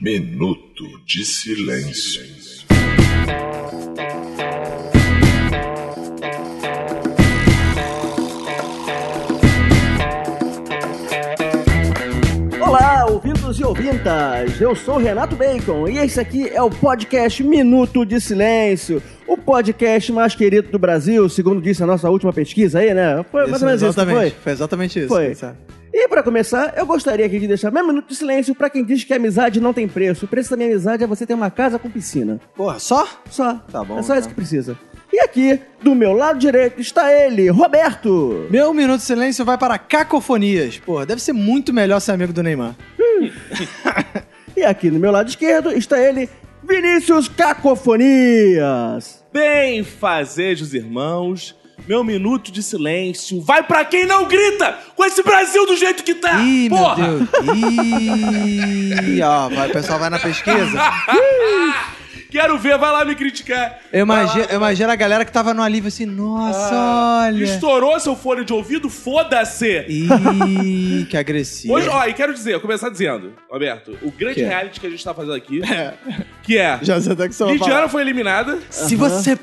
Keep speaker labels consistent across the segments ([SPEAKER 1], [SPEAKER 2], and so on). [SPEAKER 1] Minuto de Silêncio.
[SPEAKER 2] Olá, ouvintos e ouvintas! Eu sou o Renato Bacon e esse aqui é o podcast Minuto de Silêncio, o podcast mais querido do Brasil, segundo disse a nossa última pesquisa aí, né? Foi mais
[SPEAKER 3] Isso,
[SPEAKER 2] ou menos isso, não
[SPEAKER 3] exatamente,
[SPEAKER 2] foi?
[SPEAKER 3] exatamente isso.
[SPEAKER 2] Foi.
[SPEAKER 3] sabe?
[SPEAKER 2] E pra começar, eu gostaria aqui de deixar meu minuto de silêncio pra quem diz que amizade não tem preço. O preço da minha amizade é você ter uma casa com piscina.
[SPEAKER 3] Porra, só?
[SPEAKER 2] Só.
[SPEAKER 3] Tá bom,
[SPEAKER 2] É só isso
[SPEAKER 3] então.
[SPEAKER 2] que precisa. E aqui, do meu lado direito, está ele, Roberto.
[SPEAKER 3] Meu minuto de silêncio vai para cacofonias. Porra, deve ser muito melhor ser amigo do Neymar.
[SPEAKER 2] E aqui, no meu lado esquerdo, está ele, Vinícius Cacofonias.
[SPEAKER 4] Bem fazejos, irmãos. Meu minuto de silêncio vai pra quem não grita com esse Brasil do jeito que tá.
[SPEAKER 3] Ih,
[SPEAKER 4] Porra!
[SPEAKER 3] meu Deus. Ah, Ih, ó, vai, o pessoal vai na pesquisa.
[SPEAKER 4] Quero ver, vai lá me criticar.
[SPEAKER 3] Eu
[SPEAKER 4] Vai
[SPEAKER 3] imagino,
[SPEAKER 4] lá.
[SPEAKER 3] eu imagino a galera que tava no alívio assim, nossa, olha.
[SPEAKER 4] Estourou seu fone de ouvido? Foda-se!
[SPEAKER 3] Ih, que agressivo.
[SPEAKER 4] Hoje, ó, e quero dizer, começar dizendo, Roberto, o grande reality que a gente tá fazendo aqui, que é.
[SPEAKER 3] é? Já sei até que você vai falar.
[SPEAKER 4] Lidiana foi eliminada,
[SPEAKER 3] Se você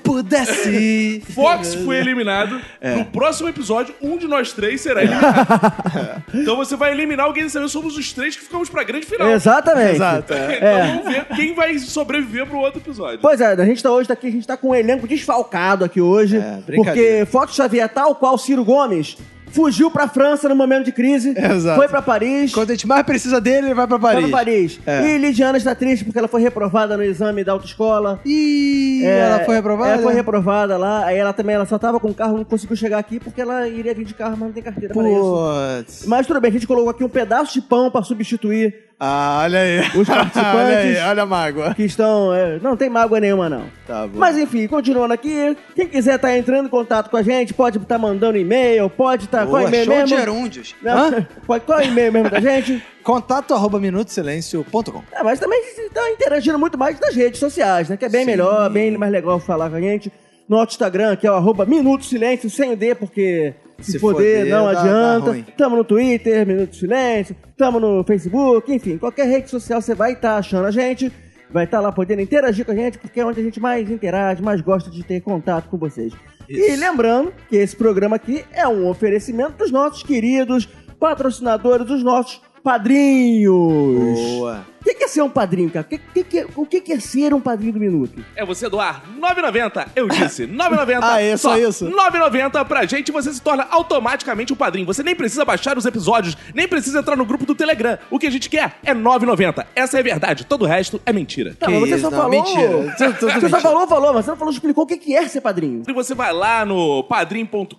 [SPEAKER 3] pudesse.
[SPEAKER 4] Fox foi eliminado.
[SPEAKER 3] É.
[SPEAKER 4] No próximo episódio, um de nós três será eliminado. então você vai eliminar alguém dessa vez. Somos os três que ficamos pra grande final.
[SPEAKER 2] Exatamente.
[SPEAKER 3] Exato. é.
[SPEAKER 4] Então
[SPEAKER 2] É.
[SPEAKER 4] vamos ver quem vai sobreviver pro outro episódio.
[SPEAKER 2] Pois é, a gente tá hoje tá aqui, a gente tá com um elenco desfalcado aqui hoje.
[SPEAKER 3] É,
[SPEAKER 2] porque
[SPEAKER 3] brincadeira.
[SPEAKER 2] Foto Xavier, tal qual Ciro Gomes, fugiu pra França no momento de crise,
[SPEAKER 3] Exato.
[SPEAKER 2] foi pra Paris,
[SPEAKER 3] Quando a gente mais precisa dele, ele vai pra
[SPEAKER 2] foi
[SPEAKER 3] Paris.
[SPEAKER 2] pra Paris.
[SPEAKER 3] É.
[SPEAKER 2] E Lidiana está triste porque ela foi reprovada no exame da autoescola.
[SPEAKER 3] Ih,
[SPEAKER 2] É,
[SPEAKER 3] ela foi reprovada?
[SPEAKER 2] Ela foi reprovada lá, aí ela também ela só tava com o carro, não conseguiu chegar aqui porque ela iria vir de carro, mas não tem carteira para isso.
[SPEAKER 3] Putz.
[SPEAKER 2] Mas tudo bem, a gente colocou aqui um pedaço de pão pra substituir
[SPEAKER 3] Ah, olha aí.
[SPEAKER 2] Os participantes-
[SPEAKER 3] olha, aí, olha a mágoa.
[SPEAKER 2] que estão. é, não tem mágoa nenhuma, não.
[SPEAKER 3] Tá bom.
[SPEAKER 2] Mas enfim, continuando aqui, quem quiser estar entrando em contato com a gente, pode estar mandando e-mail, pode estar.
[SPEAKER 3] Boa,
[SPEAKER 2] qual e-mail
[SPEAKER 3] show de
[SPEAKER 2] mesmo?
[SPEAKER 3] gerúndios.
[SPEAKER 2] Não,
[SPEAKER 3] Hã?
[SPEAKER 2] Qual, qual é o e-mail mesmo da gente?
[SPEAKER 3] Contato arroba minutosilêncio.com.
[SPEAKER 2] É, mas também está interagindo muito mais nas redes sociais, né? Que é bem melhor, bem mais legal falar com a gente. Nosso Instagram, que é o arroba Minuto Silêncio, sem o D, porque se,
[SPEAKER 3] Se
[SPEAKER 2] foder,
[SPEAKER 3] foder,
[SPEAKER 2] não
[SPEAKER 3] dá- dá
[SPEAKER 2] adianta.
[SPEAKER 3] ruim.
[SPEAKER 2] tamo no Twitter, Minuto Silêncio, tamo no Facebook, enfim, qualquer rede social você vai estar achando a gente, vai estar lá podendo interagir com a gente, porque é onde a gente mais interage, mais gosta de ter contato com vocês. E lembrando que esse programa aqui é um oferecimento dos nossos queridos patrocinadores, dos nossos padrinhos.
[SPEAKER 3] Boa.
[SPEAKER 2] O que que é ser um padrinho, cara? O que, que que é- o que que é ser um padrinho do minuto?
[SPEAKER 4] É você doar 9,90. Eu disse 9,90.
[SPEAKER 3] Ah, é só isso?
[SPEAKER 4] 9,90 pra gente você se torna automaticamente um padrinho. Você nem precisa baixar os episódios, nem precisa entrar no grupo do Telegram. O que a gente quer é 9,90. Essa é a verdade. Todo o resto é mentira.
[SPEAKER 2] Tá,
[SPEAKER 3] Que
[SPEAKER 2] mas você
[SPEAKER 3] isso,
[SPEAKER 2] só
[SPEAKER 3] não,
[SPEAKER 2] falou.
[SPEAKER 3] mentira. Tudo- tudo
[SPEAKER 2] você só
[SPEAKER 3] mentira.
[SPEAKER 2] falou, falou, mas você não falou, explicou o que que é ser padrinho.
[SPEAKER 4] E Então, você vai lá no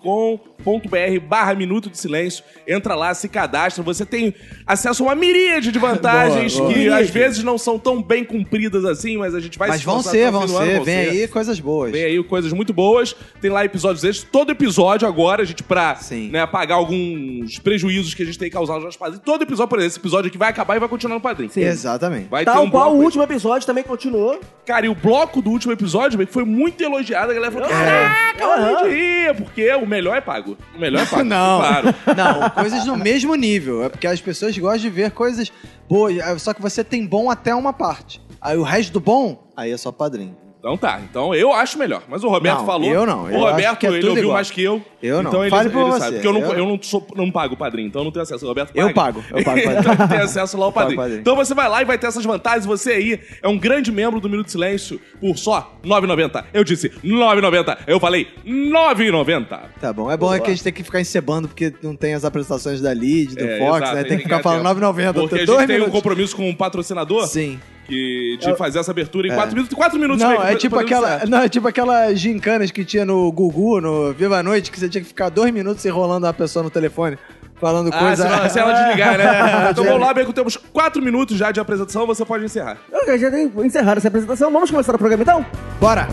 [SPEAKER 4] padrim.com.br barra Minuto de Silêncio, entra lá, se cadastra, você tem acesso a uma miríade de vantagens
[SPEAKER 3] Boa, boa.
[SPEAKER 4] que
[SPEAKER 2] Miríade.
[SPEAKER 4] às vezes não são tão bem cumpridas assim, mas tá a gente vai
[SPEAKER 3] Mas
[SPEAKER 4] se
[SPEAKER 3] vão
[SPEAKER 4] esforçar
[SPEAKER 3] ser,
[SPEAKER 4] até o
[SPEAKER 3] vão
[SPEAKER 4] fim do ano,
[SPEAKER 3] ser. Vem aí coisas boas.
[SPEAKER 4] Vem aí coisas muito boas. Tem lá episódios extras. Todo episódio agora, a gente, pra
[SPEAKER 3] Sim.
[SPEAKER 4] né, apagar alguns prejuízos que a gente tem causado aos padrinhos. Todo episódio, por exemplo, esse episódio aqui vai acabar e vai continuar no padrinho.
[SPEAKER 2] Sim.
[SPEAKER 3] Exatamente.
[SPEAKER 4] Vai ter
[SPEAKER 2] Tal
[SPEAKER 4] um
[SPEAKER 2] qual
[SPEAKER 4] bloco
[SPEAKER 2] Tá o
[SPEAKER 4] aí.
[SPEAKER 2] último episódio também continuou.
[SPEAKER 4] Cara, e o bloco do último episódio meio que foi muito elogiado. A galera falou: Caraca, eu
[SPEAKER 2] É. Aham.
[SPEAKER 4] não diria, porque o melhor é pago. O melhor é pago.
[SPEAKER 3] Não.
[SPEAKER 4] Claro.
[SPEAKER 3] Não, coisas no mesmo nível. É porque as pessoas gostam de ver coisas boas. É, Só que você tem bom até uma parte. Aí o resto do bom, aí é só padrinho.
[SPEAKER 4] Então tá, então eu acho melhor. Mas o Roberto
[SPEAKER 3] Não,
[SPEAKER 4] falou.
[SPEAKER 3] eu não.
[SPEAKER 4] O
[SPEAKER 3] Eu acho
[SPEAKER 4] Roberto,
[SPEAKER 3] que é
[SPEAKER 4] ele
[SPEAKER 3] tudo
[SPEAKER 4] ouviu
[SPEAKER 3] igual.
[SPEAKER 4] mais que eu.
[SPEAKER 3] Eu não.
[SPEAKER 4] Então ele,
[SPEAKER 3] Fale por
[SPEAKER 4] ele
[SPEAKER 3] você.
[SPEAKER 4] sabe. Porque eu, não,
[SPEAKER 3] Eu-
[SPEAKER 4] eu não, sou, não pago o padrinho, então eu não tenho acesso. O Roberto paga.
[SPEAKER 3] Eu pago. Eu pago
[SPEAKER 4] Então
[SPEAKER 3] padrinho.
[SPEAKER 4] ele tem acesso lá ao padrinho.
[SPEAKER 3] padrinho.
[SPEAKER 4] Então você vai lá e vai ter essas vantagens. Você aí é um grande membro do Minuto de Silêncio por só 9,90. Eu disse 9,90. Eu falei 9,90.
[SPEAKER 3] Tá bom. É bom é que a gente tem que ficar encebando, porque não tem as apresentações da Lid, do
[SPEAKER 4] É,
[SPEAKER 3] Fox,
[SPEAKER 4] exato,
[SPEAKER 3] né? Tem que ficar
[SPEAKER 4] ficar
[SPEAKER 3] falando
[SPEAKER 4] atento.
[SPEAKER 3] 9,90.
[SPEAKER 4] Porque a
[SPEAKER 3] tem
[SPEAKER 4] gente
[SPEAKER 3] dois
[SPEAKER 4] tem um
[SPEAKER 3] minutos.
[SPEAKER 4] compromisso com o patrocinador
[SPEAKER 3] Sim. É.
[SPEAKER 4] que, de fazer essa abertura em 4 minutos. 4 minutos
[SPEAKER 3] Não,
[SPEAKER 4] mesmo,
[SPEAKER 3] é
[SPEAKER 4] pra-
[SPEAKER 3] tipo
[SPEAKER 4] pra dar tudo
[SPEAKER 3] aquela,
[SPEAKER 4] um certo.
[SPEAKER 3] não, é tipo aquelas gincanas que tinha no Gugu, no Viva a Noite, que você tinha que ficar dois minutos enrolando a pessoa no telefone, falando
[SPEAKER 4] Ah, se
[SPEAKER 3] coisa.
[SPEAKER 4] ela, se ela desligar, né? Então vamos lá, Beco, temos 4 minutos já de apresentação, você pode encerrar.
[SPEAKER 2] Ok, já tem encerrado essa apresentação. Vamos começar o programa então?
[SPEAKER 3] Bora!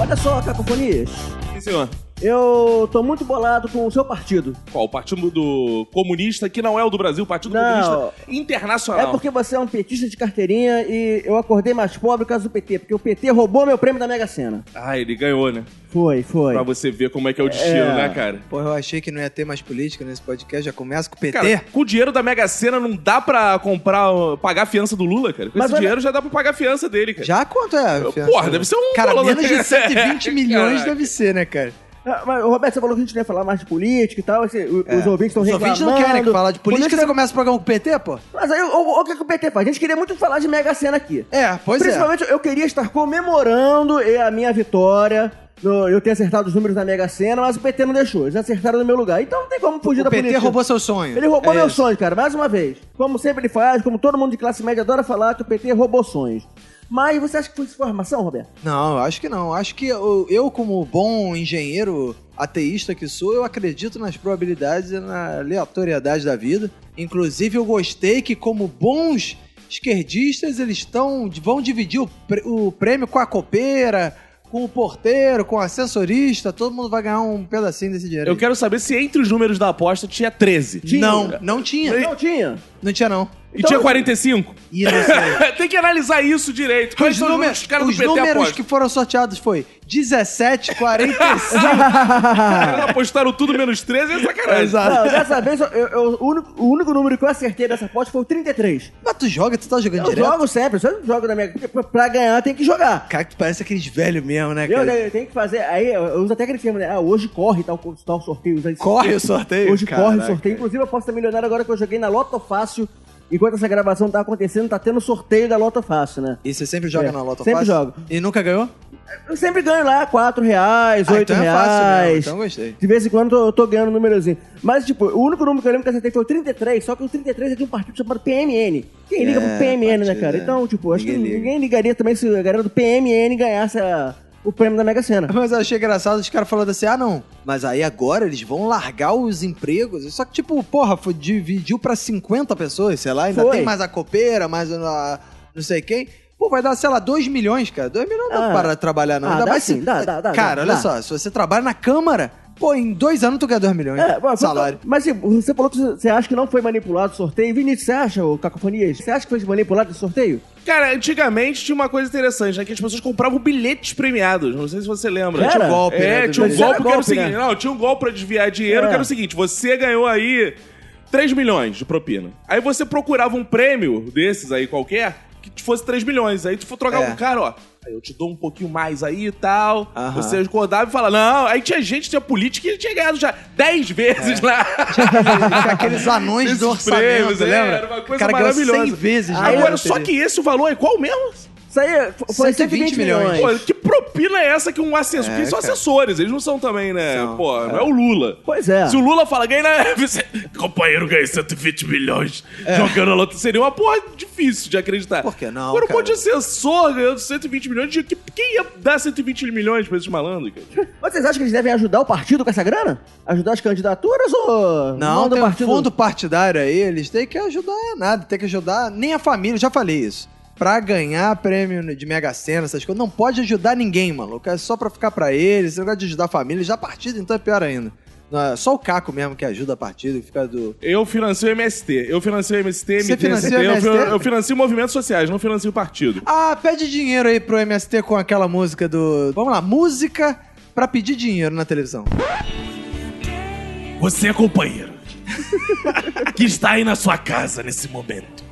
[SPEAKER 2] Olha só, Cacofonias.
[SPEAKER 4] Sim, senhor.
[SPEAKER 2] Eu tô muito bolado com o seu partido.
[SPEAKER 4] Qual? O Partido do Comunista, que não é o do Brasil, o Partido
[SPEAKER 2] Não.
[SPEAKER 4] Comunista
[SPEAKER 3] Ah.
[SPEAKER 4] Internacional.
[SPEAKER 2] É porque você é um petista de carteirinha e eu acordei mais pobre por causa do PT, porque o PT roubou meu prêmio da Mega Sena.
[SPEAKER 4] Ah, ele ganhou, né?
[SPEAKER 2] Foi, foi.
[SPEAKER 4] Pra você ver como é que é o destino,
[SPEAKER 2] É.
[SPEAKER 4] né, cara?
[SPEAKER 3] Porra, eu achei que não ia ter mais política nesse podcast, já começa com o PT.
[SPEAKER 4] Cara, com o dinheiro da Mega Sena não dá pra comprar, uh, pagar a fiança do Lula, cara. Com
[SPEAKER 2] Mas
[SPEAKER 4] esse
[SPEAKER 2] olha-
[SPEAKER 4] dinheiro já dá pra pagar a fiança dele, cara.
[SPEAKER 3] já quanto é? a fiança?
[SPEAKER 4] Porra, deve ser um
[SPEAKER 3] Cara,
[SPEAKER 4] valor-
[SPEAKER 3] menos de 120 milhões
[SPEAKER 4] Caraca.
[SPEAKER 3] deve ser, né, cara?
[SPEAKER 2] Ah, Mas, Roberto, você falou que a gente não ia falar mais de política e tal, esse- o- os ouvintes estão
[SPEAKER 3] É. Os
[SPEAKER 2] reclamando. é
[SPEAKER 3] ouvintes não querem que falar de política, você começa o programa com o PT, pô?
[SPEAKER 2] Mas aí, o, o- o que, que o PT faz? A gente queria muito falar de Mega Sena aqui.
[SPEAKER 3] É, pois é.
[SPEAKER 2] Principalmente, eu queria estar comemorando eh, a minha vitória, no- eu ter acertado os números da Mega Sena, mas o PT não deixou, eles acertaram no meu lugar. Então não tem como fugir
[SPEAKER 3] O
[SPEAKER 2] da
[SPEAKER 3] PT
[SPEAKER 2] política.
[SPEAKER 3] roubou seu sonho.
[SPEAKER 2] Ele roubou
[SPEAKER 3] É
[SPEAKER 2] meu
[SPEAKER 3] isso.
[SPEAKER 2] sonho, cara, mais uma vez. Como sempre ele faz, como todo mundo de classe média adora falar que o PT roubou sonhos. Mas você acha que foi isso formação, Roberto?
[SPEAKER 3] Não, eu acho que não. Acho que eu, eu, como bom engenheiro ateísta que sou, eu acredito nas probabilidades e na aleatoriedade da vida. Inclusive, eu gostei que, como bons esquerdistas, eles estão vão dividir o, pr- o prêmio com a copeira, com o porteiro, com o assessorista. Todo mundo vai ganhar um pedacinho desse dinheiro.
[SPEAKER 4] Eu
[SPEAKER 3] aí.
[SPEAKER 4] quero saber se entre os números da aposta tinha 13.
[SPEAKER 3] Não, não tinha.
[SPEAKER 2] Não tinha.
[SPEAKER 3] Não tinha, não.
[SPEAKER 4] E
[SPEAKER 2] Então-
[SPEAKER 4] tinha 45.
[SPEAKER 3] Ih, não sei.
[SPEAKER 4] Tem que analisar isso direito. Quais
[SPEAKER 3] É, Os
[SPEAKER 4] são os números
[SPEAKER 3] números,
[SPEAKER 4] que os caras do
[SPEAKER 3] os
[SPEAKER 4] PT
[SPEAKER 3] números
[SPEAKER 4] apostam?
[SPEAKER 3] que foram sorteados foi 17, 45.
[SPEAKER 4] Eles apostaram tudo menos 13 é sacanagem.
[SPEAKER 3] Tá.
[SPEAKER 2] Não, dessa vez, eu- eu- o, único, o único número que eu acertei dessa aposta foi o 33.
[SPEAKER 3] Mas tu joga, tu tá jogando
[SPEAKER 2] Eu
[SPEAKER 3] direto?
[SPEAKER 2] jogo sempre, eu sempre jogo na Mega porque pra- Pra ganhar tem que jogar.
[SPEAKER 3] Cara, que tu parece aqueles velhos mesmo, né,
[SPEAKER 2] Eu,
[SPEAKER 3] cara?
[SPEAKER 2] né, eu tenho que fazer. Aí eu eu uso até aquele termo, né? Ah, hoje corre tal, co- tal sorteio. né?
[SPEAKER 3] Corre o sorteio?
[SPEAKER 2] Hoje
[SPEAKER 3] Caraca.
[SPEAKER 2] corre o sorteio. Inclusive, eu posso estar milionário agora que eu joguei na Loto Fácil. Enquanto essa gravação tá acontecendo, tá tendo sorteio da Loto Fácil, né?
[SPEAKER 3] E você sempre joga
[SPEAKER 2] É,
[SPEAKER 3] na Loto
[SPEAKER 2] sempre
[SPEAKER 3] Fácil?
[SPEAKER 2] jogo.
[SPEAKER 3] E nunca ganhou?
[SPEAKER 2] Eu sempre ganho lá 4 reais,
[SPEAKER 3] Ah,
[SPEAKER 2] 8
[SPEAKER 3] então é fácil mesmo,
[SPEAKER 2] reais.
[SPEAKER 3] então gostei.
[SPEAKER 2] De vez em quando eu tô- eu tô ganhando um númerozinho. Mas, tipo, o único número que eu lembro que eu acertei foi o 33, só que o 33 é de um partido chamado PMN. Quem liga
[SPEAKER 3] É,
[SPEAKER 2] pro PMN, né,
[SPEAKER 3] partido,
[SPEAKER 2] cara?
[SPEAKER 3] é.
[SPEAKER 2] Então, tipo, acho
[SPEAKER 3] Ninguém
[SPEAKER 2] que
[SPEAKER 3] liga.
[SPEAKER 2] ninguém ligaria também se a galera do PMN ganhasse a- o prêmio da Mega Sena.
[SPEAKER 3] Mas eu achei engraçado os caras falando assim, ah, não, mas aí agora eles vão largar os empregos. Só que, tipo, porra, foi- dividiu pra 50 pessoas, sei lá, ainda
[SPEAKER 2] Foi.
[SPEAKER 3] tem mais a copeira, mais a, não sei quem. Pô, vai dar, sei lá, 2 milhões, cara. 2 milhões não dá
[SPEAKER 2] Ah.
[SPEAKER 3] para trabalhar, não.
[SPEAKER 2] Ah,
[SPEAKER 3] Ainda
[SPEAKER 2] dá
[SPEAKER 3] mais
[SPEAKER 2] sim,
[SPEAKER 3] se-
[SPEAKER 2] dá, dá, dá,
[SPEAKER 3] Cara,
[SPEAKER 2] dá.
[SPEAKER 3] olha só, se você trabalha na Câmara, pô, em dois anos tu ganha 2 milhões
[SPEAKER 2] É, mas,
[SPEAKER 3] salário.
[SPEAKER 2] Mas assim, você falou que você acha que não foi manipulado o sorteio. Vinícius, você acha, ô Cacofonias? Você acha que foi manipulado o sorteio?
[SPEAKER 4] Cara, antigamente tinha uma coisa interessante, né? Que as pessoas compravam bilhetes premiados. Não sei se você lembra.
[SPEAKER 2] Era?
[SPEAKER 4] Tinha um golpe,
[SPEAKER 3] né,
[SPEAKER 4] É,
[SPEAKER 3] do
[SPEAKER 4] tinha um
[SPEAKER 2] bilhete. Era
[SPEAKER 4] golpe, que era o
[SPEAKER 2] golpe,
[SPEAKER 4] seguinte.
[SPEAKER 2] né?
[SPEAKER 4] Não, tinha um golpe pra desviar dinheiro,
[SPEAKER 2] É.
[SPEAKER 4] que era o seguinte. Você ganhou aí 3 milhões de propina. Aí você procurava um prêmio desses aí qualquer que te fosse 3 milhões. Aí tu for trocar
[SPEAKER 3] É.
[SPEAKER 4] com o cara, ó. Aí eu te dou um pouquinho mais aí e tal.
[SPEAKER 3] Aham.
[SPEAKER 4] Você acordava e falava, não. Aí tinha gente, tinha política que tinha ganhado já 10 vezes lá.
[SPEAKER 3] Com aqueles anões do
[SPEAKER 4] Esses
[SPEAKER 3] orçamento,
[SPEAKER 4] prêmios, é,
[SPEAKER 3] lembra?
[SPEAKER 4] era uma coisa
[SPEAKER 3] o cara ganhou
[SPEAKER 4] maravilhosa.
[SPEAKER 3] 100 vezes. na
[SPEAKER 4] Agora,
[SPEAKER 3] loteria.
[SPEAKER 4] só que esse o valor é qual mesmo?
[SPEAKER 2] Isso aí é- foi- foi
[SPEAKER 3] 120
[SPEAKER 2] 120 milhões.
[SPEAKER 4] Pô, que propina é essa que um assessor.
[SPEAKER 3] É,
[SPEAKER 4] Porque são
[SPEAKER 3] cara.
[SPEAKER 4] assessores, eles não são também, né?
[SPEAKER 3] São,
[SPEAKER 4] Pô, não é o Lula.
[SPEAKER 2] Pois é.
[SPEAKER 4] Se o Lula fala, ganha na. Você- Companheiro, ganha 120 milhões jogando a loteria. Seria uma porra difícil de acreditar.
[SPEAKER 3] É. Por que não,
[SPEAKER 4] Agora, um
[SPEAKER 3] cara?
[SPEAKER 4] monte de assessor ganhando 120 milhões. De... que- Quem ia dar 120 milhões pra esses malandros, cara?
[SPEAKER 2] Vocês acham que eles devem ajudar o partido com essa grana? Ajudar as candidaturas ou...
[SPEAKER 3] Não,
[SPEAKER 2] manda
[SPEAKER 3] tem
[SPEAKER 2] o partido...
[SPEAKER 3] um fundo partidário aí, eles têm que ajudar nada, tem que ajudar nem a família, eu já falei isso. Pra ganhar prêmio de Mega Sena, essas coisas, não pode ajudar ninguém, maluco. É só pra ficar pra eles, esse negócio de ajudar a família, já a partida então é pior ainda. Não, é Só o Caco mesmo que ajuda a partida e fica do...
[SPEAKER 4] Eu financio o MST. Eu financio o MST,
[SPEAKER 3] Você
[SPEAKER 4] MTST,
[SPEAKER 3] financia o
[SPEAKER 4] eu
[SPEAKER 3] MST?
[SPEAKER 4] fin- Eu financio movimentos sociais, não financio partido.
[SPEAKER 3] Ah, pede dinheiro aí pro MST com aquela música do... Vamos lá, música pra pedir dinheiro na televisão.
[SPEAKER 4] Você, é companheiro, que está aí na sua casa nesse momento,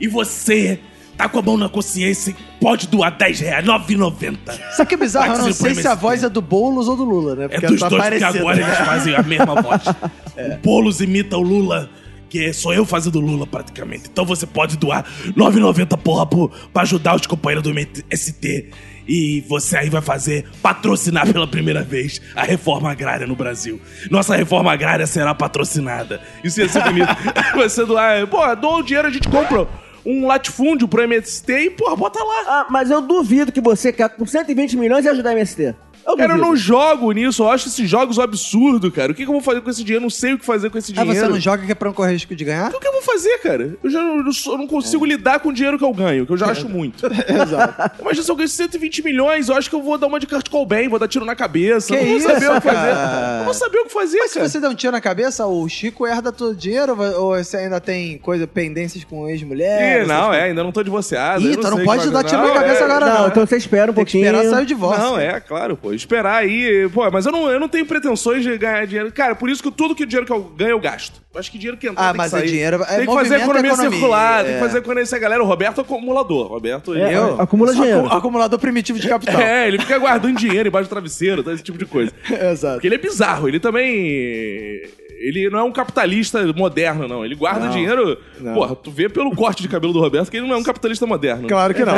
[SPEAKER 4] e você tá com a mão na consciência e pode doar 10 reais, 9,90.
[SPEAKER 3] Isso aqui é bizarro, eu não
[SPEAKER 4] Taxi pro
[SPEAKER 3] sei se a
[SPEAKER 4] MST.
[SPEAKER 3] voz é do Boulos ou do Lula, né?
[SPEAKER 4] É dos
[SPEAKER 3] tá É.
[SPEAKER 4] dois, porque
[SPEAKER 3] parecendo.
[SPEAKER 4] agora eles fazem a mesma voz. O Boulos imita o Lula, que sou eu fazendo o Lula praticamente. Então você pode doar 9,90 porra pro, pra ajudar os companheiros do MST. E você aí vai fazer, patrocinar pela primeira vez a reforma agrária no Brasil. Nossa reforma agrária será patrocinada. Isso ia ser bonito. você doar, porra, doa o dinheiro, a gente compra um latifúndio pro MST e, porra, bota lá.
[SPEAKER 2] Ah, mas eu duvido que você, Caco, com 120 milhões, ia ajudar a MST. Eu
[SPEAKER 4] Cara, eu
[SPEAKER 2] duvido.
[SPEAKER 4] não jogo nisso, eu acho esses jogos um absurdo, cara. O que, que eu vou fazer com esse dinheiro? Eu não sei o que fazer com esse
[SPEAKER 3] Ah,
[SPEAKER 4] dinheiro.
[SPEAKER 3] você não joga que é pra não correr risco de ganhar?
[SPEAKER 4] O que eu vou fazer, cara? Eu já não, eu sou- eu não
[SPEAKER 3] É.
[SPEAKER 4] consigo lidar com o dinheiro que eu ganho, que eu já acho muito. Exato. Imagina se eu ganho 120 milhões, eu acho que eu vou dar uma de Kurt Cobain, vou dar tiro na cabeça.
[SPEAKER 3] Que
[SPEAKER 4] eu não
[SPEAKER 3] isso,
[SPEAKER 4] vou saber o que
[SPEAKER 3] cara?
[SPEAKER 4] fazer. Eu vou saber o que fazer,
[SPEAKER 3] Mas se
[SPEAKER 4] cara.
[SPEAKER 3] você der um tiro na cabeça, o Chico herda todo o dinheiro vai- ou você ainda tem coisa, pendências com ex-mulher?
[SPEAKER 4] Ih,
[SPEAKER 3] essas
[SPEAKER 4] não,
[SPEAKER 3] coisas?
[SPEAKER 4] é, ainda não tô divorciado.
[SPEAKER 3] Ih,
[SPEAKER 4] eu
[SPEAKER 3] então não
[SPEAKER 4] sei
[SPEAKER 3] pode
[SPEAKER 4] o que
[SPEAKER 3] dar
[SPEAKER 4] fazer.
[SPEAKER 3] tiro na
[SPEAKER 4] Não,
[SPEAKER 3] cabeça
[SPEAKER 4] é,
[SPEAKER 3] agora,
[SPEAKER 2] Não,
[SPEAKER 3] não.
[SPEAKER 2] então você espera um
[SPEAKER 3] né? Tem que
[SPEAKER 2] pouquinho.
[SPEAKER 3] esperar sair o divórcio.
[SPEAKER 4] Não, é, claro, pô. Esperar aí. Pô, mas eu não, eu não tenho pretensões de ganhar dinheiro. Cara, por isso que tudo que o dinheiro que eu ganho, eu gasto. Eu acho que dinheiro que entra
[SPEAKER 3] Ah,
[SPEAKER 4] tem que
[SPEAKER 3] mas é
[SPEAKER 4] sair.
[SPEAKER 3] dinheiro- é
[SPEAKER 4] tem que fazer
[SPEAKER 3] movimento,
[SPEAKER 4] economia,
[SPEAKER 3] economia,
[SPEAKER 4] circular,
[SPEAKER 3] é.
[SPEAKER 4] tem que fazer economia. Essa galera, o Roberto é acumulador. Roberto, ele-
[SPEAKER 2] É,
[SPEAKER 3] Eu?
[SPEAKER 2] Acumula
[SPEAKER 3] Sou
[SPEAKER 2] dinheiro.
[SPEAKER 3] acu- Acumulador primitivo de capital.
[SPEAKER 4] É, ele fica guardando dinheiro embaixo do travesseiro, tá, esse tipo de coisa.
[SPEAKER 3] Exato.
[SPEAKER 4] Porque ele é bizarro, ele também. Ele não é um capitalista moderno, não. Ele guarda
[SPEAKER 3] Não,
[SPEAKER 4] dinheiro.
[SPEAKER 3] não.
[SPEAKER 4] Porra, tu vê pelo corte de cabelo do Roberto que ele não é um capitalista moderno.
[SPEAKER 3] Claro que não.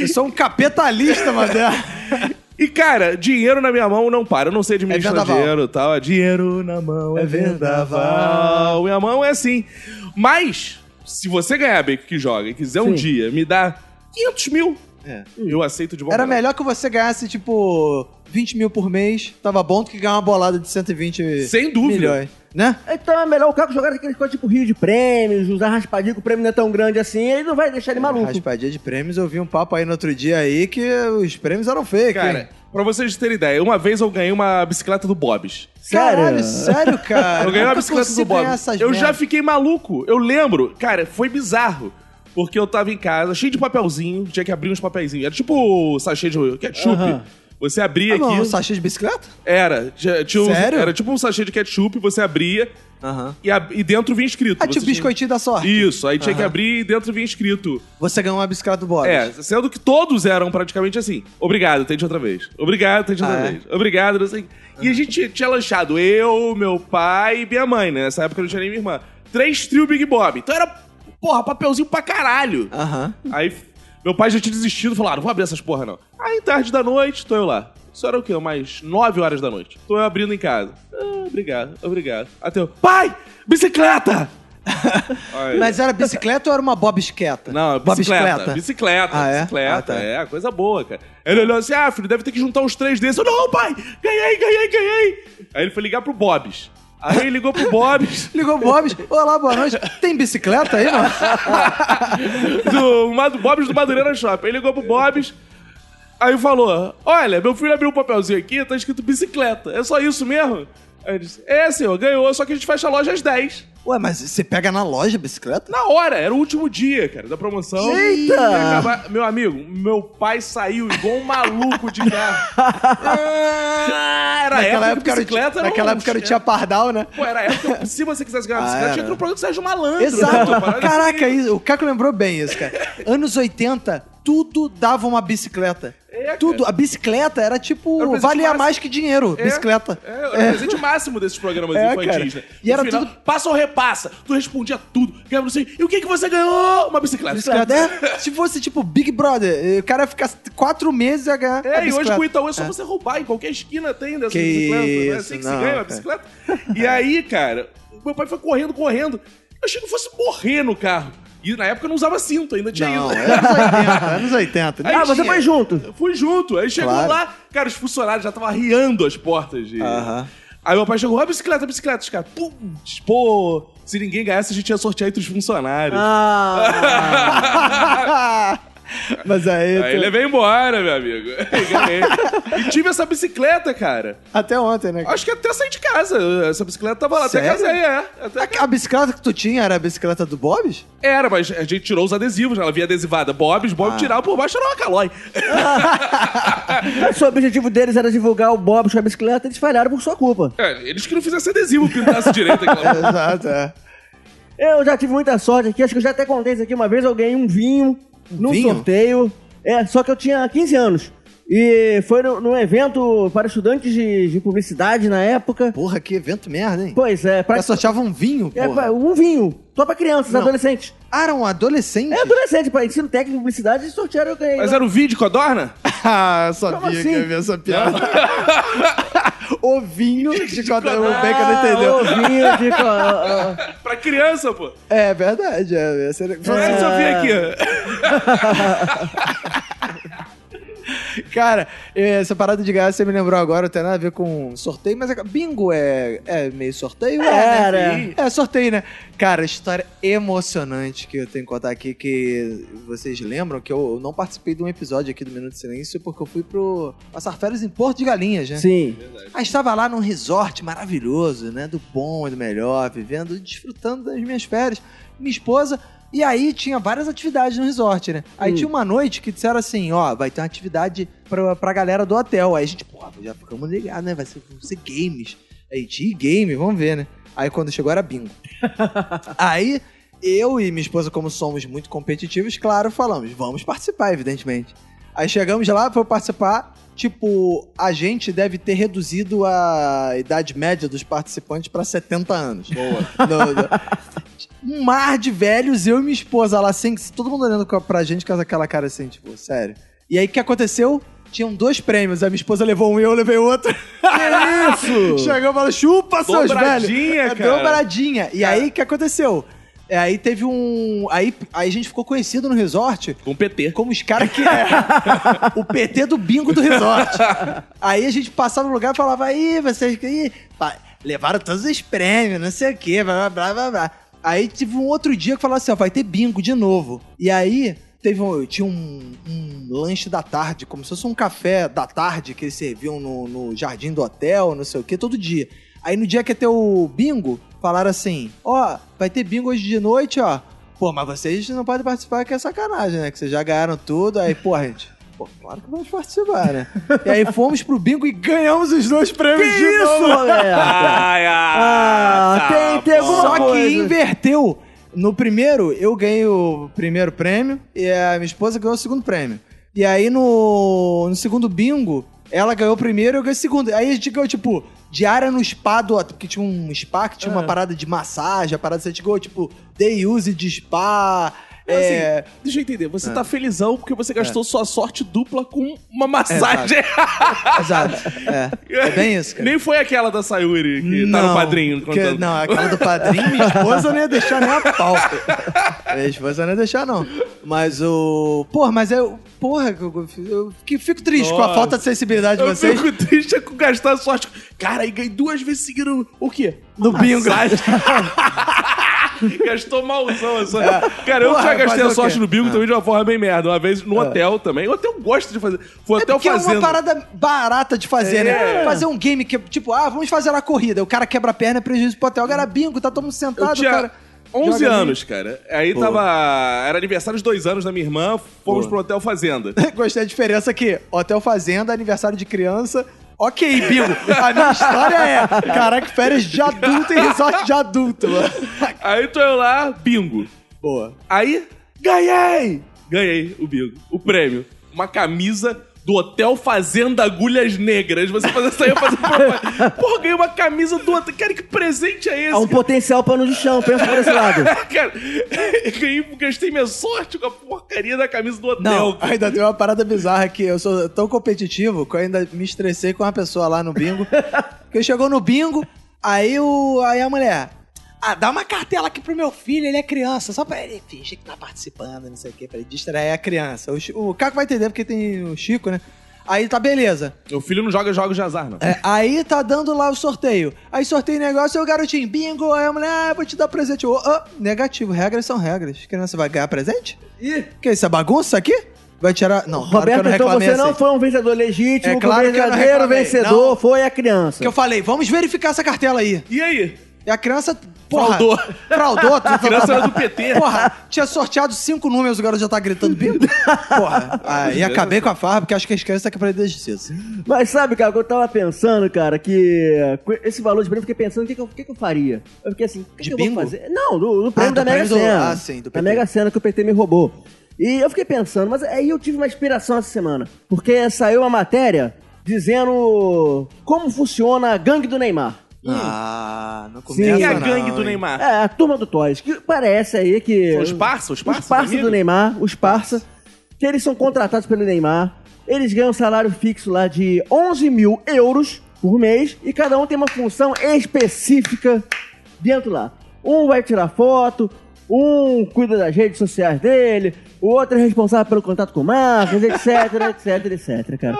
[SPEAKER 3] Eu sou um capitalista, mas é.
[SPEAKER 4] E, cara, dinheiro na minha mão não para. Eu não sei administrar
[SPEAKER 3] É vendaval.
[SPEAKER 4] dinheiro e tal. É dinheiro na mão é,
[SPEAKER 3] É vendaval.
[SPEAKER 4] vendaval. Minha mão é assim. Mas, se você ganhar bem que joga e quiser um
[SPEAKER 2] Sim.
[SPEAKER 4] dia me dar 500 mil,
[SPEAKER 3] É.
[SPEAKER 4] eu aceito de bom
[SPEAKER 3] Era
[SPEAKER 4] grado.
[SPEAKER 3] melhor que você ganhasse, tipo, 20 mil por mês. Tava bom do que ganhar uma bolada de 120
[SPEAKER 4] Sem dúvida.
[SPEAKER 3] milhões. Né?
[SPEAKER 2] Então é melhor o Caco jogar aqueles coisas tipo Rio de Prêmios, usar raspadinho, que o prêmio não é tão grande assim, ele não vai deixar ele maluco.
[SPEAKER 3] Raspadinha de prêmios, eu vi um papo aí no outro dia aí que os prêmios eram fake.
[SPEAKER 4] Cara, pra vocês terem ideia, uma vez eu ganhei uma bicicleta do Bob's.
[SPEAKER 2] Sério?
[SPEAKER 3] Caralho, sério, cara.
[SPEAKER 4] Eu ganhei uma
[SPEAKER 3] Nunca
[SPEAKER 4] bicicleta
[SPEAKER 3] consigo
[SPEAKER 4] do Bob.
[SPEAKER 3] ganhar essas
[SPEAKER 4] Eu já
[SPEAKER 3] merdas.
[SPEAKER 4] fiquei maluco. Eu lembro. Cara, foi bizarro. Porque eu tava em casa, cheio de papelzinho, tinha que abrir uns papelzinhos. Era tipo sachê de ketchup.
[SPEAKER 2] Aham.
[SPEAKER 4] Você abria
[SPEAKER 3] Ah, não,
[SPEAKER 4] aqui.
[SPEAKER 3] um sachê de bicicleta?
[SPEAKER 4] Era. tinha- tinha um-
[SPEAKER 3] Sério?
[SPEAKER 4] Era tipo um sachê de ketchup, você abria
[SPEAKER 3] Aham.
[SPEAKER 4] e, ab- e dentro vinha escrito.
[SPEAKER 3] Ah, tipo
[SPEAKER 4] Você tinha-
[SPEAKER 3] biscoitinho da sorte.
[SPEAKER 4] Isso, aí tinha que
[SPEAKER 3] Aham.
[SPEAKER 4] abrir e dentro vinha escrito.
[SPEAKER 3] Você ganhou uma bicicleta do Bob.
[SPEAKER 4] É, sendo que todos eram praticamente assim. Obrigado, tente outra vez. Obrigado, tente outra
[SPEAKER 3] Ah, é?
[SPEAKER 4] vez. Obrigado, não sei. o quê. E a gente tinha lanchado eu, meu pai e minha mãe, né? Nessa época eu não tinha nem minha irmã. Três trio Big Bob. Então era, porra, papelzinho pra caralho.
[SPEAKER 3] Aham.
[SPEAKER 4] Aí f- meu pai já tinha desistido, falou: ah, não vou abrir essas porra não. Aí tarde da noite, tô eu lá. Isso era o quê? Umas 9 horas da noite. Tô eu abrindo em casa. Ah, obrigado, obrigado. Até eu, pai, bicicleta! Aí-
[SPEAKER 3] Mas era bicicleta ou era uma bobsqueta?
[SPEAKER 4] não, é bicicleta. Bicicleta,
[SPEAKER 3] Ah, é?
[SPEAKER 4] bicicleta.
[SPEAKER 3] Ah, tá.
[SPEAKER 4] É, coisa boa, cara. Ele olhou assim: ah, filho, deve ter que juntar os três desses. Eu, não, pai, ganhei, ganhei, ganhei. Aí ele foi ligar pro Bob's. Aí ele ligou pro Bob's.
[SPEAKER 3] Ligou o Bob's. Olá, boa noite. Tem bicicleta aí, mano?
[SPEAKER 4] do, ma- do Bob's do Madureira Shopping. Aí ligou pro Bob's. Aí falou: Olha, meu filho abriu um papelzinho aqui, tá escrito bicicleta. É só isso mesmo? Aí ele disse: É, senhor, ganhou, só que a gente fecha a loja às 10.
[SPEAKER 3] Ué, mas você pega na loja a bicicleta?
[SPEAKER 4] Na hora, era o último dia, cara, da promoção.
[SPEAKER 2] Eita!
[SPEAKER 4] Ia acabar- Meu amigo, meu pai saiu igual um maluco de carro. Ah, era
[SPEAKER 3] naquela
[SPEAKER 4] época,
[SPEAKER 3] época
[SPEAKER 4] que
[SPEAKER 3] era o
[SPEAKER 4] bicicleta
[SPEAKER 3] tia,
[SPEAKER 4] era
[SPEAKER 3] naquela
[SPEAKER 4] um
[SPEAKER 3] época era o
[SPEAKER 4] luxo,
[SPEAKER 3] tia
[SPEAKER 4] né?
[SPEAKER 3] Pardal, né?
[SPEAKER 4] Pô, era a época que se você quisesse ganhar uma
[SPEAKER 3] Ah,
[SPEAKER 4] bicicleta, tinha
[SPEAKER 3] era.
[SPEAKER 4] que ir no produto Sérgio Malandro.
[SPEAKER 3] Exato.
[SPEAKER 4] né? Uma parada
[SPEAKER 3] Caraca,
[SPEAKER 4] assim.
[SPEAKER 3] isso- o Caco lembrou bem isso, cara. Anos 80, tudo dava uma bicicleta.
[SPEAKER 4] É, cara.
[SPEAKER 3] tudo. A bicicleta era tipo,
[SPEAKER 4] Era o presente
[SPEAKER 3] valia
[SPEAKER 4] máximo.
[SPEAKER 3] mais que dinheiro,
[SPEAKER 4] É,
[SPEAKER 3] bicicleta.
[SPEAKER 4] É, era o presente máximo desses programas
[SPEAKER 3] É,
[SPEAKER 4] infantis,
[SPEAKER 3] cara.
[SPEAKER 4] né?
[SPEAKER 3] E era
[SPEAKER 4] No final,
[SPEAKER 3] tudo-
[SPEAKER 4] Passa ou repassa. Tu respondia tudo. Ganhava não sei. E o que, que você ganhou? Uma bicicleta.
[SPEAKER 3] Bicicleta. É, se fosse tipo Big Brother, eh, o cara ia ficar quatro meses e ia ganhar. a
[SPEAKER 4] É, e hoje
[SPEAKER 3] bicicleta.
[SPEAKER 4] com o Itaú é só você roubar. Em qualquer esquina tem dessa
[SPEAKER 3] Que
[SPEAKER 4] bicicleta. né? É
[SPEAKER 3] isso,
[SPEAKER 4] assim que
[SPEAKER 3] não,
[SPEAKER 4] se ganha
[SPEAKER 3] cara.
[SPEAKER 4] uma bicicleta. E aí, cara, o meu pai foi correndo, correndo. Eu achei que eu fosse morrer no carro. E na época eu não usava cinto, ainda tinha
[SPEAKER 3] Não,
[SPEAKER 4] isso.
[SPEAKER 3] é anos 80, anos 80.
[SPEAKER 4] Aí
[SPEAKER 2] ah, você
[SPEAKER 4] tinha.
[SPEAKER 2] foi junto.
[SPEAKER 4] Fui junto. Aí chegou
[SPEAKER 3] Claro.
[SPEAKER 4] lá, cara, os funcionários já estavam arriando as portas. De...
[SPEAKER 3] Aham.
[SPEAKER 4] Aí meu pai chegou, ó, a bicicleta, a bicicleta. Os caras, pum, pô, se ninguém ganhasse, a gente ia sortear entre os funcionários.
[SPEAKER 2] Ah,
[SPEAKER 3] Ah. Mas aí.
[SPEAKER 4] Aí
[SPEAKER 3] tu-
[SPEAKER 4] levei embora, meu amigo. E ganhei. e tive essa bicicleta, cara.
[SPEAKER 3] Até ontem, né?
[SPEAKER 4] Acho que até saí de casa. Essa bicicleta tava lá.
[SPEAKER 3] Sério?
[SPEAKER 4] Até casei, é. Até
[SPEAKER 3] A, a bicicleta que tu tinha era a bicicleta do Bob's?
[SPEAKER 4] Era, mas a gente tirou os adesivos, né? ela vinha adesivada. Bob's, Bob
[SPEAKER 3] Ah.
[SPEAKER 4] tirava por baixo, era uma calói.
[SPEAKER 2] se o objetivo deles era divulgar o Bob com a bicicleta, eles falharam por sua culpa.
[SPEAKER 4] É, eles que não fizessem adesivo, pintasse direito aquela porra.
[SPEAKER 3] Exato, é.
[SPEAKER 2] Eu já tive muita sorte aqui, acho que eu já até contei isso aqui uma vez, eu ganhei um vinho num
[SPEAKER 3] vinho?
[SPEAKER 2] sorteio. É, só que eu tinha 15 anos. E foi no- num evento para estudantes de, de publicidade na época.
[SPEAKER 3] Porra, que evento merda, hein?
[SPEAKER 2] Pois é,
[SPEAKER 3] Pra...
[SPEAKER 2] pra,
[SPEAKER 3] Já sorteava um vinho,
[SPEAKER 2] é,
[SPEAKER 3] porra.
[SPEAKER 2] pra- um vinho. Só pra crianças,
[SPEAKER 3] Não.
[SPEAKER 2] adolescentes.
[SPEAKER 3] Ah, era um adolescente?
[SPEAKER 2] É adolescente, pra ensino técnico, publicidade, eles sortearam eu ganhei.
[SPEAKER 4] Mas
[SPEAKER 3] é
[SPEAKER 2] lá.
[SPEAKER 4] era o vídeo codorna?
[SPEAKER 3] ah, sabia
[SPEAKER 2] Como assim?
[SPEAKER 3] que ia ver essa piada. o vinho de Codorna. O Becker não
[SPEAKER 2] Ah,
[SPEAKER 3] entendeu.
[SPEAKER 2] o vinho de... co- ah, ah.
[SPEAKER 4] pra criança, pô.
[SPEAKER 3] É verdade, é. essa era-
[SPEAKER 4] Não é isso eu vi aqui.
[SPEAKER 3] Cara, é, essa parada de ganhar você me lembrou agora, não tem nada a ver com sorteio, mas é- bingo é, é meio sorteio? É, né? É sorteio, né? Cara, história emocionante que eu tenho que contar aqui, que vocês lembram que eu não participei de um episódio aqui do Minuto de Silêncio porque eu fui pro passar férias em Porto de Galinhas, né?
[SPEAKER 2] Sim.
[SPEAKER 3] Aí estava lá num resort maravilhoso, né? Do bom e do melhor, vivendo, desfrutando das minhas férias. Minha esposa. E aí tinha várias atividades no resort, né? Aí
[SPEAKER 2] Hum.
[SPEAKER 3] tinha uma noite que disseram assim, ó, vai ter uma atividade pra, pra galera do hotel. Aí a gente, pô, já ficamos ligados, né? Vai ser, vão ser games. Aí, de game, vamos ver, né? Aí quando chegou era bingo. aí eu e minha esposa, como somos muito competitivos, claro, falamos, vamos participar, evidentemente. Aí chegamos lá, foi participar. Tipo, a gente deve ter reduzido a idade média dos participantes pra 70 anos. Boa. um mar de velhos, eu e minha esposa lá, assim, todo mundo olhando com- pra gente com aquela cara assim, tipo, sério. E aí o que aconteceu? Tinham dois prêmios, a minha esposa levou um e eu levei outro.
[SPEAKER 2] Que isso?
[SPEAKER 3] Chegou e falou: chupa, seus velhos! É,
[SPEAKER 4] Dobradinha,
[SPEAKER 3] Deu um uma
[SPEAKER 4] cara.
[SPEAKER 3] paradinha. E aí, o que aconteceu? É, Aí teve um. Aí, aí a gente ficou conhecido no resort
[SPEAKER 4] Com PT.
[SPEAKER 3] como os caras que é o PT do bingo do resort. Aí a gente passava no lugar e falava, aí, vocês que. ih, pá, Levaram todos os prêmios, não sei o quê, blá blá blá blá blá. Aí teve um outro dia que falou assim, ó, vai ter bingo de novo. E aí. Teve um, tinha um, um lanche da tarde, como se fosse um café da tarde que eles serviam no, no jardim do hotel, não sei o que, todo dia. Aí no dia que ia ter o bingo, falaram assim: ó, vai ter bingo hoje de noite, ó. Pô, mas vocês não podem participar que é sacanagem, né? Que vocês já ganharam tudo, aí, porra, gente. Pô, claro que vamos participar, né? e aí fomos pro bingo e ganhamos os dois prêmios de
[SPEAKER 2] isso,
[SPEAKER 3] novo. tá
[SPEAKER 2] Roberto?
[SPEAKER 4] Ai, ai, tá.
[SPEAKER 2] Ah, tem- tem alguma
[SPEAKER 3] Só
[SPEAKER 2] coisa.
[SPEAKER 3] que inverteu. No primeiro, eu ganhei o primeiro prêmio e a minha esposa ganhou o segundo prêmio. E aí no, no segundo bingo, ela ganhou o primeiro e eu ganhei o segundo. Aí a gente ganhou, tipo, diária no spa do hotel, porque tinha um spa que tinha
[SPEAKER 4] É.
[SPEAKER 3] uma parada de massagem, a parada que a gente ganhou, tipo, day use de spa.
[SPEAKER 4] Mas, assim,
[SPEAKER 3] é,
[SPEAKER 4] Deixa eu entender, você tá felizão porque você gastou sua sorte dupla com uma massagem.
[SPEAKER 3] Exato. É, é bem isso, cara.
[SPEAKER 4] Nem foi aquela da Sayuri que tá no padrinho.
[SPEAKER 3] porque-
[SPEAKER 4] contando.
[SPEAKER 3] não, aquela do padrinho, minha esposa não ia deixar nem a pau. minha esposa não ia deixar, não. Mas o. Porra, mas eu. Porra, eu, eu fico- fico triste com a
[SPEAKER 4] Nossa.
[SPEAKER 3] falta de sensibilidade de
[SPEAKER 4] Eu
[SPEAKER 3] vocês.
[SPEAKER 4] fico triste é com gastar sorte. Cara, e ganhei duas vezes seguidas o- o quê?
[SPEAKER 3] No bingo.
[SPEAKER 4] Gastou malzão essa. Cara, eu
[SPEAKER 3] É. Porra,
[SPEAKER 4] já gastei
[SPEAKER 3] fazer
[SPEAKER 4] a
[SPEAKER 3] o
[SPEAKER 4] sorte
[SPEAKER 3] quê? Ah.
[SPEAKER 4] no bingo também de uma forma bem merda. Uma vez no hotel também. O hotel gosta de fazer. Foi
[SPEAKER 3] É
[SPEAKER 4] hotel
[SPEAKER 3] porque é
[SPEAKER 4] fazendo.
[SPEAKER 3] uma parada barata de fazer, né?
[SPEAKER 4] É.
[SPEAKER 3] Fazer um game que, tipo, ah, vamos fazer lá a corrida. O cara quebra a perna, é prejuízo pro hotel. O cara bingo, tá todo mundo
[SPEAKER 4] Eu
[SPEAKER 3] sentado,
[SPEAKER 4] tinha
[SPEAKER 3] cara.
[SPEAKER 4] 11
[SPEAKER 3] joga
[SPEAKER 4] anos, cara. Aí tava. Era aniversário de dois anos da minha irmã. Fomos
[SPEAKER 3] Pô.
[SPEAKER 4] pro hotel fazenda.
[SPEAKER 3] Gostei da diferença aqui. Hotel Fazenda, aniversário de criança. Ok, bingo. A minha história é: caraca, férias de adulto e resort de adulto, mano.
[SPEAKER 4] Aí tô eu lá, bingo.
[SPEAKER 3] Boa.
[SPEAKER 4] Aí, ganhei! Ganhei o bingo. O prêmio. Uma camisa do Hotel Fazenda Agulhas Negras. Você fazer essa aí, eu fazer propaganda. Porra, ganhei uma camisa do hotel. Cara, que presente é esse?
[SPEAKER 2] Há um potencial pano de chão, pensa por esse lado.
[SPEAKER 4] Cara, eu ganhei, gastei minha sorte com a porcaria da camisa do hotel.
[SPEAKER 3] Não, ainda tem uma parada bizarra que eu sou tão competitivo que eu ainda me estressei com uma pessoa lá no bingo. que chegou no bingo, aí, o, aí a mulher. Ah, dá uma cartela aqui pro meu filho, ele é criança, só pra ele fingir que tá participando, não sei o quê, pra ele distrair a criança. O, Chi- o Caco vai entender porque tem o Chico, né? Aí tá beleza.
[SPEAKER 4] Meu filho não joga jogos de azar, não.
[SPEAKER 3] É, aí tá dando lá o sorteio. Aí sorteio o negócio, aí o garotinho, bingo, aí a mulher, ah, eu vou te dar presente. Eu, ah, negativo, regras são regras. Criança vai ganhar presente? Ih, que isso, é bagunça aqui? Vai tirar. Não, claro
[SPEAKER 2] Roberto,
[SPEAKER 3] que eu não
[SPEAKER 2] então
[SPEAKER 3] reclamei
[SPEAKER 2] você
[SPEAKER 3] assim.
[SPEAKER 2] não foi um vencedor legítimo,
[SPEAKER 3] É
[SPEAKER 2] que
[SPEAKER 3] claro
[SPEAKER 2] o
[SPEAKER 3] que eu não
[SPEAKER 2] verdadeiro
[SPEAKER 3] reclamei,
[SPEAKER 2] vencedor
[SPEAKER 3] não.
[SPEAKER 2] foi a criança.
[SPEAKER 3] Que eu falei, vamos verificar essa cartela aí.
[SPEAKER 4] E aí?
[SPEAKER 3] E a criança, porra.
[SPEAKER 4] Fraudou.
[SPEAKER 3] Fraudou.
[SPEAKER 4] A criança era do PT.
[SPEAKER 3] Porra, tinha sorteado cinco números, o garoto já tá gritando bingo. Porra. Aí acabei com a farra, porque acho que as crianças tá que aprender desde cedo.
[SPEAKER 2] Mas sabe, cara, que eu tava pensando, cara, que com esse valor de prêmio, eu fiquei pensando o que, que, eu, o que que eu faria. Eu fiquei assim, o que,
[SPEAKER 3] De
[SPEAKER 2] que eu vou
[SPEAKER 3] bingo?
[SPEAKER 2] fazer? Não, do, do prêmio
[SPEAKER 3] Ah,
[SPEAKER 2] da
[SPEAKER 3] do
[SPEAKER 2] Mega
[SPEAKER 3] prêmio do-
[SPEAKER 2] Sena.
[SPEAKER 3] ah, sim,
[SPEAKER 2] Da
[SPEAKER 3] do PT.
[SPEAKER 2] Mega Sena que o PT me roubou. E eu fiquei pensando, mas aí eu tive uma inspiração essa semana, porque saiu uma matéria dizendo como funciona a gangue do Neymar.
[SPEAKER 3] Ah, não
[SPEAKER 2] Sim,
[SPEAKER 3] começa
[SPEAKER 4] Quem é a
[SPEAKER 3] não,
[SPEAKER 4] gangue do
[SPEAKER 3] hein.
[SPEAKER 4] Neymar?
[SPEAKER 2] É, a turma do Toys, que parece aí que...
[SPEAKER 4] São os parça, os parça
[SPEAKER 2] É. Os parça do
[SPEAKER 4] amigos?
[SPEAKER 2] Neymar, os parça, que eles são contratados pelo Neymar, eles ganham um salário fixo lá de 11 mil euros por mês e cada um tem uma função específica dentro lá. Um vai tirar foto, Um cuida das redes sociais dele, o outro é responsável pelo contato com marcas, etc, etc, etc, cara.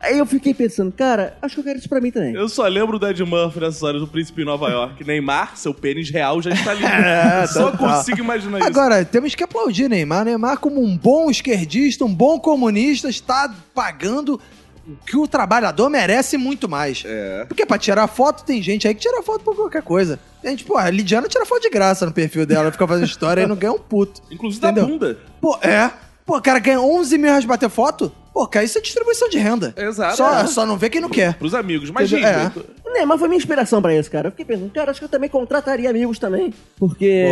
[SPEAKER 2] Aí eu fiquei pensando, cara, acho que eu quero isso pra mim também.
[SPEAKER 4] Eu só lembro do Ed Murphy nessa hora do Príncipe em Nova York. Neymar, seu pênis real já está lindo. só consigo imaginar É isso.
[SPEAKER 3] Agora, temos que aplaudir Neymar. Neymar, como um bom esquerdista, um bom comunista, está pagando o que o trabalhador merece e muito mais.
[SPEAKER 4] É.
[SPEAKER 3] Porque pra tirar foto, tem gente aí que tira foto por qualquer coisa. Tem gente, pô, a Lidiana tira foto de graça no perfil dela, fica fazendo história e não ganha um puto.
[SPEAKER 4] Inclusive
[SPEAKER 3] Entendeu?
[SPEAKER 4] da bunda.
[SPEAKER 3] Pô, é. Pô, o cara ganha 11 mil reais pra bater foto? Pô, cara, isso é distribuição de renda.
[SPEAKER 4] Exato.
[SPEAKER 3] Só,
[SPEAKER 4] É.
[SPEAKER 3] só não vê quem não quer.
[SPEAKER 4] Pros amigos. Mas, gente,
[SPEAKER 3] Entendeu?
[SPEAKER 2] O Neymar Né, foi minha inspiração pra isso, cara. Eu fiquei pensando, cara, acho que eu também contrataria amigos também. Porque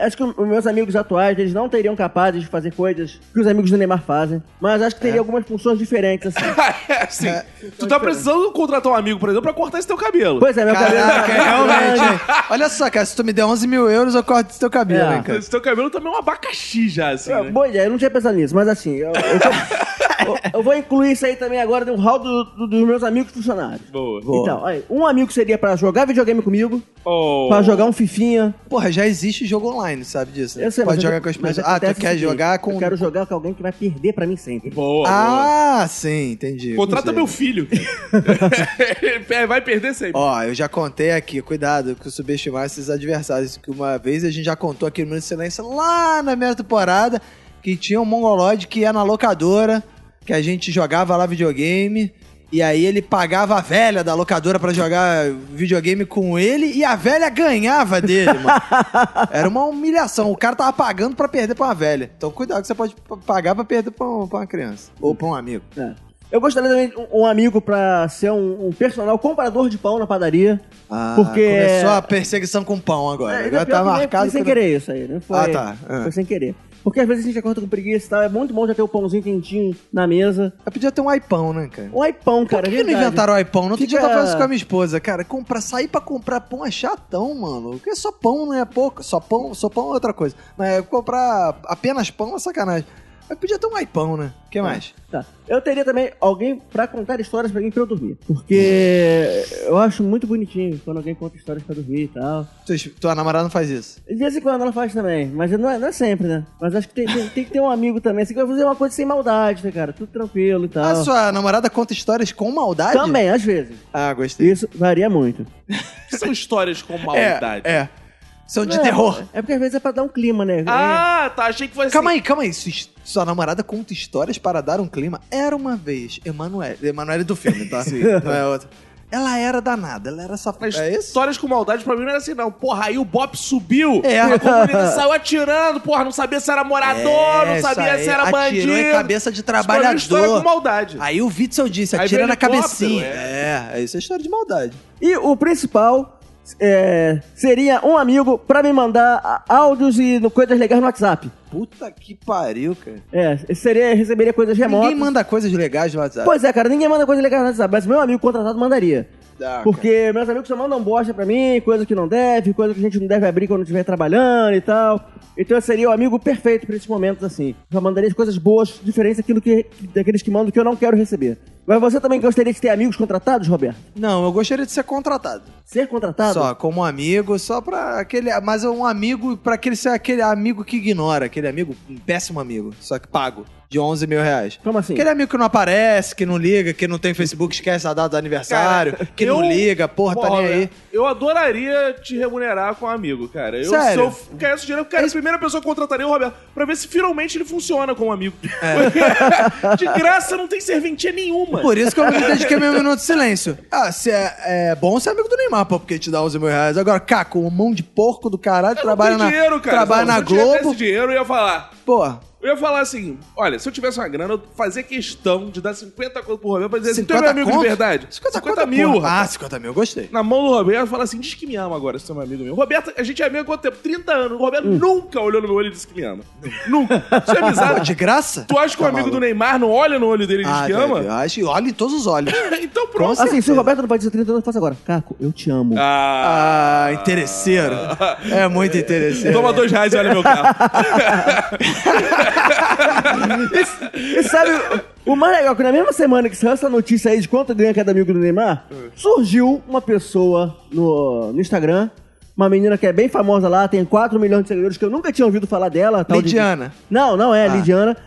[SPEAKER 2] acho que os meus amigos atuais, eles não teriam capazes de fazer coisas que os amigos do Neymar fazem. Mas acho que
[SPEAKER 3] É.
[SPEAKER 2] teria algumas funções diferentes, assim.
[SPEAKER 4] É, assim, tu tá precisando contratar um amigo, por exemplo, pra cortar esse teu cabelo.
[SPEAKER 2] pois é, meu
[SPEAKER 3] Caraca,
[SPEAKER 2] cabelo...
[SPEAKER 3] realmente. hein? Olha só, cara, se tu me der 11 mil euros, eu corto esse teu cabelo,
[SPEAKER 2] É.
[SPEAKER 3] hein, cara.
[SPEAKER 4] Esse teu cabelo também é um abacaxi já, assim,
[SPEAKER 2] É,
[SPEAKER 4] né?
[SPEAKER 2] Boa ideia, eu não tinha pensado nisso, mas assim, eu, eu- eu- eu vou incluir isso aí também agora no hall do- do- dos meus amigos funcionários.
[SPEAKER 4] Boa.
[SPEAKER 2] Então, aí, um amigo seria pra jogar videogame comigo,
[SPEAKER 4] Oh.
[SPEAKER 2] pra jogar um fifinha.
[SPEAKER 3] Porra, já existe jogo online, sabe disso? né?
[SPEAKER 2] Eu sei,
[SPEAKER 3] Pode
[SPEAKER 2] mas eu-
[SPEAKER 3] jogar com as
[SPEAKER 2] mas
[SPEAKER 3] pessoas. Ah, tu
[SPEAKER 2] acontece o
[SPEAKER 3] quer
[SPEAKER 2] seguinte,
[SPEAKER 3] jogar com.
[SPEAKER 2] Eu quero jogar com alguém que vai perder pra mim sempre.
[SPEAKER 4] Boa, boa.
[SPEAKER 3] Ah, sim, entendi.
[SPEAKER 4] Contrata
[SPEAKER 3] Entendi.
[SPEAKER 4] meu filho. Ele Vai perder sempre.
[SPEAKER 3] Ó, eu já contei aqui, cuidado com subestimar esses adversários, que uma vez a gente já contou aqui no Minuto de Silêncio, lá na minha temporada, que tinha um mongoloide que ia na locadora, que a gente jogava lá videogame, e aí ele pagava a velha da locadora pra jogar videogame com ele, e a velha ganhava dele, mano. Era uma humilhação, o cara tava pagando pra perder pra uma velha. Então cuidado que você pode p- pagar pra perder pra, um- pra uma criança, ou pra um amigo.
[SPEAKER 2] É. Eu gostaria também de um- um amigo pra ser um, um personal comprador de pão na padaria.
[SPEAKER 3] Ah,
[SPEAKER 2] Porque-
[SPEAKER 3] começou a perseguição com pão agora.
[SPEAKER 2] É,
[SPEAKER 3] agora
[SPEAKER 2] pior
[SPEAKER 3] tá
[SPEAKER 2] que nem-
[SPEAKER 3] marcado.
[SPEAKER 2] Foi sem
[SPEAKER 3] quando-
[SPEAKER 2] querer isso aí, né? Foi,
[SPEAKER 3] Ah, tá. É.
[SPEAKER 2] Foi sem querer. Porque às vezes a gente acorda com preguiça e tal. É muito bom já ter o pãozinho quentinho na mesa.
[SPEAKER 3] Eu podia ter um aipão, né, cara?
[SPEAKER 2] Um aipão, cara.
[SPEAKER 3] Por que,
[SPEAKER 2] é
[SPEAKER 3] que não
[SPEAKER 2] verdade.
[SPEAKER 3] inventaram o aipão? Não Outro dia eu tava
[SPEAKER 2] Fica-
[SPEAKER 3] falando isso com a minha esposa, cara. Comprar, sair pra comprar pão é chatão, mano. Porque só pão não é pouco. Só pão, só pão é outra coisa. Mas comprar apenas pão é sacanagem. Mas podia ter um aipão, né? O que mais?
[SPEAKER 2] Tá. Eu teria também alguém pra contar histórias pra mim pra eu dormir. Porque eu acho muito bonitinho quando alguém conta histórias pra dormir e tal.
[SPEAKER 3] Tua, tua namorada não faz isso.
[SPEAKER 2] De vez em quando ela faz também, mas não é, não é sempre, né? Mas acho que tem, tem- tem que ter um amigo também. Assim, que vai fazer uma coisa sem maldade, né, cara? Tudo tranquilo e tal.
[SPEAKER 3] A sua namorada conta histórias com maldade?
[SPEAKER 2] Também, às vezes.
[SPEAKER 3] Ah, gostei.
[SPEAKER 2] Isso varia muito.
[SPEAKER 4] São histórias com maldade.
[SPEAKER 3] É, é. São de
[SPEAKER 2] Não,
[SPEAKER 3] terror.
[SPEAKER 2] É porque às vezes é pra dar um clima, né?
[SPEAKER 4] Ah, tá. Achei que fosse.
[SPEAKER 3] Calma aí, calma aí. Sua, sua namorada conta histórias para dar um clima. Era uma vez, Emanuele. Emanuele do filme, tá? Sim. Não é outra. Ela era danada, ela era safada.
[SPEAKER 4] assim, Mas
[SPEAKER 3] É isso?
[SPEAKER 4] histórias com maldade pra mim não era assim, não. Porra, aí o Bop subiu.
[SPEAKER 3] É.
[SPEAKER 4] A comunidade saiu atirando, porra, não sabia se era morador, não
[SPEAKER 3] É, isso
[SPEAKER 4] sabia
[SPEAKER 3] aí.
[SPEAKER 4] se era
[SPEAKER 3] Atirou
[SPEAKER 4] bandido.
[SPEAKER 3] em cabeça de
[SPEAKER 4] História- é História com
[SPEAKER 3] trabalhador.
[SPEAKER 4] maldade.
[SPEAKER 3] Aí o Witzel disse,
[SPEAKER 4] Aí
[SPEAKER 3] atira
[SPEAKER 4] veio
[SPEAKER 3] na
[SPEAKER 4] helicóptero,
[SPEAKER 3] cabecinha. É. isso é história de maldade.
[SPEAKER 2] E o principal é, seria um amigo pra me mandar á- áudios e no- coisas legais no WhatsApp.
[SPEAKER 3] Puta que pariu, cara.
[SPEAKER 2] É, esse seria, receberia coisas remotas.
[SPEAKER 3] Ninguém manda coisas legais no WhatsApp.
[SPEAKER 2] Pois é, cara, ninguém manda coisa legal no WhatsApp, mas meu amigo contratado mandaria.
[SPEAKER 3] Ah,
[SPEAKER 2] Porque meus amigos só mandam bosta pra mim, coisa que não deve, coisa que a gente não deve abrir quando estiver trabalhando e tal. Então eu seria o amigo perfeito pra esses momentos, assim. Já mandaria as coisas boas, diferente daquilo que, daqueles que mandam que eu não quero receber. Mas você também gostaria de ter amigos contratados, Roberto?
[SPEAKER 3] cara. Não, eu gostaria de ser contratado.
[SPEAKER 2] Ser contratado?
[SPEAKER 3] Só, como um amigo, só pra aquele. Mas é um amigo, pra aquele ser aquele amigo que ignora, aquele amigo, um péssimo amigo, só que pago, de 11 mil reais.
[SPEAKER 2] Como assim?
[SPEAKER 3] Aquele amigo que não aparece, que não liga, que não tem Facebook, esquece a data do aniversário, que não
[SPEAKER 4] eu-
[SPEAKER 3] liga, porra, tá nem aí.
[SPEAKER 4] Eu adoraria te remunerar com um amigo, cara. Eu,
[SPEAKER 3] Sério?
[SPEAKER 4] Se eu f- ganhasse dinheiro, cara, a primeira pessoa que eu contrataria é o Roberto, pra ver se finalmente ele funciona como amigo. de graça não tem serventia nenhuma.
[SPEAKER 3] Por isso que É. eu me dediquei meu minuto de silêncio. Ah, se é, é bom ser amigo do Neymar, pô, porque te dá 11 mil reais. Agora, Caco, um mão de porco do caralho,
[SPEAKER 4] Eu não
[SPEAKER 3] trabalha
[SPEAKER 4] tenho
[SPEAKER 3] na,
[SPEAKER 4] dinheiro, cara.
[SPEAKER 3] trabalha
[SPEAKER 4] Se
[SPEAKER 3] na
[SPEAKER 4] eu um tivesse
[SPEAKER 3] Globo.
[SPEAKER 4] esse dinheiro, eu ia falar.
[SPEAKER 3] Pô,
[SPEAKER 4] Eu ia falar assim: olha, se eu tivesse uma grana, eu fazia questão de dar 50 conto pro Roberto pra dizer assim: tu é meu amigo
[SPEAKER 3] conto?
[SPEAKER 4] de verdade.
[SPEAKER 3] 50,
[SPEAKER 4] 50
[SPEAKER 3] conto,
[SPEAKER 4] mil,
[SPEAKER 3] porra. Ah,
[SPEAKER 4] rapaz.
[SPEAKER 3] 50 mil, gostei.
[SPEAKER 4] Na mão do Roberto, fala assim: diz que me ama agora, se tu é meu amigo meu. Roberto, a gente é amigo há quanto tempo? 30 anos. O Roberto
[SPEAKER 3] Hum.
[SPEAKER 4] nunca olhou no meu olho e disse que me ama. Nunca. Isso é
[SPEAKER 3] Pô,
[SPEAKER 4] bizarro.
[SPEAKER 3] de graça?
[SPEAKER 4] Tu acha que o
[SPEAKER 3] Tá
[SPEAKER 4] amigo
[SPEAKER 3] maluco. Ah,
[SPEAKER 4] do Neymar não olha no olho dele e diz que
[SPEAKER 3] deve,
[SPEAKER 4] ama?
[SPEAKER 3] Eu acho, e olha em todos os olhos.
[SPEAKER 4] então pronto.
[SPEAKER 2] assim, se o Roberto não pode dizer 30 anos, eu faço agora. Caco, eu te amo.
[SPEAKER 4] Ah.
[SPEAKER 3] Ah, interesseiro. É muito interesseiro.
[SPEAKER 4] Toma dois reais e olha meu carro.
[SPEAKER 2] E sabe, o mais legal é que na mesma semana que saiu essa notícia aí de quanto ganha cada amigo do Neymar, surgiu uma pessoa no, no Instagram Uma menina que é bem famosa lá, tem 4 milhões de seguidores que eu nunca tinha ouvido falar dela. a tal de-
[SPEAKER 3] Lidiana.
[SPEAKER 2] Não, não é
[SPEAKER 3] Ah.
[SPEAKER 2] Lidiana.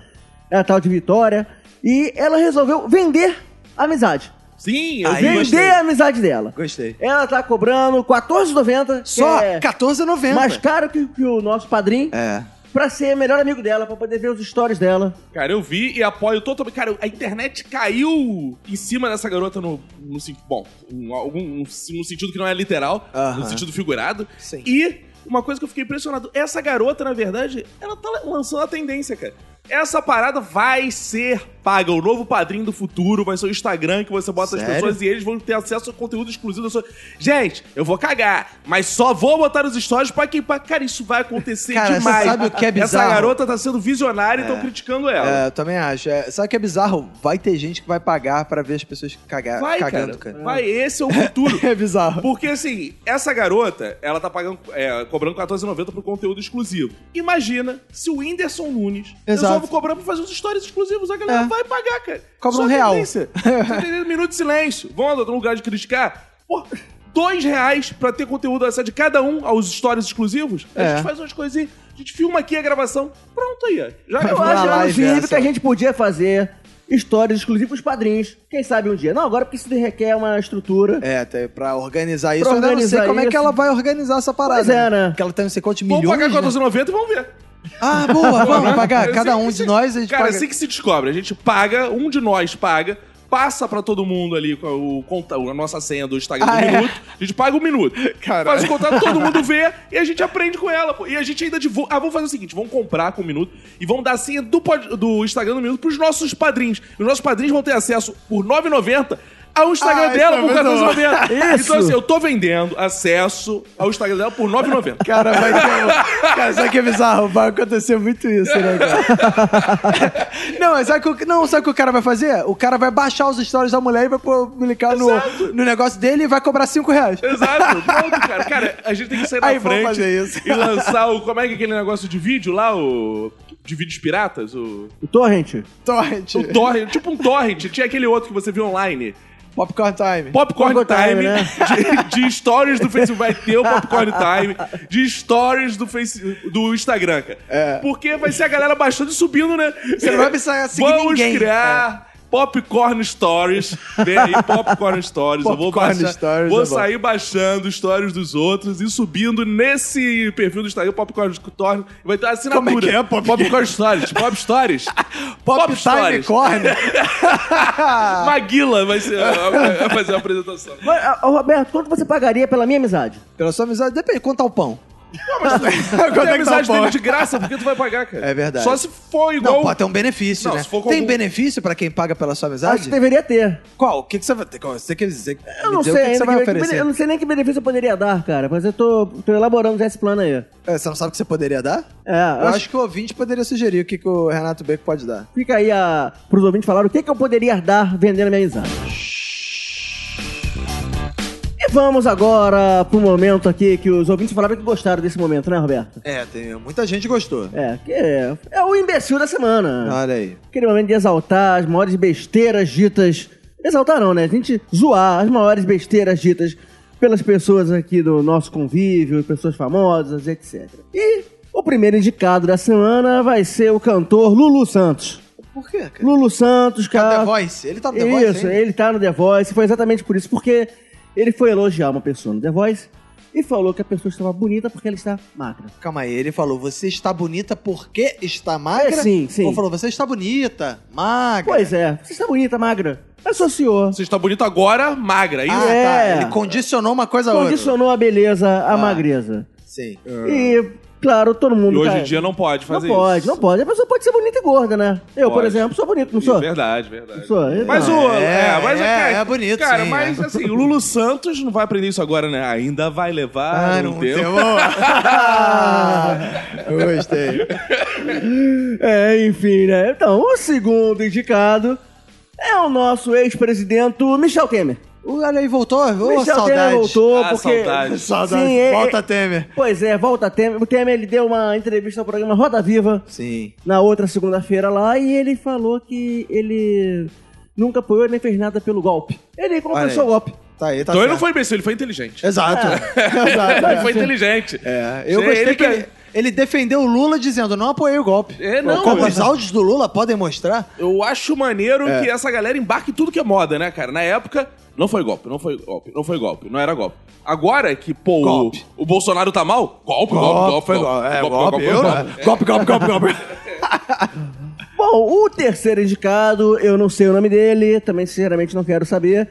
[SPEAKER 2] É a tal de Vitória. E ela resolveu vender a amizade.
[SPEAKER 4] Sim, eu
[SPEAKER 3] Aí
[SPEAKER 2] vender
[SPEAKER 3] gostei.
[SPEAKER 2] a amizade dela.
[SPEAKER 3] Gostei.
[SPEAKER 2] Ela tá cobrando 14,90. que
[SPEAKER 3] Só
[SPEAKER 2] é
[SPEAKER 3] R$14,90.
[SPEAKER 2] mais caro que, que o nosso padrinho.
[SPEAKER 3] É.
[SPEAKER 2] Pra ser melhor amigo dela, pra poder ver os stories dela.
[SPEAKER 4] Cara, eu vi e apoio totalmente. Cara, a internet caiu em cima dessa garota no, no sen- bom, um, algum, um sen- um sentido que não é literal,
[SPEAKER 3] Aham.
[SPEAKER 4] no sentido figurado.
[SPEAKER 3] Sim.
[SPEAKER 4] E uma coisa que eu fiquei impressionado, essa garota, na verdade, ela tá lançando a tendência, cara. Essa parada vai ser paga. O novo padrinho do futuro vai ser o Instagram que você bota as
[SPEAKER 3] Sério?
[SPEAKER 4] pessoas e eles vão ter acesso a conteúdo exclusivo da sua. Gente, eu vou cagar, mas só vou botar os stories pra quem. Pra... Cara, isso vai acontecer
[SPEAKER 3] Cara, você
[SPEAKER 4] demais.
[SPEAKER 3] sabe o que é bizarro?
[SPEAKER 4] Essa garota tá sendo visionária e tão criticando ela.
[SPEAKER 3] É, eu também acho. É, sabe o que é bizarro? Vai ter gente que vai pagar pra ver as pessoas cagar,
[SPEAKER 4] Vai,
[SPEAKER 3] É, cagando,
[SPEAKER 4] cara.
[SPEAKER 3] cara.
[SPEAKER 4] Vai, esse é o futuro.
[SPEAKER 3] É bizarro.
[SPEAKER 4] Porque, assim, essa garota, ela tá pagando, é, cobrando R$14,90 pro conteúdo exclusivo. Imagina se o Whindersson Nunes
[SPEAKER 3] Exato.
[SPEAKER 4] resolve cobrar pra fazer os stories exclusivos. A galera
[SPEAKER 3] É.
[SPEAKER 4] vai pagar, cara.
[SPEAKER 3] Cobra
[SPEAKER 4] Só
[SPEAKER 3] um real.
[SPEAKER 4] tendência. Só tendência, Minuto de silêncio. Vamos no lugar de criticar? Pô, dois reais pra ter conteúdo acesso de cada um aos stories exclusivos? A
[SPEAKER 3] É.
[SPEAKER 4] gente faz umas coisinhas. A gente filma aqui a gravação. Pronto aí, ó. Já
[SPEAKER 2] Eu
[SPEAKER 3] Uma
[SPEAKER 2] acho,
[SPEAKER 3] live né,
[SPEAKER 2] inclusive,
[SPEAKER 4] tá
[SPEAKER 3] essa.
[SPEAKER 2] que a gente podia fazer stories exclusivos pros padrinhos. Quem sabe um dia. Não, agora porque isso requer uma estrutura.
[SPEAKER 3] É, até pra organizar isso,
[SPEAKER 2] Pra
[SPEAKER 3] eu não sei
[SPEAKER 2] organizar
[SPEAKER 3] como é que
[SPEAKER 2] isso.
[SPEAKER 3] ela vai organizar essa parada.
[SPEAKER 2] Pois é, né?
[SPEAKER 3] Porque ela tem não sei quantos
[SPEAKER 4] Vamos
[SPEAKER 3] milhões.
[SPEAKER 4] pagar
[SPEAKER 3] né?
[SPEAKER 4] R$14,90 e vamos ver.
[SPEAKER 3] Ah, boa,
[SPEAKER 4] Pô,
[SPEAKER 3] vamos
[SPEAKER 4] né?
[SPEAKER 3] pagar.
[SPEAKER 4] Assim-
[SPEAKER 3] Cada um de
[SPEAKER 4] assim-
[SPEAKER 3] nós, a gente
[SPEAKER 4] Cara,
[SPEAKER 3] paga.
[SPEAKER 4] assim que se descobre, a gente paga, um de nós paga, passa pra todo mundo ali com a- o conta, a nossa senha do Instagram
[SPEAKER 3] Ah,
[SPEAKER 4] do
[SPEAKER 3] é?
[SPEAKER 4] minuto, a gente paga um minuto. Faz o contato, todo mundo vê e a gente aprende com ela, pô. E a gente ainda divulga. Ah, vamos fazer o seguinte: vamos comprar com um minuto e vamos dar a senha do, pod- do Instagram do minuto pros nossos padrinhos. E os nossos padrinhos vão ter acesso por R$ 9,90. Ao Instagram
[SPEAKER 3] Ah,
[SPEAKER 4] dela
[SPEAKER 3] isso é
[SPEAKER 4] por
[SPEAKER 3] muito bom.
[SPEAKER 4] 14,90.
[SPEAKER 2] Isso.
[SPEAKER 4] Então, assim, eu tô vendendo acesso ao Instagram dela por 9,90.
[SPEAKER 3] Cara, vai ter. Cara, sabe o que é bizarro? Vai acontecer muito isso, né, cara? Não, mas sabe o que, o- não, sabe o que o cara vai fazer? O cara vai baixar os stories da mulher e vai publicar no,
[SPEAKER 4] Exato.
[SPEAKER 3] no negócio dele e vai cobrar 5 reais.
[SPEAKER 4] Exato, pronto, cara. Cara, a gente tem que sair na
[SPEAKER 3] Aí vamos
[SPEAKER 4] frente
[SPEAKER 3] fazer isso.
[SPEAKER 4] e lançar o. Como é que é aquele negócio de vídeo lá? O. De vídeos piratas? O.
[SPEAKER 2] O Torrent.
[SPEAKER 3] Torrent.
[SPEAKER 4] O torrent, tipo um torrent, tinha aquele outro que você viu online.
[SPEAKER 3] Popcorn Time.
[SPEAKER 4] Popcorn,
[SPEAKER 2] Popcorn Time,
[SPEAKER 4] Time,
[SPEAKER 2] né?
[SPEAKER 4] de, de stories do Facebook. Vai ter o Popcorn Time de stories do, face, do Instagram, cara.
[SPEAKER 3] É.
[SPEAKER 4] Porque vai ser a galera baixando e subindo, né?
[SPEAKER 3] Você não vai precisar seguir
[SPEAKER 4] Vamos
[SPEAKER 3] ninguém. É.
[SPEAKER 4] criar Popcorn Stories. Vem aí, Popcorn Stories. eu vou,
[SPEAKER 3] Popcorn
[SPEAKER 4] baixar,
[SPEAKER 3] Stories,
[SPEAKER 4] vou
[SPEAKER 3] é bom.
[SPEAKER 4] sair baixando stories dos outros e subindo nesse perfil do Instagram, Popcorn Stories. Vai ter uma assinatura.
[SPEAKER 3] Como é que é, Popcorn?
[SPEAKER 4] Popcorn Stories. Pop Stories.
[SPEAKER 3] Pop,
[SPEAKER 4] Pop
[SPEAKER 3] Time
[SPEAKER 4] Stories.
[SPEAKER 3] Corner.
[SPEAKER 4] Maguila vai, ser, vai fazer a apresentação.
[SPEAKER 2] Mas, ah, ô, Roberto, quanto você pagaria pela minha amizade?
[SPEAKER 3] Pela sua amizade, depende. Quanto tá o pão?
[SPEAKER 4] Tem
[SPEAKER 3] Quanto é que tá o
[SPEAKER 4] amizade
[SPEAKER 3] pão?
[SPEAKER 4] dele de graça, porque tu vai pagar, cara.
[SPEAKER 3] É verdade.
[SPEAKER 4] Só se for
[SPEAKER 3] Não,
[SPEAKER 4] igual.
[SPEAKER 3] pode ter um benefício,
[SPEAKER 4] Não,
[SPEAKER 3] né?
[SPEAKER 4] se for com
[SPEAKER 3] Tem
[SPEAKER 4] algum-
[SPEAKER 3] benefício pra quem paga pela sua amizade?
[SPEAKER 2] Acho que deveria ter.
[SPEAKER 3] Qual? O que, que você vai ter? Você quer dizer?
[SPEAKER 2] Eu não
[SPEAKER 3] me dizer
[SPEAKER 2] sei
[SPEAKER 3] O que, que
[SPEAKER 2] ainda
[SPEAKER 3] você vai
[SPEAKER 2] que- que bene-
[SPEAKER 3] oferecer?
[SPEAKER 2] eu não sei nem que benefício eu poderia dar, cara. Mas eu tô, tô elaborando já esse plano aí.
[SPEAKER 3] É, você não sabe o que você poderia dar?
[SPEAKER 2] É, eu
[SPEAKER 3] Eu
[SPEAKER 2] acho-
[SPEAKER 3] acho que o ouvinte poderia sugerir o que, que o Renato Beco pode dar.
[SPEAKER 2] Fica aí a, pros ouvintes falar o que, que eu poderia dar vendendo a minha amizade. E vamos agora pro momento aqui que os ouvintes falaram que gostaram desse momento, né, Roberto?
[SPEAKER 3] É, tem, muita gente gostou.
[SPEAKER 2] É, que é, é o imbecil da semana.
[SPEAKER 3] Olha aí.
[SPEAKER 2] Aquele momento de exaltar as maiores besteiras ditas. Exaltar não, né? A gente zoar as maiores besteiras ditas pelas pessoas aqui do nosso convívio, pessoas famosas, etc. E o primeiro indicado da semana vai ser o cantor Lulu Santos.
[SPEAKER 3] Por quê, cara?
[SPEAKER 2] Lulu Santos, cara.
[SPEAKER 3] The Voice. Ele tá no The Voice,
[SPEAKER 2] Ah, Isso,
[SPEAKER 3] hein?
[SPEAKER 2] ele tá no The Voice. Foi exatamente por isso, porque ele foi elogiar uma pessoa no The Voice e falou que a pessoa estava bonita porque ela está magra.
[SPEAKER 3] Calma aí, ele falou, você está bonita porque está magra?
[SPEAKER 2] É, sim, sim.
[SPEAKER 3] Ou falou, você está bonita, magra.
[SPEAKER 2] Pois é, você está bonita, magra. Associou.
[SPEAKER 4] Você está bonito agora, magra. Isso.
[SPEAKER 3] um- Ah,
[SPEAKER 2] É.
[SPEAKER 3] tá. Ele condicionou uma coisa a outra.
[SPEAKER 2] Condicionou a beleza à
[SPEAKER 4] Ah.
[SPEAKER 2] magreza.
[SPEAKER 3] Sim.
[SPEAKER 2] E, claro, todo
[SPEAKER 4] E
[SPEAKER 2] mundo.
[SPEAKER 4] hoje
[SPEAKER 2] cara,
[SPEAKER 4] em dia não pode fazer
[SPEAKER 2] Não pode,
[SPEAKER 4] isso.
[SPEAKER 2] não pode. A pessoa pode ser bonita e gorda, né? Eu, por
[SPEAKER 4] Pode.
[SPEAKER 2] exemplo, sou bonito, não sou?
[SPEAKER 4] Verdade, verdade.
[SPEAKER 2] Sou, então. eu
[SPEAKER 4] Mas
[SPEAKER 2] não.
[SPEAKER 4] o.
[SPEAKER 3] É,
[SPEAKER 4] É, mas
[SPEAKER 3] é,
[SPEAKER 4] cara,
[SPEAKER 3] é bonito,
[SPEAKER 4] Cara,
[SPEAKER 3] sim,
[SPEAKER 4] mas
[SPEAKER 3] é.
[SPEAKER 4] assim, o Lulu Santos não vai aprender isso agora, né? Ainda vai
[SPEAKER 3] Ah,
[SPEAKER 4] levar um tempo.
[SPEAKER 3] Eu gostei.
[SPEAKER 2] É, enfim, né? Então, o segundo indicado é o nosso ex-presidente Michel Temer.
[SPEAKER 3] Olha aí, voltou. Ô,
[SPEAKER 2] Michel Temer
[SPEAKER 3] saudade.
[SPEAKER 2] voltou
[SPEAKER 4] Ah,
[SPEAKER 2] porque...
[SPEAKER 4] saudade.
[SPEAKER 3] Saudade.
[SPEAKER 2] Sim, é-
[SPEAKER 3] Volta, Temer.
[SPEAKER 2] Pois é, volta Temer. O Temer, ele deu uma entrevista ao programa Roda Viva
[SPEAKER 3] Sim.
[SPEAKER 2] na outra segunda-feira lá e ele falou que ele nunca apoiou nem fez nada pelo golpe. Ele
[SPEAKER 3] Olha aí.
[SPEAKER 2] confessou o golpe.
[SPEAKER 3] Tá aí, tá
[SPEAKER 4] então ele não
[SPEAKER 3] certo.
[SPEAKER 4] foi imbecil, ele foi inteligente.
[SPEAKER 3] Exato.
[SPEAKER 2] É.
[SPEAKER 4] Ele
[SPEAKER 3] Exato.
[SPEAKER 4] foi inteligente.
[SPEAKER 3] É, eu
[SPEAKER 4] Sim,
[SPEAKER 3] gostei
[SPEAKER 4] ele
[SPEAKER 3] que
[SPEAKER 4] quer-
[SPEAKER 3] ele, ele defendeu o Lula dizendo, não apoiei o golpe.
[SPEAKER 4] É, não,
[SPEAKER 3] Como
[SPEAKER 4] eu-
[SPEAKER 3] os áudios do Lula podem mostrar,
[SPEAKER 4] Eu acho maneiro
[SPEAKER 3] É.
[SPEAKER 4] que essa galera embarque em tudo que é moda, né, cara? Na época, não foi golpe, não foi golpe, não foi golpe, não era golpe. Agora que, pô, o,
[SPEAKER 3] Golpe.
[SPEAKER 4] o Bolsonaro tá mal? Golpe, golpe, golpe. golpe,
[SPEAKER 3] foi golpe. É, golpe,
[SPEAKER 4] golpe,
[SPEAKER 3] eu-
[SPEAKER 4] golpe.
[SPEAKER 3] golpe, golpe, golpe, golpe.
[SPEAKER 2] Bom, o terceiro indicado, eu não sei o nome dele, também sinceramente não quero saber.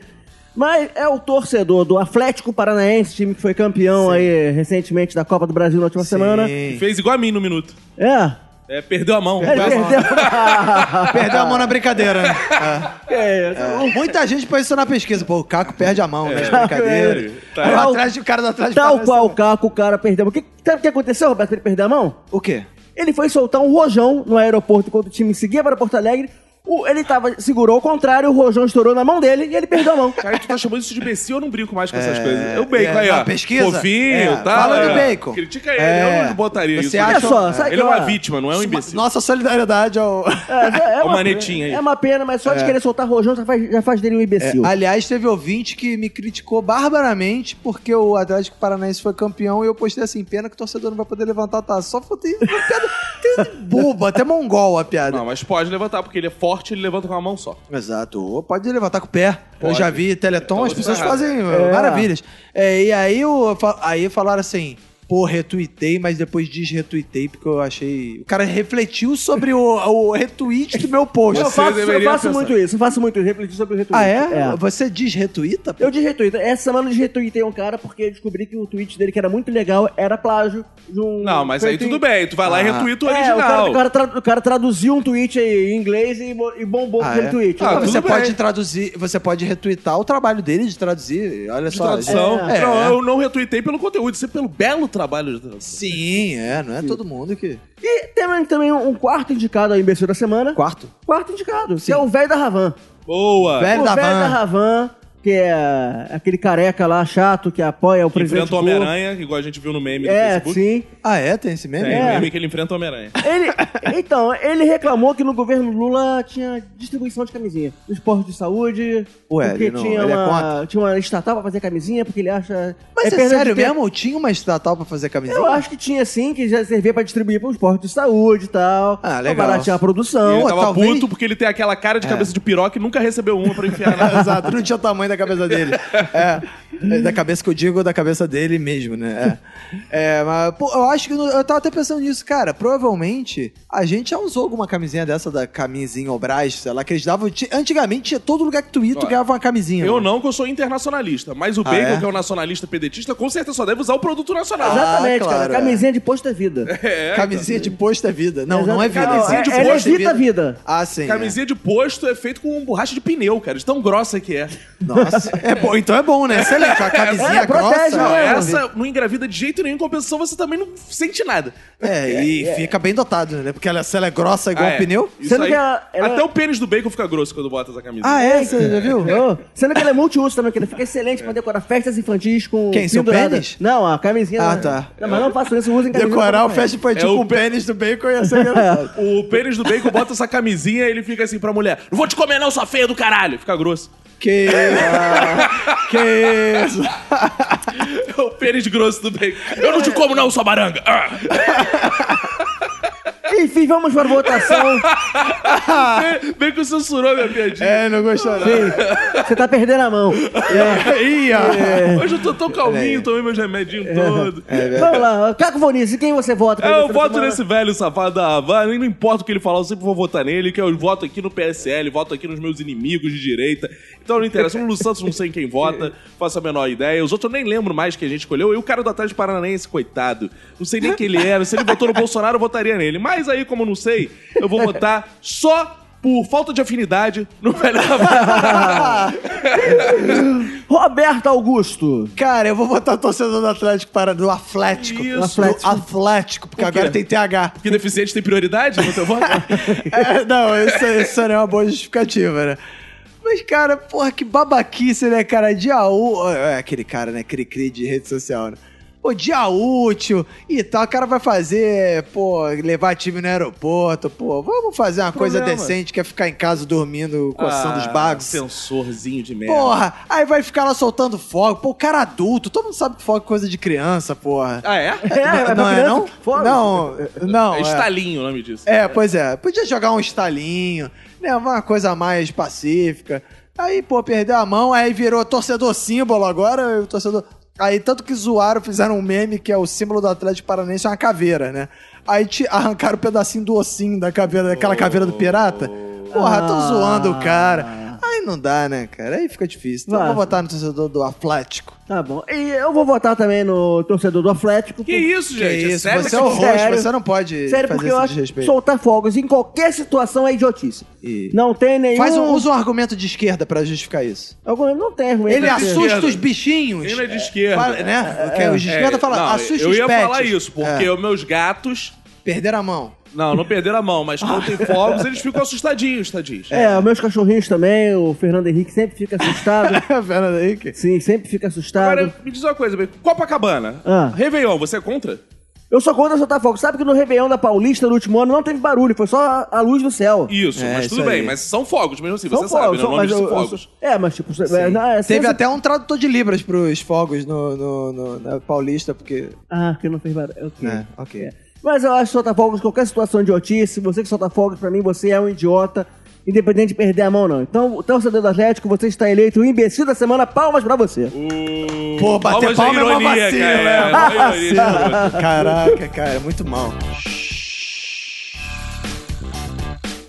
[SPEAKER 2] Mas é o torcedor do Atlético Paranaense, time que foi campeão aí recentemente da Copa do Brasil na última semana.
[SPEAKER 4] É. Fez igual a mim no minuto.
[SPEAKER 2] É.
[SPEAKER 4] É, perdeu a mão.
[SPEAKER 2] Ele perdeu.
[SPEAKER 3] Ah, Perdeu a mão na brincadeira, né?
[SPEAKER 2] É,
[SPEAKER 3] É. Muita gente põe isso na pesquisa. Pô, o Caco perde a mão né, nas brincadeiras.
[SPEAKER 4] É. Tá.
[SPEAKER 3] Aí
[SPEAKER 2] Tal-
[SPEAKER 3] atrás de cara do Atlético
[SPEAKER 2] Tal
[SPEAKER 3] Paranaense-
[SPEAKER 2] qual o Caco, o cara perdeu. O que, sabe o que aconteceu, Roberto, pra ele perder a mão?
[SPEAKER 3] O quê?
[SPEAKER 2] Ele foi soltar um rojão no aeroporto quando o time seguia para Porto Alegre. O- ele tava, segurou ao contrário, o rojão estourou na mão dele e ele perdeu a mão.
[SPEAKER 4] Cara, tu tá chamando isso de imbecil, eu não brinco mais com essas
[SPEAKER 3] É,
[SPEAKER 4] coisas. É o bacon
[SPEAKER 3] é,
[SPEAKER 4] aí, ó.
[SPEAKER 3] na pesquisa?
[SPEAKER 4] Fofinho,
[SPEAKER 3] É,
[SPEAKER 4] tá?
[SPEAKER 3] fala do
[SPEAKER 4] É.
[SPEAKER 3] bacon.
[SPEAKER 4] Critica ele,
[SPEAKER 3] É.
[SPEAKER 4] eu não botaria
[SPEAKER 3] Você
[SPEAKER 4] isso.
[SPEAKER 3] acha-
[SPEAKER 2] Olha só, sabe
[SPEAKER 4] Ele é uma
[SPEAKER 2] que-
[SPEAKER 4] vítima, não é um imbecil.
[SPEAKER 3] Nossa solidariedade ao...
[SPEAKER 2] É,
[SPEAKER 4] Ó o manetinho aí.
[SPEAKER 2] É uma pena, mas só de querer soltar rojão já faz, já faz dele um imbecil.
[SPEAKER 3] É, Aliás, teve ouvinte que me criticou barbaramente porque o Atlético Paranaense foi campeão e eu postei assim, pena que o torcedor não vai poder levantar a taça. Só faltei uma piada tem boba, até mongol a piada.
[SPEAKER 4] Não, mas pode levantar, porque ele é forte, ele levanta com a mão só.
[SPEAKER 3] Exato. Ou pode levantar com o pé. Eu
[SPEAKER 4] Pode.
[SPEAKER 3] já vi Teleton,
[SPEAKER 4] Então
[SPEAKER 3] as
[SPEAKER 4] você
[SPEAKER 3] pessoas
[SPEAKER 4] tá errado.
[SPEAKER 3] fazem eh, maravilhas. É, e aí, o, fa- aí falaram assim, pô, retuitei, mas depois desretuitei porque eu achei... O cara refletiu sobre o, o retweet do meu post.
[SPEAKER 2] eu
[SPEAKER 4] você
[SPEAKER 2] faço, eu
[SPEAKER 4] deveria
[SPEAKER 2] faço
[SPEAKER 4] pensar.
[SPEAKER 2] muito isso, eu faço muito isso, refletir sobre o retweet.
[SPEAKER 3] Ah, é? Você desretuita? pô?
[SPEAKER 2] Eu desretuito. Essa semana eu desretuitei um cara porque eu descobri que o tweet dele, que era muito legal, era plágio de um.
[SPEAKER 4] Não, mas aí
[SPEAKER 2] feito em-
[SPEAKER 4] tudo bem, tu vai lá e
[SPEAKER 3] Ah.
[SPEAKER 4] retuita o
[SPEAKER 2] É, o, cara,
[SPEAKER 4] original.
[SPEAKER 2] o cara tra- o cara traduziu um tweet aí em inglês e, bo- e bombou
[SPEAKER 3] Ah,
[SPEAKER 2] aquele
[SPEAKER 3] é?
[SPEAKER 2] tweet.
[SPEAKER 4] Ah,
[SPEAKER 3] Ah,
[SPEAKER 4] tudo
[SPEAKER 3] você
[SPEAKER 4] bem.
[SPEAKER 3] pode traduzir, você pode retweetar o trabalho dele de traduzir. Olha
[SPEAKER 4] de
[SPEAKER 3] só.
[SPEAKER 4] tradução.
[SPEAKER 3] É.
[SPEAKER 4] Não, eu não retuitei pelo conteúdo, isso é pelo belo trabalho de tradução.
[SPEAKER 3] Sim, é, não é todo mundo que.
[SPEAKER 2] E tem também um um quarto indicado ao imbecil da semana.
[SPEAKER 3] Quarto.
[SPEAKER 2] Quarto indicado, que é o velho da Ravan.
[SPEAKER 4] Boa!
[SPEAKER 3] Velho
[SPEAKER 2] o
[SPEAKER 3] da
[SPEAKER 2] velho
[SPEAKER 3] van.
[SPEAKER 2] da Ravan, que é aquele careca lá chato que apoia o
[SPEAKER 4] Que
[SPEAKER 2] presidente.
[SPEAKER 4] enfrenta o
[SPEAKER 2] Lula.
[SPEAKER 4] Homem-Aranha, igual a gente viu no meme do
[SPEAKER 2] É,
[SPEAKER 4] Facebook.
[SPEAKER 2] sim.
[SPEAKER 3] Ah, é? Tem esse meme?
[SPEAKER 4] Tem
[SPEAKER 2] É.
[SPEAKER 4] um meme que ele enfrenta o Homem-Aranha.
[SPEAKER 2] Ele, então, ele reclamou que no governo Lula tinha distribuição de camisinha. Nos postos de saúde.
[SPEAKER 3] Ué,
[SPEAKER 2] porque
[SPEAKER 3] ele não-
[SPEAKER 2] tinha,
[SPEAKER 3] ele é
[SPEAKER 2] uma, tinha uma estatal pra fazer camisinha, porque ele acha.
[SPEAKER 3] Mas é,
[SPEAKER 2] perda de
[SPEAKER 3] sério
[SPEAKER 2] tempo.
[SPEAKER 3] mesmo? Tinha uma estatal pra fazer camisinha?
[SPEAKER 2] Eu acho que tinha sim, que já servia pra distribuir pros postos de saúde e tal.
[SPEAKER 3] Ah, legal.
[SPEAKER 2] Pra baratear a produção.
[SPEAKER 4] ele
[SPEAKER 3] pô,
[SPEAKER 4] tava
[SPEAKER 3] talvez- É.
[SPEAKER 4] puto porque ele tem aquela cara de cabeça de piroca e nunca recebeu uma pra enfiar na...
[SPEAKER 3] Exato, não tinha o tamanho da cabeça dele. É, é, da cabeça que eu digo, da cabeça dele mesmo, né? É, É, mas pô, eu acho que no- eu tava até pensando nisso, cara. Provavelmente a gente já usou alguma camisinha dessa da camisinha Obras, sei lá, que eles davam. ti- Antigamente tinha todo lugar que tu ia, tu
[SPEAKER 4] Ó,
[SPEAKER 3] ganhava uma camisinha.
[SPEAKER 4] Eu
[SPEAKER 3] mano.
[SPEAKER 4] não, que eu sou internacionalista. Mas o
[SPEAKER 3] Ah,
[SPEAKER 4] Bacon,
[SPEAKER 3] é?
[SPEAKER 4] que é um nacionalista pedetista, com certeza só deve usar o produto nacional.
[SPEAKER 2] Exatamente,
[SPEAKER 3] Ah, claro,
[SPEAKER 2] cara. Camisinha de posto é vida.
[SPEAKER 4] É,
[SPEAKER 3] Camisinha de posto é vida. Não, não é vida.
[SPEAKER 4] Camisinha
[SPEAKER 2] Camisinha
[SPEAKER 4] de
[SPEAKER 2] de
[SPEAKER 4] posto
[SPEAKER 2] Ela
[SPEAKER 4] é
[SPEAKER 2] evita a vida.
[SPEAKER 3] Ah, sim. é.
[SPEAKER 4] Camisinha de posto é feito com borracha de pneu, cara, de tão grossa que é.
[SPEAKER 3] Nossa. É bom, então é bom, né? Excelente. A camisinha
[SPEAKER 2] É,
[SPEAKER 3] grossa.
[SPEAKER 2] protege,
[SPEAKER 4] Não,
[SPEAKER 2] Não, é,
[SPEAKER 4] essa não engravida de jeito nenhum, em compensação você também não sente nada.
[SPEAKER 3] É, e fica bem dotado, né? Porque ela, se ela é grossa igual
[SPEAKER 4] Ah,
[SPEAKER 3] um
[SPEAKER 4] é.
[SPEAKER 3] pneu.
[SPEAKER 4] Isso
[SPEAKER 2] Sendo
[SPEAKER 4] aí.
[SPEAKER 2] que ela- ela-
[SPEAKER 4] Até o pênis do Bacon fica grosso quando bota essa camisa.
[SPEAKER 3] Ah, é? Você já viu?
[SPEAKER 2] Entendeu? Sendo que ela é multiuso também, que ela fica excelente pra decorar festas infantis com.
[SPEAKER 3] Quem, seu
[SPEAKER 2] pendurada.
[SPEAKER 3] pênis?
[SPEAKER 2] Não, a camisinha.
[SPEAKER 3] Ah,
[SPEAKER 2] da-
[SPEAKER 3] tá.
[SPEAKER 2] Não, mas não faço isso, usem camisinha.
[SPEAKER 3] Decorar o
[SPEAKER 2] também.
[SPEAKER 3] festa infantil
[SPEAKER 4] É o
[SPEAKER 3] com tipo o pênis do bacon ia ser engraçado.
[SPEAKER 4] O pênis do Bacon bota essa camisinha e ele fica assim pra mulher: Não vou te comer, não, sua feia do caralho. Fica grosso.
[SPEAKER 3] Que isso? que isso?
[SPEAKER 4] É o pênis grosso do Bacon. Eu não te
[SPEAKER 3] É.
[SPEAKER 4] como, não, sua baranga. Ah.
[SPEAKER 2] Enfim, vamos pra votação.
[SPEAKER 4] Bacon censurou minha piadinha.
[SPEAKER 3] É, não gostou não.
[SPEAKER 2] Você tá perdendo a mão.
[SPEAKER 3] É Ih, ó.
[SPEAKER 4] É. Hoje eu tô tão calminho, tomei meus remedinhos todos.
[SPEAKER 2] Vamos lá, Caco Vonizzi, quem você vota? pra
[SPEAKER 4] É, eu
[SPEAKER 2] imbecil da
[SPEAKER 4] voto
[SPEAKER 2] é. semana?
[SPEAKER 4] nesse velho safado da Havana, e não importa o que ele falar, eu sempre vou votar nele, que eu voto aqui no PSL, voto aqui nos meus inimigos de direita. Então não interessa, o Lulu Santos não sei em quem vota, faço a menor ideia. Os outros eu nem lembro mais que a gente escolheu. E o cara do Atlético Paranaense, coitado, não sei nem quem ele era. Se ele votou no Bolsonaro, eu votaria nele. Mas aí, como eu não sei, eu vou votar só por falta de afinidade no velho Havana.
[SPEAKER 2] Roberto Augusto.
[SPEAKER 3] Cara, eu vou botar torcedor do Atlético para do Atlético.
[SPEAKER 4] Isso.
[SPEAKER 3] Do Atlético. Atlético, porque agora tem TH.
[SPEAKER 4] Porque deficiente tem prioridade no teu voto?
[SPEAKER 3] É, não, isso, isso não é uma boa justificativa, né? Mas, cara, é porra, que babaquice, né, cara? Dia 1. É aquele cara, né? Cri-cri de rede social, né? o dia útil e tal. O cara vai fazer, pô, levar time no aeroporto, pô, vamos fazer uma coisa
[SPEAKER 4] Problema.
[SPEAKER 3] decente que é ficar em casa dormindo, coçando os
[SPEAKER 4] Ah,
[SPEAKER 3] bagos.
[SPEAKER 4] Sensorzinho de
[SPEAKER 2] É.
[SPEAKER 4] merda.
[SPEAKER 3] Porra, aí vai ficar lá soltando fogo. Pô, o cara adulto, todo mundo sabe que fogo é coisa de criança, porra.
[SPEAKER 4] Ah, é?
[SPEAKER 2] É, é
[SPEAKER 3] não
[SPEAKER 2] pra criança?
[SPEAKER 3] não?
[SPEAKER 2] Fogo.
[SPEAKER 3] Não, não.
[SPEAKER 4] é
[SPEAKER 3] é.
[SPEAKER 4] estalinho o nome disso.
[SPEAKER 3] É, pois é. Podia jogar um estalinho, né? Uma coisa mais pacífica. Aí, pô, perdeu a mão, aí virou torcedor símbolo agora, o torcedor. Aí, tanto que zoaram, fizeram um meme que é o símbolo do Atlético Paranense, é uma caveira, né? Aí te arrancaram um pedacinho do ossinho da caveira, daquela caveira do pirata. Porra, tão
[SPEAKER 2] Ah.
[SPEAKER 3] zoando o cara. Aí não dá, né, cara? Aí fica difícil. Então,
[SPEAKER 2] Vai.
[SPEAKER 3] vou botar no torcedor do Atlético.
[SPEAKER 2] Tá bom. E eu vou votar também no torcedor do Atlético.
[SPEAKER 4] Que isso,
[SPEAKER 3] Que
[SPEAKER 4] gente?
[SPEAKER 3] isso,
[SPEAKER 4] é sério?
[SPEAKER 3] você é o rosto,
[SPEAKER 2] Sério.
[SPEAKER 3] você não pode
[SPEAKER 2] Sério,
[SPEAKER 3] fazer
[SPEAKER 2] porque
[SPEAKER 3] esse
[SPEAKER 2] eu acho que
[SPEAKER 3] desrespeito.
[SPEAKER 2] soltar fogos em qualquer situação é idiotice.
[SPEAKER 3] E-
[SPEAKER 2] Não tem nenhum...
[SPEAKER 3] Faz um, usa um argumento de esquerda pra justificar isso.
[SPEAKER 2] Algum- Não tem argumento.
[SPEAKER 3] Ele
[SPEAKER 2] de-
[SPEAKER 3] assusta
[SPEAKER 4] é esquerda.
[SPEAKER 3] os bichinhos.
[SPEAKER 4] Ele é de esquerda.
[SPEAKER 3] Fala, né? Porque os de esquerda
[SPEAKER 4] É,
[SPEAKER 3] falam,
[SPEAKER 4] não,
[SPEAKER 3] assusta
[SPEAKER 4] Eu
[SPEAKER 3] os
[SPEAKER 4] ia
[SPEAKER 3] pets.
[SPEAKER 4] falar isso, porque
[SPEAKER 3] "Ah, É,
[SPEAKER 4] os meus gatos.
[SPEAKER 3] Perderam a mão.
[SPEAKER 4] Não, não perderam a mão,
[SPEAKER 3] Ah.
[SPEAKER 4] mas quando tem fogos, eles ficam assustadinhos, tadinhos.
[SPEAKER 2] É, os meus cachorrinhos também, o Fernando Henrique sempre fica assustado.
[SPEAKER 3] Fernando Henrique.
[SPEAKER 2] Sim, sempre fica assustado.
[SPEAKER 4] Agora, me diz uma coisa, bem, Copacabana.
[SPEAKER 2] Ah.
[SPEAKER 4] Réveillon, você é contra?
[SPEAKER 2] Eu sou contra soltar fogo. Sabe que no Réveillon da Paulista, no último ano, não teve barulho, foi só a- a luz do céu.
[SPEAKER 4] Isso,
[SPEAKER 3] É,
[SPEAKER 4] mas
[SPEAKER 3] isso
[SPEAKER 4] tudo bem,
[SPEAKER 3] aí.
[SPEAKER 4] mas são fogos mesmo assim,
[SPEAKER 2] São
[SPEAKER 4] você sabe,
[SPEAKER 2] fogos,
[SPEAKER 4] né?
[SPEAKER 2] são-
[SPEAKER 4] o nome
[SPEAKER 2] mas
[SPEAKER 4] disso
[SPEAKER 2] eu- eu
[SPEAKER 4] fogos.
[SPEAKER 2] sou- É, mas tipo, é, não, é
[SPEAKER 3] Teve
[SPEAKER 2] sensa-
[SPEAKER 3] até um tradutor de libras pros fogos no, no- no- na Paulista, porque...
[SPEAKER 2] Ah, que não fez barulho. Ok.
[SPEAKER 3] É, ok.
[SPEAKER 2] Mas eu acho que soltar fogos, qualquer situação idiotice, você que solta fogos, pra mim, você é um idiota, independente de perder a mão, não. Então, torcedor do Atlético, você está eleito o imbecil da semana, palmas pra você.
[SPEAKER 4] O-
[SPEAKER 3] Pô, bater
[SPEAKER 4] Palmas da
[SPEAKER 3] palma é uma
[SPEAKER 4] ironia,
[SPEAKER 3] vacilo,
[SPEAKER 4] cara,
[SPEAKER 3] né?
[SPEAKER 4] é uma ironia, garoto.
[SPEAKER 3] Caraca, cara, é muito mal.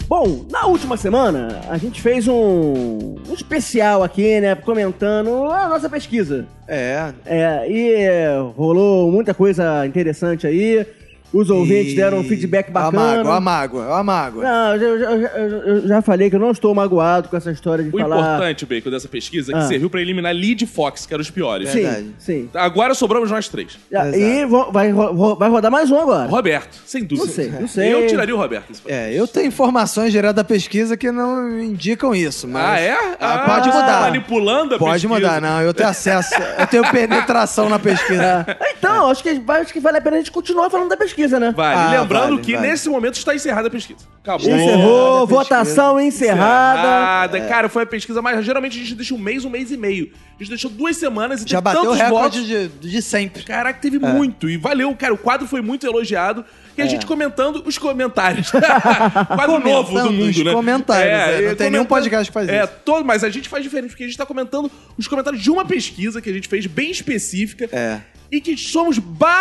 [SPEAKER 2] Bom, na última semana, a gente fez um, um especial aqui, né, comentando a nossa pesquisa.
[SPEAKER 3] É,
[SPEAKER 2] É, e é, rolou muita coisa interessante aí, os ouvintes
[SPEAKER 3] E-
[SPEAKER 2] deram um feedback bacana.
[SPEAKER 3] Ó A mágoa, ó a mágoa, ó a mágoa.
[SPEAKER 2] Não, eu, eu- eu- eu já falei que eu não estou magoado com essa história de
[SPEAKER 4] O
[SPEAKER 2] falar...
[SPEAKER 4] importante, Bacon, dessa pesquisa é que
[SPEAKER 2] Ah.
[SPEAKER 4] serviu pra eliminar Lee e Fox, que eram os piores.
[SPEAKER 3] Sim.
[SPEAKER 2] Sim,
[SPEAKER 3] Verdade.
[SPEAKER 2] sim.
[SPEAKER 4] Agora sobramos nós três.
[SPEAKER 2] Ah, E
[SPEAKER 3] Tá, Exato.
[SPEAKER 2] vo- vai, ro- ro- vai rodar mais um agora.
[SPEAKER 4] Roberto, sem dúvida.
[SPEAKER 2] Não sei, não sei.
[SPEAKER 4] Eu tiraria o Roberto. nesse
[SPEAKER 3] É, eu tenho informações geradas da pesquisa que não indicam isso, mas...
[SPEAKER 4] Ah, é? Ah,
[SPEAKER 3] pode
[SPEAKER 4] você tá
[SPEAKER 3] mudar.
[SPEAKER 4] manipulando a
[SPEAKER 3] Pode
[SPEAKER 4] pesquisa.
[SPEAKER 3] mudar, não. Eu tenho acesso. Eu tenho penetração na pesquisa.
[SPEAKER 2] Então, acho que, vai- acho que vale a pena a gente continuar falando da pesquisa, né?
[SPEAKER 4] Vale.
[SPEAKER 3] Ah,
[SPEAKER 4] Lembrando
[SPEAKER 3] vale,
[SPEAKER 4] que
[SPEAKER 3] vale.
[SPEAKER 4] nesse momento está encerrada a pesquisa. Acabou.
[SPEAKER 2] Encerrou,
[SPEAKER 3] Encerrada,
[SPEAKER 2] votação encerrada.
[SPEAKER 4] Encerrada.
[SPEAKER 3] É.
[SPEAKER 4] Cara, foi a pesquisa mais. Geralmente a gente deixa um mês, um mês e meio. A gente deixou duas semanas e
[SPEAKER 3] Já
[SPEAKER 4] teve
[SPEAKER 3] bateu o
[SPEAKER 4] tantos votos.
[SPEAKER 3] recorde de, de sempre.
[SPEAKER 4] Caraca, teve
[SPEAKER 3] É.
[SPEAKER 4] muito. E valeu, cara. O quadro foi muito elogiado. E a gente comentando os comentários. quadro novo do
[SPEAKER 3] Comentando
[SPEAKER 4] mundo,
[SPEAKER 3] os
[SPEAKER 4] né?
[SPEAKER 3] comentários, é. Não
[SPEAKER 4] e
[SPEAKER 3] tem
[SPEAKER 4] comentando-
[SPEAKER 3] nenhum podcast que faz
[SPEAKER 4] é,
[SPEAKER 3] isso.
[SPEAKER 4] Todo, mas a gente faz diferente, porque a gente tá comentando os comentários de uma pesquisa que a gente fez bem específica.
[SPEAKER 3] É.
[SPEAKER 4] E que somos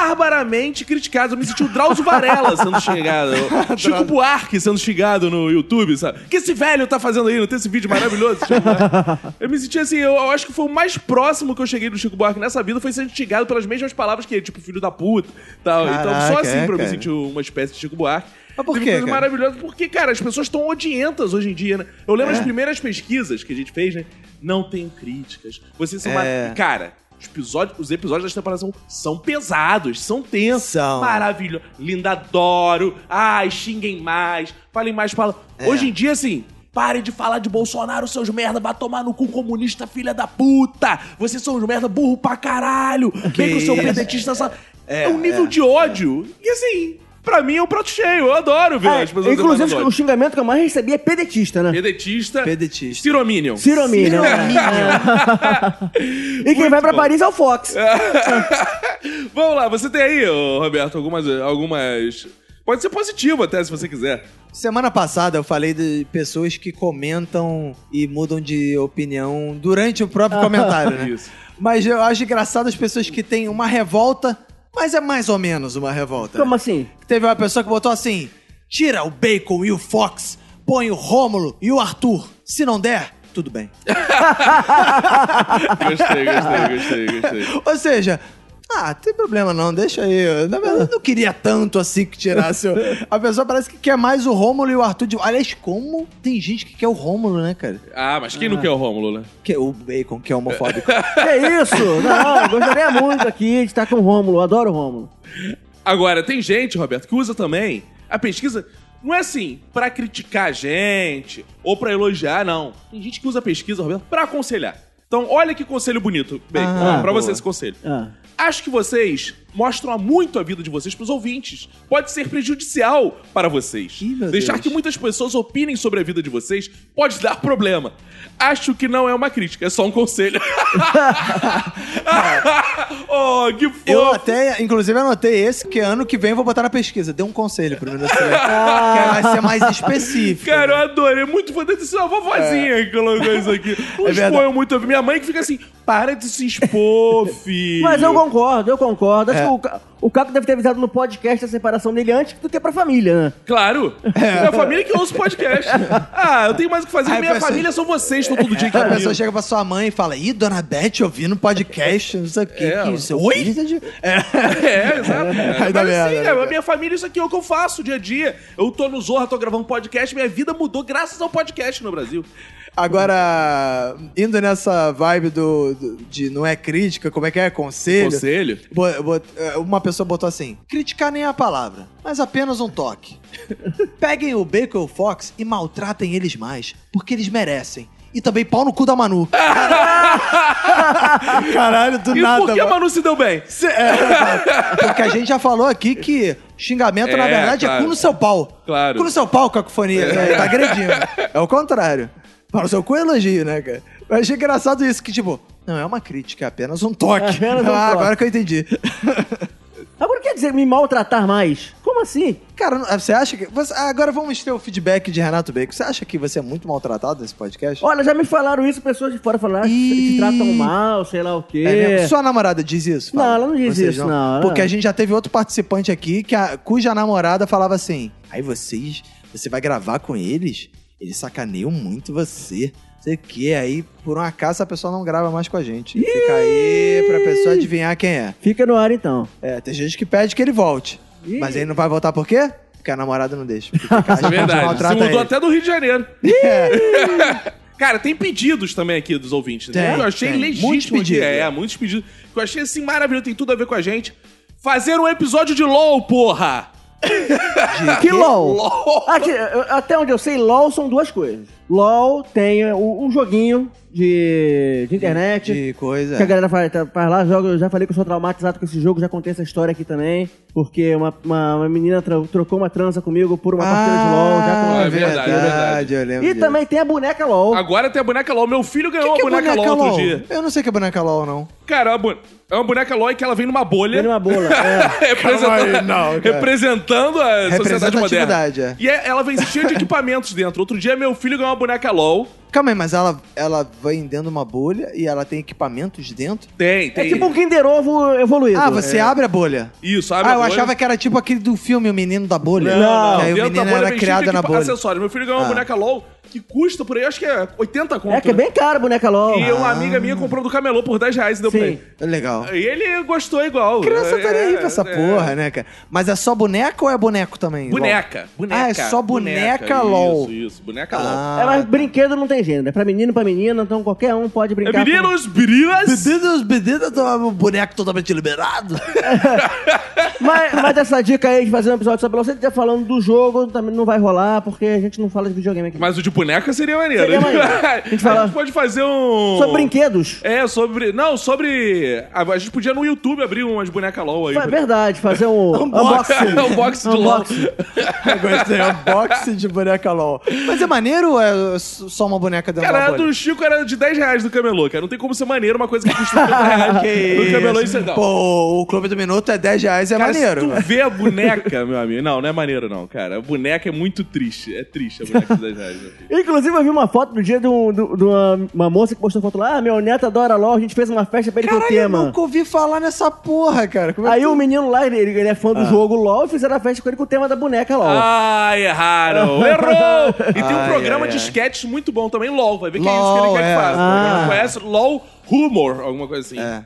[SPEAKER 4] barbaramente criticados. Eu me senti o Drauzio Varela sendo chegado. o Chico Buarque sendo xingado no YouTube, sabe? O que esse velho tá fazendo aí? Não tem esse vídeo maravilhoso? Chico Buarque? eu me senti assim, eu, eu acho que foi o mais próximo que eu cheguei do Chico Buarque nessa vida foi sendo xingado pelas mesmas palavras que ele, tipo, filho da puta tal. então só
[SPEAKER 3] Caraca,
[SPEAKER 4] assim
[SPEAKER 3] é,
[SPEAKER 4] pra eu me
[SPEAKER 3] cara.
[SPEAKER 4] sentir uma espécie de Chico Buarque.
[SPEAKER 3] Mas por
[SPEAKER 4] Teve
[SPEAKER 3] quê,
[SPEAKER 4] coisa
[SPEAKER 3] cara?
[SPEAKER 4] maravilhosa, porque, cara, as pessoas estão odientas hoje em dia, né? Eu
[SPEAKER 3] É.
[SPEAKER 4] lembro as primeiras pesquisas que a gente fez, né? Não tenho críticas. Vocês são.
[SPEAKER 3] É.
[SPEAKER 4] ma- Cara, os episódios, os episódios dessa temporada são, são pesados, são tensos.
[SPEAKER 3] São.
[SPEAKER 4] Maravilhoso. Linda, adoro. Ai, xinguem mais. Falem mais, fala.
[SPEAKER 3] É.
[SPEAKER 4] Hoje em dia, assim. Pare de falar de Bolsonaro, seus merda. Vá tomar no cu comunista, filha da puta. Vocês são uns merda burro pra caralho. Vem com o seu
[SPEAKER 3] isso.
[SPEAKER 4] pedetista. Essa... É, um nível de ódio. E assim, pra mim é um prato cheio. Eu adoro ver
[SPEAKER 2] Ah,
[SPEAKER 4] as pessoas
[SPEAKER 2] inclusive,
[SPEAKER 4] reclamando
[SPEAKER 2] o
[SPEAKER 4] tá ódio.
[SPEAKER 2] xingamento que eu mais recebi é pedetista, né?
[SPEAKER 4] Pedetista.
[SPEAKER 3] Pedetista.
[SPEAKER 4] Cirominion.
[SPEAKER 2] Ciromínio. e quem vai pra
[SPEAKER 4] bom.
[SPEAKER 2] Paris é o Fox.
[SPEAKER 4] Vamos lá, você tem aí, ô, Roberto, algumas, algumas. Pode ser positivo até, se você quiser.
[SPEAKER 3] Semana passada eu falei de pessoas que comentam e mudam de opinião durante o próprio comentário, né?
[SPEAKER 4] Isso.
[SPEAKER 3] Mas eu acho engraçado as pessoas que têm uma revolta, mas é mais ou menos uma revolta. né?
[SPEAKER 2] Como assim?
[SPEAKER 3] Teve uma pessoa que botou assim: tira o Bacon e o Fox, põe o Rômulo e o Arthur. Se não der, tudo bem.
[SPEAKER 4] Gostei, gostei, gostei, gostei.
[SPEAKER 3] Ou seja, ah, tem problema não, deixa aí. Na verdade, eu não queria tanto assim que tirasse. o- A pessoa parece que quer mais o Rômulo e o Arthur de. Aliás, como tem gente que quer o Rômulo, né, cara?
[SPEAKER 4] Ah, mas quem não quer o Rômulo, né?
[SPEAKER 3] Que é o Bacon, que é homofóbico.
[SPEAKER 2] Que isso? Não, gostaria muito aqui de estar com o Rômulo. eu Adoro o Rômulo.
[SPEAKER 4] Agora, tem gente, Roberto, que usa também a pesquisa. Não é assim, pra criticar a gente ou pra elogiar, não. Tem gente que usa a pesquisa, Roberto, pra aconselhar. Então, olha que conselho bonito, Bacon,
[SPEAKER 3] Ah,
[SPEAKER 4] pra
[SPEAKER 3] boa.
[SPEAKER 4] você esse conselho.
[SPEAKER 2] Ah.
[SPEAKER 4] Acho que vocês mostram muito a vida de vocês pros ouvintes. Pode ser prejudicial para vocês.
[SPEAKER 3] Ih, meu
[SPEAKER 4] Deixar
[SPEAKER 3] Deus.
[SPEAKER 4] que muitas pessoas opinem sobre a vida de vocês pode dar problema. Acho que não é uma crítica, é só um conselho. oh, que fofo.
[SPEAKER 3] Eu até, inclusive, anotei esse, que ano que vem eu vou botar na pesquisa. Dê um conselho pro Minuto Silêncio. Que vai ser mais específico.
[SPEAKER 4] Cara, eu adorei. Muito fantástico. Isso é uma vovozinha que colocou isso aqui. Não
[SPEAKER 3] É
[SPEAKER 4] expõe
[SPEAKER 3] verdade.
[SPEAKER 4] muito. Minha mãe que fica assim, para de se expor, filho.
[SPEAKER 2] Mas eu concordo, eu concordo. Acho
[SPEAKER 3] É.
[SPEAKER 2] que o, Ca- o Caco deve ter avisado no podcast a separação dele antes do que pra família, né?
[SPEAKER 4] Claro. É. Minha família que ouve o podcast. Ah, eu tenho mais o que fazer.
[SPEAKER 3] Aí a
[SPEAKER 4] Minha
[SPEAKER 3] pessoa-
[SPEAKER 4] família são vocês, estão todo dia aqui
[SPEAKER 3] A
[SPEAKER 4] comigo.
[SPEAKER 3] pessoa chega pra sua mãe e fala: Ih, dona Beth, eu vi no podcast, não sei o quê.
[SPEAKER 4] É,
[SPEAKER 3] que
[SPEAKER 4] ela-
[SPEAKER 3] o seu
[SPEAKER 5] Oi?
[SPEAKER 3] filho tá de-
[SPEAKER 4] É, exato.
[SPEAKER 3] Aí dá
[SPEAKER 4] Mas
[SPEAKER 3] merda,
[SPEAKER 4] assim,
[SPEAKER 3] né,
[SPEAKER 4] a
[SPEAKER 3] cara?
[SPEAKER 4] minha família, isso aqui é o que eu faço dia a dia. Eu tô no Zorra, tô gravando podcast, minha vida mudou graças ao podcast no Brasil.
[SPEAKER 3] Agora, indo nessa vibe do, do- de não é crítica, como é que é? Conselho.
[SPEAKER 4] Conselho?
[SPEAKER 3] Bo- bot- eh, uma pessoa botou assim: criticar nem é a palavra, mas apenas um toque. Peguem o Bacon e o Fox e maltratem eles mais, porque eles merecem. E também pau no cu da Manu. Caralho, do
[SPEAKER 4] E
[SPEAKER 3] nada,
[SPEAKER 4] por que a
[SPEAKER 3] mano.
[SPEAKER 4] Manu se deu bem?
[SPEAKER 3] Cê- é, Porque a gente já falou aqui que xingamento, na
[SPEAKER 4] É,
[SPEAKER 3] verdade,
[SPEAKER 4] claro.
[SPEAKER 3] é cu no seu pau.
[SPEAKER 4] Claro.
[SPEAKER 3] Cu no seu pau, cacofonia. né? Tá agredindo. É o contrário. Para o seu cu é elogio, né, cara? Eu achei engraçado isso, que tipo, não é uma crítica, é apenas um toque.
[SPEAKER 2] É apenas um
[SPEAKER 3] ah,
[SPEAKER 2] toque.
[SPEAKER 3] agora que eu entendi.
[SPEAKER 2] Agora quer dizer me maltratar mais? Como assim?
[SPEAKER 3] Cara, não- você acha que. você- ah, agora vamos ter o feedback de Renato Bacon. Você acha que você é muito maltratado nesse podcast?
[SPEAKER 2] Olha, já me falaram isso, pessoas de fora falaram, ah,
[SPEAKER 3] Ih.
[SPEAKER 2] te tratam mal, sei lá o quê.
[SPEAKER 3] É mesmo? Sua namorada diz isso?
[SPEAKER 2] Não, ela não diz isso, não,
[SPEAKER 3] Porque
[SPEAKER 2] não.
[SPEAKER 3] a gente já teve outro participante aqui que a- cuja namorada falava assim: aí vocês, você vai gravar com eles? Eles sacaneiam muito você. Não Sei o que, aí por um acaso a pessoa não grava mais com a gente. Fica aí pra pessoa adivinhar quem é.
[SPEAKER 2] Fica no ar então.
[SPEAKER 3] É, tem gente que pede que ele volte.
[SPEAKER 2] Ih.
[SPEAKER 3] Mas ele não vai voltar por quê? Porque a namorada não deixa. Porque acha que
[SPEAKER 4] É
[SPEAKER 3] a gente
[SPEAKER 4] verdade. Se
[SPEAKER 3] maltrata
[SPEAKER 4] mudou
[SPEAKER 3] ele.
[SPEAKER 4] até do Rio de Janeiro.
[SPEAKER 3] É.
[SPEAKER 4] Cara, tem pedidos também aqui dos ouvintes, né?
[SPEAKER 3] Tem,
[SPEAKER 4] eu achei
[SPEAKER 3] tem.
[SPEAKER 4] legítimo.
[SPEAKER 3] Muitos
[SPEAKER 4] aqui,
[SPEAKER 3] pedidos.
[SPEAKER 4] É, muitos pedidos. Que eu achei assim maravilhoso, tem tudo a ver com a gente. Fazer um episódio de LOL, porra!
[SPEAKER 2] Que LOL?
[SPEAKER 4] LOL!
[SPEAKER 2] Aqui, eu- até onde eu sei, LOL são duas coisas. LOL tem o- um joguinho de, de internet.
[SPEAKER 3] De coisa.
[SPEAKER 2] Que a galera faz, tá- faz lá, joga, eu já falei que eu sou traumatizado com esse jogo, já contei essa história aqui também. Porque uma, uma- uma menina tra- trocou uma transa comigo por uma partida de LOL, já
[SPEAKER 3] Ah,
[SPEAKER 4] É
[SPEAKER 2] contei.
[SPEAKER 4] verdade, é verdade.
[SPEAKER 3] eu lembro.
[SPEAKER 2] E
[SPEAKER 3] disso.
[SPEAKER 2] também tem a boneca LOL.
[SPEAKER 4] Agora tem a boneca LOL. Meu filho
[SPEAKER 3] O
[SPEAKER 4] ganhou
[SPEAKER 3] que que é
[SPEAKER 4] a boneca, LOL outro dia.
[SPEAKER 3] Eu não sei o que é boneca LOL, não.
[SPEAKER 4] Cara, é uma, bo- é uma boneca LOL que ela vem numa bolha.
[SPEAKER 2] Vendo uma bola. é.
[SPEAKER 4] representando,
[SPEAKER 5] Calma aí, não, cara.
[SPEAKER 4] representando a sociedade moderna.
[SPEAKER 3] Representatividade, é.
[SPEAKER 4] E é- ela vem cheia de equipamentos dentro. Outro dia, meu filho ganhou uma boneca LOL.
[SPEAKER 3] Calma aí, mas ela, ela vem dentro de uma bolha e ela tem equipamentos dentro?
[SPEAKER 4] Tem,
[SPEAKER 2] É
[SPEAKER 4] tem.
[SPEAKER 2] tipo um Kinder Ovo evoluído.
[SPEAKER 3] Ah, você abre a bolha.
[SPEAKER 4] Isso, abre
[SPEAKER 3] ah,
[SPEAKER 4] a
[SPEAKER 3] eu
[SPEAKER 4] bolha.
[SPEAKER 3] achava que era tipo aquele do filme O Menino da Bolha.
[SPEAKER 2] Não,
[SPEAKER 3] Que aí o
[SPEAKER 4] assim. Dentro da
[SPEAKER 3] menino
[SPEAKER 4] bolha
[SPEAKER 3] era
[SPEAKER 4] vem
[SPEAKER 3] criado
[SPEAKER 4] cheio de
[SPEAKER 3] na
[SPEAKER 4] equipa-
[SPEAKER 3] bolha.
[SPEAKER 4] Acessórios. Meu filho ganhou uma
[SPEAKER 3] Ah.
[SPEAKER 4] boneca LOL que custa por aí, acho que é 80 conto.
[SPEAKER 2] É que é
[SPEAKER 4] né?
[SPEAKER 2] bem caro a boneca LOL.
[SPEAKER 4] E
[SPEAKER 3] Ah.
[SPEAKER 4] uma amiga minha comprou do camelô por 10 reais e deu pra
[SPEAKER 2] Sim.
[SPEAKER 4] ele.
[SPEAKER 3] Legal.
[SPEAKER 4] E ele gostou igual.
[SPEAKER 3] Criança
[SPEAKER 4] É,
[SPEAKER 3] tá nem aí pra essa
[SPEAKER 4] é.
[SPEAKER 3] porra, né, cara? Mas é só boneca ou é boneco também? igual?
[SPEAKER 4] Boneca, boneca.
[SPEAKER 3] Ah, é só boneca, LOL.
[SPEAKER 4] Isso, isso, boneca LOL.
[SPEAKER 3] Ah,
[SPEAKER 2] É, mas brinquedo não tem gênero. É pra menino, pra menina, então qualquer um pode
[SPEAKER 4] É,
[SPEAKER 2] brincar.
[SPEAKER 4] Meninos, meninas,
[SPEAKER 3] Meninas, meninas, tá, o boneco totalmente liberado.
[SPEAKER 2] com- Mas, mas essa dica aí de fazer um episódio sobre você, tá falando do jogo, também não vai rolar, porque a gente não fala de videogame aqui.
[SPEAKER 4] Mas o de boneca seria maneiro.
[SPEAKER 2] Seria maneiro. A gente fala-
[SPEAKER 4] A gente pode fazer um.
[SPEAKER 2] Sobre brinquedos.
[SPEAKER 4] É, sobre. Não, sobre. A, a gente podia no YouTube abrir umas bonecas LOL aí.
[SPEAKER 2] É verdade, fazer um
[SPEAKER 4] Unboxing.
[SPEAKER 2] unboxing.
[SPEAKER 4] Unboxing de
[SPEAKER 2] Unboxing.
[SPEAKER 3] Gostei, é unboxing de boneca LOL. Mas é maneiro ou é só uma boneca
[SPEAKER 2] Tá
[SPEAKER 3] dentro
[SPEAKER 4] Cara,
[SPEAKER 3] da
[SPEAKER 4] a
[SPEAKER 3] bolha?
[SPEAKER 4] do Chico era de 10 reais do camelô, cara. Não tem como ser maneiro uma coisa que custa 80 reais. do camelô isso é não.
[SPEAKER 3] Pô, o Clube do Minuto é 10 reais, é
[SPEAKER 4] Cara, se
[SPEAKER 3] maneiro.
[SPEAKER 2] né?
[SPEAKER 4] tu vê a boneca, meu amigo. Não, não é maneiro, não, cara. A boneca é muito triste. É triste a boneca de 10 reais. meu filho.
[SPEAKER 2] Inclusive, eu vi uma foto do dia de, um- do- de uma, uma moça que postou foto lá. Ah, meu neto adora LOL, a gente fez uma festa pra ele com o
[SPEAKER 3] Caralho, eu
[SPEAKER 2] tema.
[SPEAKER 3] nunca ouvi falar nessa porra, cara. Como é
[SPEAKER 2] Aí
[SPEAKER 3] que-
[SPEAKER 2] o menino lá, ele, ele é fã do jogo LOL, e fizeram a festa com ele com o tema da boneca LOL.
[SPEAKER 4] Ah, erraram! Errou! E tem um
[SPEAKER 3] Ai,
[SPEAKER 4] programa
[SPEAKER 3] ai,
[SPEAKER 4] de
[SPEAKER 3] ai.
[SPEAKER 4] sketch muito bom também, LOL. Vai ver que é isso
[SPEAKER 3] LOL,
[SPEAKER 4] que ele quer
[SPEAKER 3] é.
[SPEAKER 4] que faça.
[SPEAKER 2] Ah.
[SPEAKER 4] Pra quem não conhece, LOL Humor, alguma coisa assim.
[SPEAKER 3] É.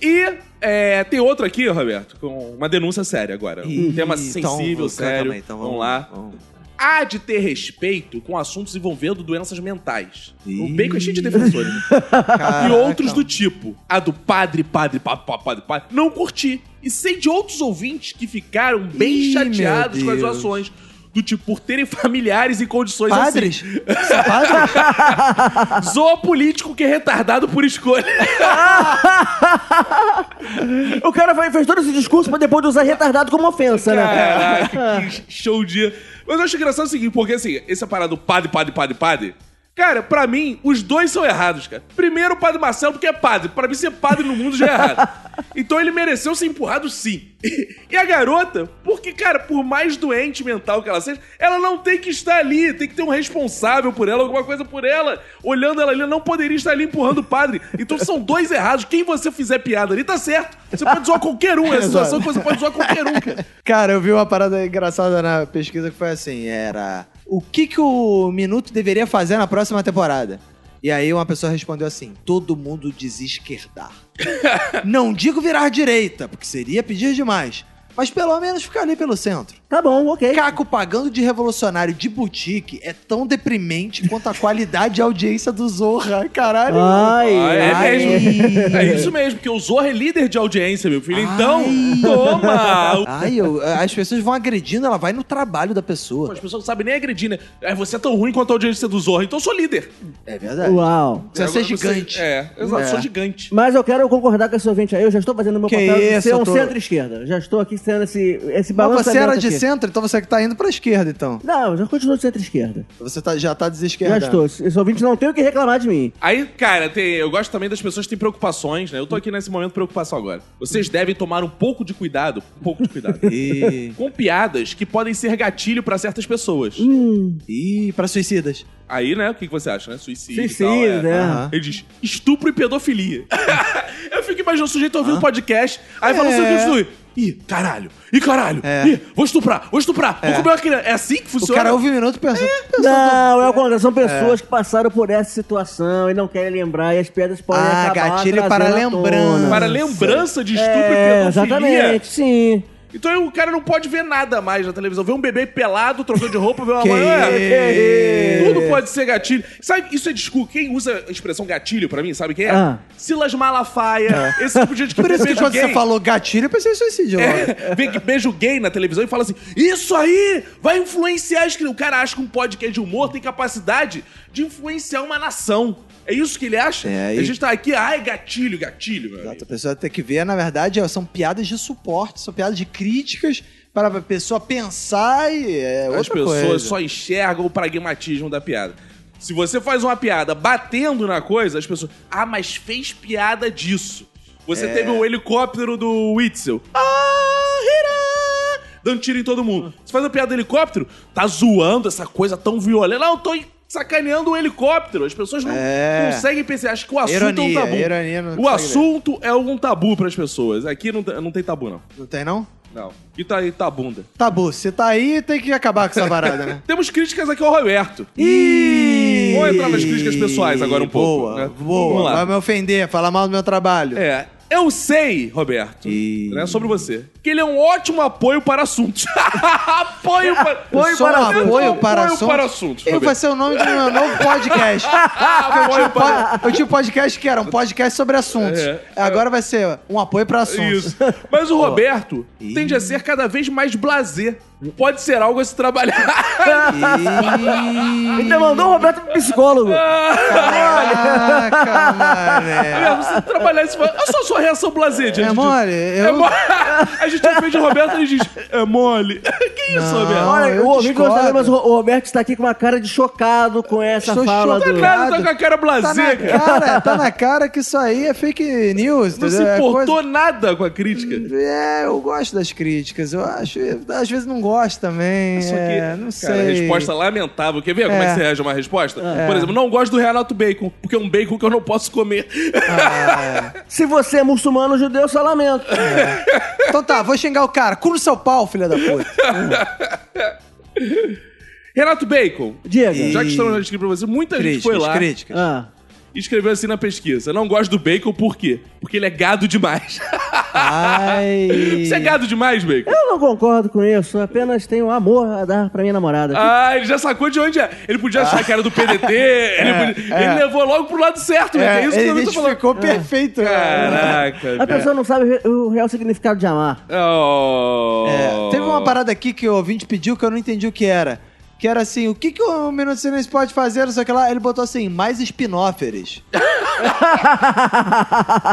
[SPEAKER 4] E é, tem outro aqui, Roberto, com uma denúncia séria agora. Um
[SPEAKER 3] Ih,
[SPEAKER 4] tema
[SPEAKER 3] então,
[SPEAKER 4] sensível,
[SPEAKER 3] calma
[SPEAKER 4] sério.
[SPEAKER 3] aí, então
[SPEAKER 4] vamos, lá.
[SPEAKER 3] vamos.
[SPEAKER 4] Há de ter respeito com assuntos envolvendo doenças mentais. O
[SPEAKER 3] Ih.
[SPEAKER 4] bacon é cheio de defensores. e
[SPEAKER 3] Caraca.
[SPEAKER 4] outros do tipo. A do padre, padre, padre, padre, padre, padre. Não curti. E sei de outros ouvintes que ficaram bem
[SPEAKER 3] Ih,
[SPEAKER 4] chateados
[SPEAKER 3] meu
[SPEAKER 4] com as
[SPEAKER 3] Deus.
[SPEAKER 4] doações. do tipo, por terem familiares em condições assim.
[SPEAKER 3] Padres? Ah. São padres?
[SPEAKER 4] Zoa político que é retardado por escolha.
[SPEAKER 2] O cara vai- fez todo esse discurso pra depois usar retardado como ofensa, né?
[SPEAKER 4] Caraca, que show de. Mas eu acho engraçado o seguinte, porque assim, essa parada do padre, padre, padre, padre. Cara, pra mim, os dois são errados, cara. Primeiro o padre Marcelo, porque é padre. Pra mim, ser padre no mundo já é errado. Então ele mereceu ser empurrado, sim. E a garota, porque, cara, por mais doente mental que ela seja, ela não tem que estar ali. Tem que ter um responsável por ela, alguma coisa por ela. Olhando ela ali, ela não poderia estar ali empurrando o padre. Então são dois errados. Quem você fizer piada ali, tá certo. Você pode zoar qualquer um. É a situação que você pode zoar qualquer um, cara.
[SPEAKER 3] Cara, eu vi uma parada engraçada na pesquisa que foi assim, era... O que que o Minuto deveria fazer na próxima temporada? E aí uma pessoa respondeu assim, todo mundo desesquerdar. Não digo virar direita, porque seria pedir demais. Mas pelo menos ficar ali pelo centro.
[SPEAKER 2] Tá bom, ok.
[SPEAKER 3] Caco pagando de revolucionário de boutique é tão deprimente quanto a qualidade de audiência do Zorra. Caralho.
[SPEAKER 2] Ai,
[SPEAKER 4] Ah, é
[SPEAKER 2] ai.
[SPEAKER 4] mesmo. É isso mesmo, porque o Zorro é líder de audiência, meu filho. Então, toma!
[SPEAKER 3] Ai, eu- as pessoas vão agredindo, ela vai no trabalho da pessoa.
[SPEAKER 4] As pessoas não sabem nem agredir, né? É, você é tão ruim quanto a audiência do Zorro, então eu sou líder.
[SPEAKER 3] É verdade.
[SPEAKER 2] Uau.
[SPEAKER 3] Você
[SPEAKER 4] Agora
[SPEAKER 3] é gigante.
[SPEAKER 4] É, exato,
[SPEAKER 3] É.
[SPEAKER 4] sou gigante.
[SPEAKER 2] Mas eu quero concordar com esse ouvinte aí. Eu já estou fazendo meu
[SPEAKER 3] Que
[SPEAKER 2] papel de
[SPEAKER 3] isso,
[SPEAKER 2] ser um
[SPEAKER 3] tô-
[SPEAKER 2] centro-esquerda. Já estou aqui sendo esse, esse
[SPEAKER 3] Mas
[SPEAKER 2] balanço.
[SPEAKER 3] você era de centro, então você que tá indo pra esquerda, então.
[SPEAKER 2] Não, eu já continuo de centro-esquerda.
[SPEAKER 3] Você tá- já tá
[SPEAKER 2] Já
[SPEAKER 3] desesquerdado.
[SPEAKER 2] estou. Esse ouvinte não tem o que reclamar de mim.
[SPEAKER 4] Aí, cara, tem- eu gosto também das pessoas que têm preocupações, né?
[SPEAKER 3] Hum.
[SPEAKER 4] Eu tô aqui nesse momento de preocupação agora. Vocês devem tomar um pouco de cuidado, um pouco de cuidado,
[SPEAKER 3] Ih,
[SPEAKER 4] com piadas que podem ser gatilho pra certas pessoas.
[SPEAKER 3] Hum. ih, pra suicidas.
[SPEAKER 4] Aí, né, o que que você acha, né? Suicídio. e tal,
[SPEAKER 2] Suicídio,
[SPEAKER 4] é.
[SPEAKER 2] né?
[SPEAKER 3] Aham.
[SPEAKER 4] Ele diz, estupro e pedofilia. eu fico imaginando o sujeito ouvindo um podcast, aí fala assim,
[SPEAKER 3] É.
[SPEAKER 4] o seguinte, Ih, caralho, ih, caralho,
[SPEAKER 3] É.
[SPEAKER 4] ih, vou estuprar, vou estuprar, vou comer uma criança. É assim que
[SPEAKER 3] O
[SPEAKER 4] funciona?
[SPEAKER 3] cara ouve um minuto e pensa. pensa-
[SPEAKER 2] Não, é o contrário. São pessoas que passaram por essa situação e não querem lembrar e as pedras podem
[SPEAKER 3] Ah,
[SPEAKER 2] acabar
[SPEAKER 3] gatilho para
[SPEAKER 2] trazendo à tona.
[SPEAKER 3] lembrança.
[SPEAKER 4] Para lembrança de estupro
[SPEAKER 2] É,
[SPEAKER 4] e pedofilia.
[SPEAKER 2] exatamente, sim.
[SPEAKER 4] Então o cara não pode ver nada mais na televisão. Vê um bebê pelado, trocando de roupa, vê uma mãe.
[SPEAKER 3] isso.
[SPEAKER 4] Tudo pode ser gatilho. Sabe, isso é desculpa. Quem usa a expressão gatilho pra mim, sabe quem é?
[SPEAKER 2] Ah.
[SPEAKER 4] Silas Malafaia. Esse tipo de gente que
[SPEAKER 3] É. Por isso que
[SPEAKER 4] beija
[SPEAKER 3] quando
[SPEAKER 4] gay.
[SPEAKER 3] você falou gatilho, eu pensei em suicídio. logo.
[SPEAKER 4] É, vê que beijo gay na televisão e fala assim: Isso aí vai influenciar. as crianças." O cara acha que um podcast de humor tem capacidade de influenciar uma nação. É isso que ele acha?
[SPEAKER 3] É,
[SPEAKER 4] E
[SPEAKER 3] e-
[SPEAKER 4] A gente tá aqui, ah, é gatilho, gatilho, meu
[SPEAKER 3] Exato,
[SPEAKER 4] amigo.
[SPEAKER 3] a pessoa tem que ver, na verdade, é, são piadas de suporte, são piadas de críticas para a pessoa pensar e é
[SPEAKER 4] As
[SPEAKER 3] outra
[SPEAKER 4] pessoas
[SPEAKER 3] coisa.
[SPEAKER 4] só enxergam o pragmatismo da piada. Se você faz uma piada batendo na coisa, as pessoas. Ah, mas fez piada disso. Você
[SPEAKER 3] É.
[SPEAKER 4] teve o helicóptero do Witzel. Ah, hirá! Dando tiro em todo mundo. Você faz uma piada do helicóptero, tá zoando essa coisa tão violenta. Não, eu tô sacaneando o helicóptero. As pessoas não
[SPEAKER 3] É.
[SPEAKER 4] conseguem pensar. Acho que o assunto é
[SPEAKER 3] Ironia,
[SPEAKER 4] um tabu.
[SPEAKER 3] ironia não
[SPEAKER 4] o
[SPEAKER 3] consegue ver.
[SPEAKER 4] assunto é um tabu pras pessoas. Aqui não, não tem tabu, não.
[SPEAKER 3] Não tem, não?
[SPEAKER 4] Não. E tá aí, tá bunda.
[SPEAKER 3] Tabu, você tá aí, tem que acabar com essa parada, né?
[SPEAKER 4] Temos críticas aqui ao Roberto.
[SPEAKER 3] Ih!
[SPEAKER 4] Vamos entrar nas críticas pessoais agora um pouco,
[SPEAKER 3] Boa,
[SPEAKER 4] né?
[SPEAKER 3] boa.
[SPEAKER 4] Vamos lá.
[SPEAKER 3] Vai me ofender, falar mal do meu trabalho.
[SPEAKER 4] É. Eu sei, Roberto,
[SPEAKER 3] Ih.
[SPEAKER 4] né, sobre você, que ele é um ótimo apoio para assuntos. apoio para...
[SPEAKER 3] Eu sou um
[SPEAKER 4] assuntos.
[SPEAKER 3] apoio para
[SPEAKER 4] Apoio
[SPEAKER 3] assuntos.
[SPEAKER 4] para assuntos,
[SPEAKER 3] Eu vai
[SPEAKER 4] Roberto.
[SPEAKER 3] ser o nome do meu novo podcast. Porque eu tinha, um
[SPEAKER 4] apoio para...
[SPEAKER 3] po- eu tinha um podcast que era um podcast sobre assuntos.
[SPEAKER 4] É.
[SPEAKER 3] Agora vai ser um apoio para assuntos.
[SPEAKER 4] Isso. Mas o Roberto tende a ser cada vez mais blazer. Pode ser algo a se trabalhar.
[SPEAKER 3] Ih,
[SPEAKER 2] Ainda mandou o Roberto pro psicólogo.
[SPEAKER 3] Caraca, mané.
[SPEAKER 4] Mesmo, se É, trabalhar isso... Olha só a sua reação blazer,
[SPEAKER 3] Ah. É
[SPEAKER 4] diante disso.
[SPEAKER 3] mole?
[SPEAKER 4] É
[SPEAKER 3] Eu...
[SPEAKER 4] mole. A gente ofende o Roberto e ele diz, é mole. que isso,
[SPEAKER 3] Não.
[SPEAKER 4] Roberto?
[SPEAKER 2] Olha,
[SPEAKER 3] eu
[SPEAKER 2] o ouvinte
[SPEAKER 3] discordo.
[SPEAKER 2] gostaria, mas o o Roberto está aqui com uma cara de chocado com essa
[SPEAKER 3] Estou
[SPEAKER 2] fala
[SPEAKER 4] Tá
[SPEAKER 3] chocado.
[SPEAKER 2] do.
[SPEAKER 4] claro, tá com a
[SPEAKER 3] Tá
[SPEAKER 4] cara
[SPEAKER 3] na
[SPEAKER 4] blazer, cara.
[SPEAKER 3] cara, tá na cara que isso aí é fake news.
[SPEAKER 4] Não
[SPEAKER 3] entendeu?
[SPEAKER 4] se
[SPEAKER 3] É
[SPEAKER 4] importou nada com a crítica.
[SPEAKER 3] É, eu gosto das críticas, eu acho. Às vezes não gosto também.
[SPEAKER 4] Só que,
[SPEAKER 3] é, não sei.
[SPEAKER 4] cara, resposta lamentável. Quer ver como é que
[SPEAKER 3] É.
[SPEAKER 4] você reage a uma resposta? Por exemplo, não gosto do Renato Bacon, porque é um bacon que eu não posso comer.
[SPEAKER 3] Ah.
[SPEAKER 2] Se você é muçulmano ou judeu, eu só lamento.
[SPEAKER 3] Então tá, vou xingar o cara. Cura o seu pau, filha da puta.
[SPEAKER 4] Renato Bacon,
[SPEAKER 2] Diego.
[SPEAKER 4] já que estamos na descrição pra você, muita gente
[SPEAKER 3] Críticas,
[SPEAKER 4] foi lá
[SPEAKER 3] críticas.
[SPEAKER 2] Ah,
[SPEAKER 4] e escreveu assim na pesquisa: Não gosto do bacon por quê? Porque ele é gado demais.
[SPEAKER 3] Ai.
[SPEAKER 4] Você é gado demais, bacon?
[SPEAKER 2] Eu não concordo com isso, apenas tenho amor a dar pra minha namorada.
[SPEAKER 4] Ah, ele já sacou de onde é. Ele podia achar que era do PDT, ele,
[SPEAKER 3] É,
[SPEAKER 4] podia- ele levou logo pro lado certo, né? é isso que
[SPEAKER 3] ele
[SPEAKER 4] eu tô falando.
[SPEAKER 3] identificou perfeito. né?
[SPEAKER 4] Caraca.
[SPEAKER 2] a pessoa não sabe re- o real significado de amar.
[SPEAKER 4] Oh.
[SPEAKER 3] É, teve uma parada aqui que o ouvinte pediu que eu não entendi o que era. Que era assim, o que, que o Minuto de Silêncio pode fazer, não sei o que lá. Ele botou assim, mais espinóferes.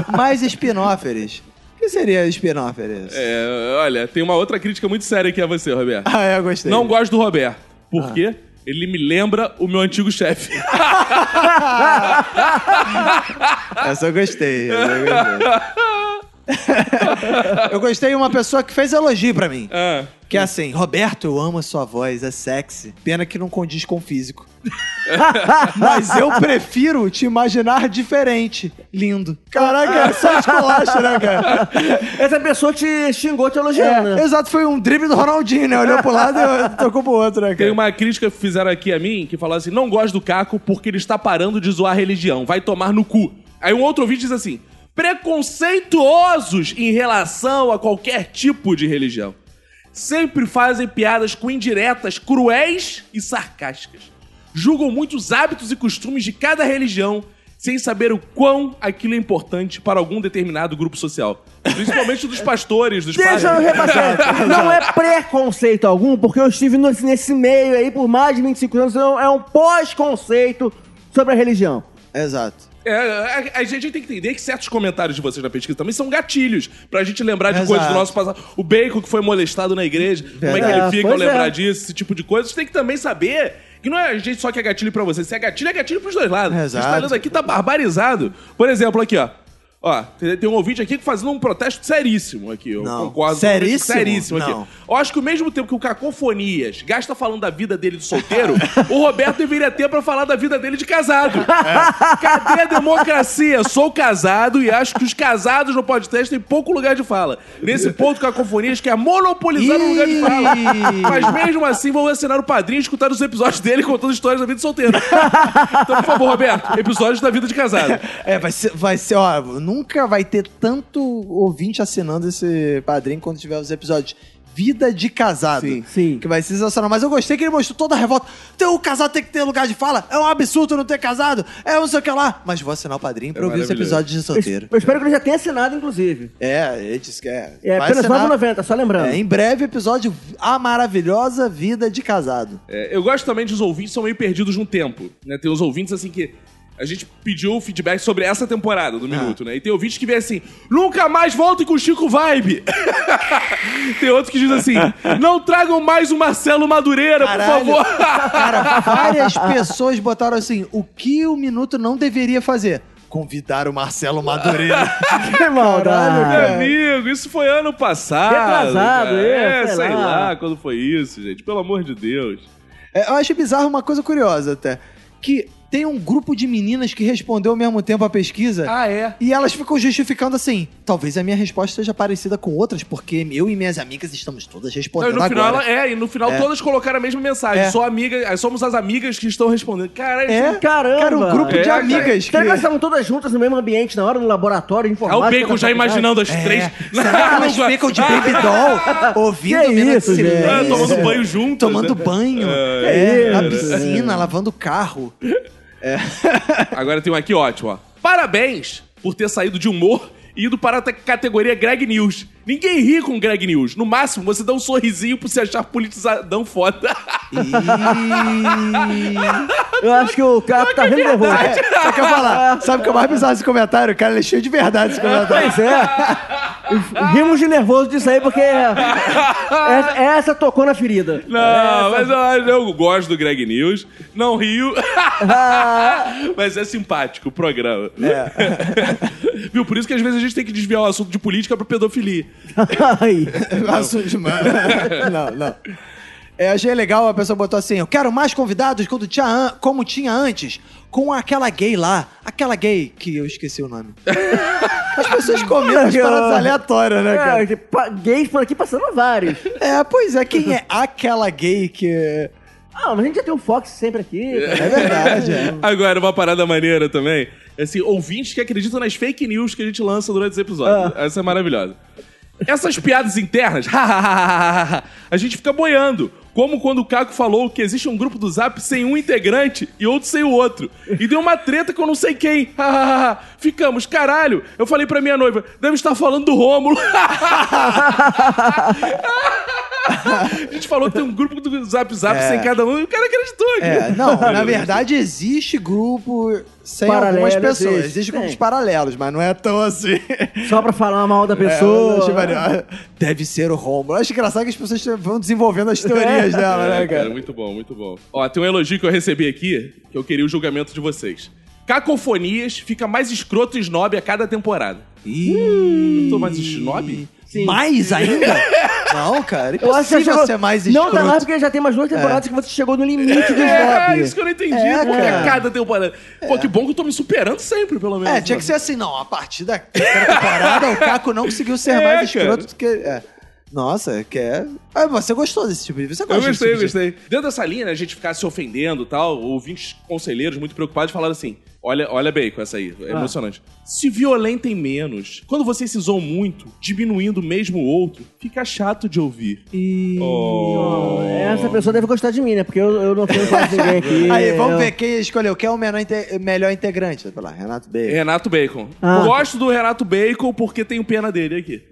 [SPEAKER 3] mais espinóferes. O que seria espinóferes?
[SPEAKER 4] É, olha, tem uma outra crítica muito séria aqui a você, Roberto.
[SPEAKER 3] Ah, eu gostei.
[SPEAKER 4] Não gosto do Roberto. Por quê? Ele me lembra o meu antigo chefe.
[SPEAKER 3] Essa eu gostei. Essa eu gostei. eu gostei de uma pessoa que fez elogio pra mim.
[SPEAKER 4] Ah.
[SPEAKER 3] Que é assim, Roberto, eu amo a sua voz, é sexy. Pena que não condiz com o físico. Mas eu prefiro te imaginar diferente. Lindo. Caraca, é só esculacha, né, cara?
[SPEAKER 2] Essa pessoa te xingou te elogiando.
[SPEAKER 3] É,
[SPEAKER 2] né?
[SPEAKER 3] exato, foi um drible do Ronaldinho, né? Olhou pro lado e tocou pro outro, né,
[SPEAKER 4] Tem
[SPEAKER 3] cara?
[SPEAKER 4] uma crítica que fizeram aqui a mim que falou assim: não gosto do Caco porque ele está parando de zoar a religião, vai tomar no cu. Aí um outro ouvinte diz assim: preconceituosos em relação a qualquer tipo de religião. Sempre fazem piadas com indiretas, cruéis e sarcásticas. Julgam muito os hábitos e costumes de cada religião sem saber o quão aquilo é importante para algum determinado grupo social. Principalmente dos pastores, dos
[SPEAKER 2] Deixa eu
[SPEAKER 4] padres.
[SPEAKER 2] repassar. Não é preconceito algum, porque eu estive no- nesse meio aí por mais de 25 anos, então é um pós-conceito sobre a religião.
[SPEAKER 3] Exato.
[SPEAKER 4] É, a, a gente tem que entender que certos comentários de vocês na pesquisa também são gatilhos pra gente lembrar de
[SPEAKER 3] Exato.
[SPEAKER 4] coisas do nosso passado. O bacon que foi molestado na igreja, como é que ele
[SPEAKER 2] É,
[SPEAKER 4] fica ao
[SPEAKER 2] pois
[SPEAKER 4] lembrar
[SPEAKER 2] é.
[SPEAKER 4] disso, esse tipo de coisa. Você tem que também saber que não é a gente só que é gatilho pra você. Se é gatilho, é gatilho pros dois lados.
[SPEAKER 3] Exato.
[SPEAKER 4] A gente tá lendo aqui, tá barbarizado. Por exemplo, aqui, ó. Ó, tem tem um ouvinte aqui que fazendo um protesto seríssimo aqui. Eu
[SPEAKER 3] Não.
[SPEAKER 4] concordo.
[SPEAKER 3] Seríssimo?
[SPEAKER 4] Seríssimo aqui.
[SPEAKER 3] Não.
[SPEAKER 4] Eu acho que ao mesmo tempo que o Cacofonias gasta falando da vida dele de solteiro, o Roberto deveria ter pra falar da vida dele de casado. Cadê a democracia? Sou casado e acho que os casados no podcast têm pouco lugar de fala. Nesse ponto, o Cacofonias quer monopolizar o lugar de fala.
[SPEAKER 3] Ih.
[SPEAKER 4] Mas mesmo assim, vou assinar o padrinho e escutar os episódios dele contando histórias da vida de solteiro. Então, por favor, Roberto, episódios da vida de casado.
[SPEAKER 3] É, vai ser, vai ser, ó, nunca vai ter tanto ouvinte assinando esse padrinho quando tiver os episódios. Vida de casado.
[SPEAKER 2] Sim, sim.
[SPEAKER 3] Que vai ser sensacional. Mas eu gostei que ele mostrou toda a revolta. Então, o casado tem que ter lugar de fala. É um absurdo não ter casado. É não sei o que lá. Mas vou assinar o padrinho pra
[SPEAKER 4] É
[SPEAKER 3] ouvir os
[SPEAKER 4] maravilhoso.
[SPEAKER 3] episódios de
[SPEAKER 2] Eu,
[SPEAKER 3] solteiro.
[SPEAKER 2] eu espero que ele já tenha assinado, inclusive.
[SPEAKER 3] É, ele disse que é.
[SPEAKER 2] É
[SPEAKER 3] vai
[SPEAKER 2] apenas
[SPEAKER 3] assinar.
[SPEAKER 2] 9,90, só lembrando.
[SPEAKER 3] É, em breve, episódio A Maravilhosa Vida de Casado.
[SPEAKER 4] É, eu gosto também de os ouvintes que são meio perdidos no tempo. Né? Tem os ouvintes assim que. A gente pediu feedback sobre essa temporada do Minuto, né? E tem ouvintes que vê assim, nunca mais voltem com o Chico Vibe! tem outros que dizem assim, não tragam mais o Marcelo Madureira,
[SPEAKER 3] Caralho.
[SPEAKER 4] por favor!
[SPEAKER 3] Cara, várias pessoas botaram assim: o que o Minuto não deveria fazer? Convidar o Marcelo Madureira.
[SPEAKER 2] Que maldade.
[SPEAKER 4] Meu amigo, isso foi ano passado.
[SPEAKER 2] Retrasado,
[SPEAKER 4] cara.
[SPEAKER 2] é, sei
[SPEAKER 4] sei
[SPEAKER 2] lá.
[SPEAKER 4] lá quando foi isso, gente. Pelo amor de Deus.
[SPEAKER 3] É, eu acho bizarro uma coisa curiosa até. Que tem um grupo de meninas que respondeu ao mesmo tempo a pesquisa.
[SPEAKER 4] Ah, é?
[SPEAKER 3] E elas ficam justificando assim. Talvez a minha resposta seja parecida com outras, porque eu e minhas amigas estamos todas
[SPEAKER 4] Não, e
[SPEAKER 3] respondendo
[SPEAKER 4] no final,
[SPEAKER 3] agora.
[SPEAKER 4] ela, é, e no final todas colocaram a mesma mensagem.
[SPEAKER 3] É.
[SPEAKER 4] Só amiga, somos as amigas que estão respondendo. Caralho, isso
[SPEAKER 3] É?
[SPEAKER 2] Caramba.
[SPEAKER 3] Cara, um grupo
[SPEAKER 4] É,
[SPEAKER 3] de
[SPEAKER 4] cara.
[SPEAKER 3] amigas
[SPEAKER 2] Será que elas
[SPEAKER 3] que...
[SPEAKER 2] estavam todas juntas no mesmo ambiente na hora, no laboratório,
[SPEAKER 4] Ah,
[SPEAKER 2] informática?
[SPEAKER 4] o Bacon já
[SPEAKER 2] na faculdade?
[SPEAKER 4] imaginando as três.
[SPEAKER 3] É, Será que elas ficam de baby doll ouvindo
[SPEAKER 2] Que
[SPEAKER 3] o Minuto
[SPEAKER 2] isso,
[SPEAKER 3] de
[SPEAKER 2] gente.
[SPEAKER 3] Silêncio? É,
[SPEAKER 4] Ah, tomando banho juntas.
[SPEAKER 3] Tomando
[SPEAKER 4] né?
[SPEAKER 3] banho.
[SPEAKER 2] É,
[SPEAKER 3] É, na
[SPEAKER 2] cara.
[SPEAKER 3] piscina, lavando o carro.
[SPEAKER 4] Agora tem um aqui ótimo, ó. Parabéns por ter saído de humor e ido para a te- categoria Greg News. Ninguém ri com Greg News. No máximo, você dá um sorrisinho por se achar politizadão foda.
[SPEAKER 2] Eu acho que o Caco tá vendo nervoso.
[SPEAKER 3] É, só que eu falar, sabe o que é mais bizarro esse comentário? Cara, ele é cheio de verdade esse comentário.
[SPEAKER 2] Pois é. Rimos de nervoso disso aí, porque essa, essa tocou na ferida.
[SPEAKER 3] É,
[SPEAKER 4] Não, mas eu, eu gosto do Greg News. Não rio.
[SPEAKER 3] Ah.
[SPEAKER 4] mas é simpático o programa.
[SPEAKER 3] É.
[SPEAKER 4] Viu? Por isso que às vezes a gente tem que desviar o assunto de política pra pedofilia.
[SPEAKER 2] Aí.
[SPEAKER 3] Assunto É demais. não, não. É, achei legal, a pessoa botou assim: eu quero mais convidados quando tinha an- como tinha antes, com aquela gay lá. Aquela gay que eu esqueci o nome. As pessoas comentam as paradas aleatórias, né,
[SPEAKER 2] É,
[SPEAKER 3] cara?
[SPEAKER 2] de pa- gays por aqui passando vários.
[SPEAKER 3] É, pois é, quem é aquela gay que.
[SPEAKER 2] Ah, mas a gente já tem o Fox um sempre aqui.
[SPEAKER 3] É verdade, é.
[SPEAKER 4] Agora, uma parada maneira também assim, ouvintes que acreditam nas fake news que a gente lança durante os episódios.
[SPEAKER 3] Ah.
[SPEAKER 4] Essa é maravilhosa. Essas piadas internas, a gente fica boiando. Como quando o Caco falou que existe um grupo do Zap sem um integrante e outro sem o outro. E deu uma treta com não sei quem. Ficamos, caralho. Eu falei pra minha noiva, deve estar falando do Rômulo. a gente falou que tem um grupo do Zap Zap sem cada um e o cara acreditou.
[SPEAKER 3] É, não, na verdade existe grupo sem
[SPEAKER 2] Paralelo
[SPEAKER 3] algumas pessoas.
[SPEAKER 2] existe,
[SPEAKER 3] Existe,
[SPEAKER 2] tem.
[SPEAKER 3] grupos paralelos, mas não é tão assim.
[SPEAKER 2] Só pra falar mal da
[SPEAKER 3] É,
[SPEAKER 2] pessoa.
[SPEAKER 3] acho melhor. Deve ser o Romulo. Acho engraçado que as pessoas vão desenvolvendo as teorias
[SPEAKER 4] É.
[SPEAKER 3] dela, né, cara?
[SPEAKER 4] muito bom, muito bom. Ó, tem um elogio que eu recebi aqui, que eu queria o julgamento de vocês. Cacofonias fica mais escroto e snob a cada temporada. Eu tô mais snob?
[SPEAKER 2] Sim.
[SPEAKER 3] Mais ainda? não, cara.
[SPEAKER 2] Eu acho que já
[SPEAKER 3] impossível
[SPEAKER 2] chegou...
[SPEAKER 3] ser mais
[SPEAKER 2] Não, tá
[SPEAKER 3] escroto.
[SPEAKER 2] lá porque já tem mais duas temporadas que você chegou no limite do
[SPEAKER 4] É,
[SPEAKER 2] snob.
[SPEAKER 4] isso que eu não entendi.
[SPEAKER 3] É,
[SPEAKER 4] Por que
[SPEAKER 3] cara.
[SPEAKER 4] a cada temporada? Pô, que bom que eu tô me superando sempre, pelo menos.
[SPEAKER 3] É, tinha que ser assim, não. A partir da terceira temporada, o Caco não conseguiu ser
[SPEAKER 4] É,
[SPEAKER 3] mais
[SPEAKER 4] cara.
[SPEAKER 3] escroto do que. É. Nossa, que é. Ah, você gostou desse tipo de vídeo? Você
[SPEAKER 4] Eu
[SPEAKER 3] gosta desse
[SPEAKER 4] gostei, eu
[SPEAKER 3] tipo de-
[SPEAKER 4] gostei. Dentro dessa linha, né, a gente ficar se ofendendo e tal, ouvintes conselheiros muito preocupados falaram assim: olha, olha bem com essa aí, é
[SPEAKER 3] Ah.
[SPEAKER 4] emocionante. Se violentem menos. Quando vocês se zoam muito, diminuindo mesmo o outro, fica chato de ouvir.
[SPEAKER 2] E...
[SPEAKER 4] Oh.
[SPEAKER 2] Essa pessoa deve gostar de mim, né? Porque eu, eu não tenho quase ninguém aqui.
[SPEAKER 3] Aí,
[SPEAKER 2] Eu-
[SPEAKER 3] vamos ver quem escolheu. Quem é o menor inte- melhor integrante? Vai lá, Renato B.
[SPEAKER 4] Renato Bacon.
[SPEAKER 2] Ah.
[SPEAKER 4] Gosto do Renato Bacon porque tenho pena dele aqui.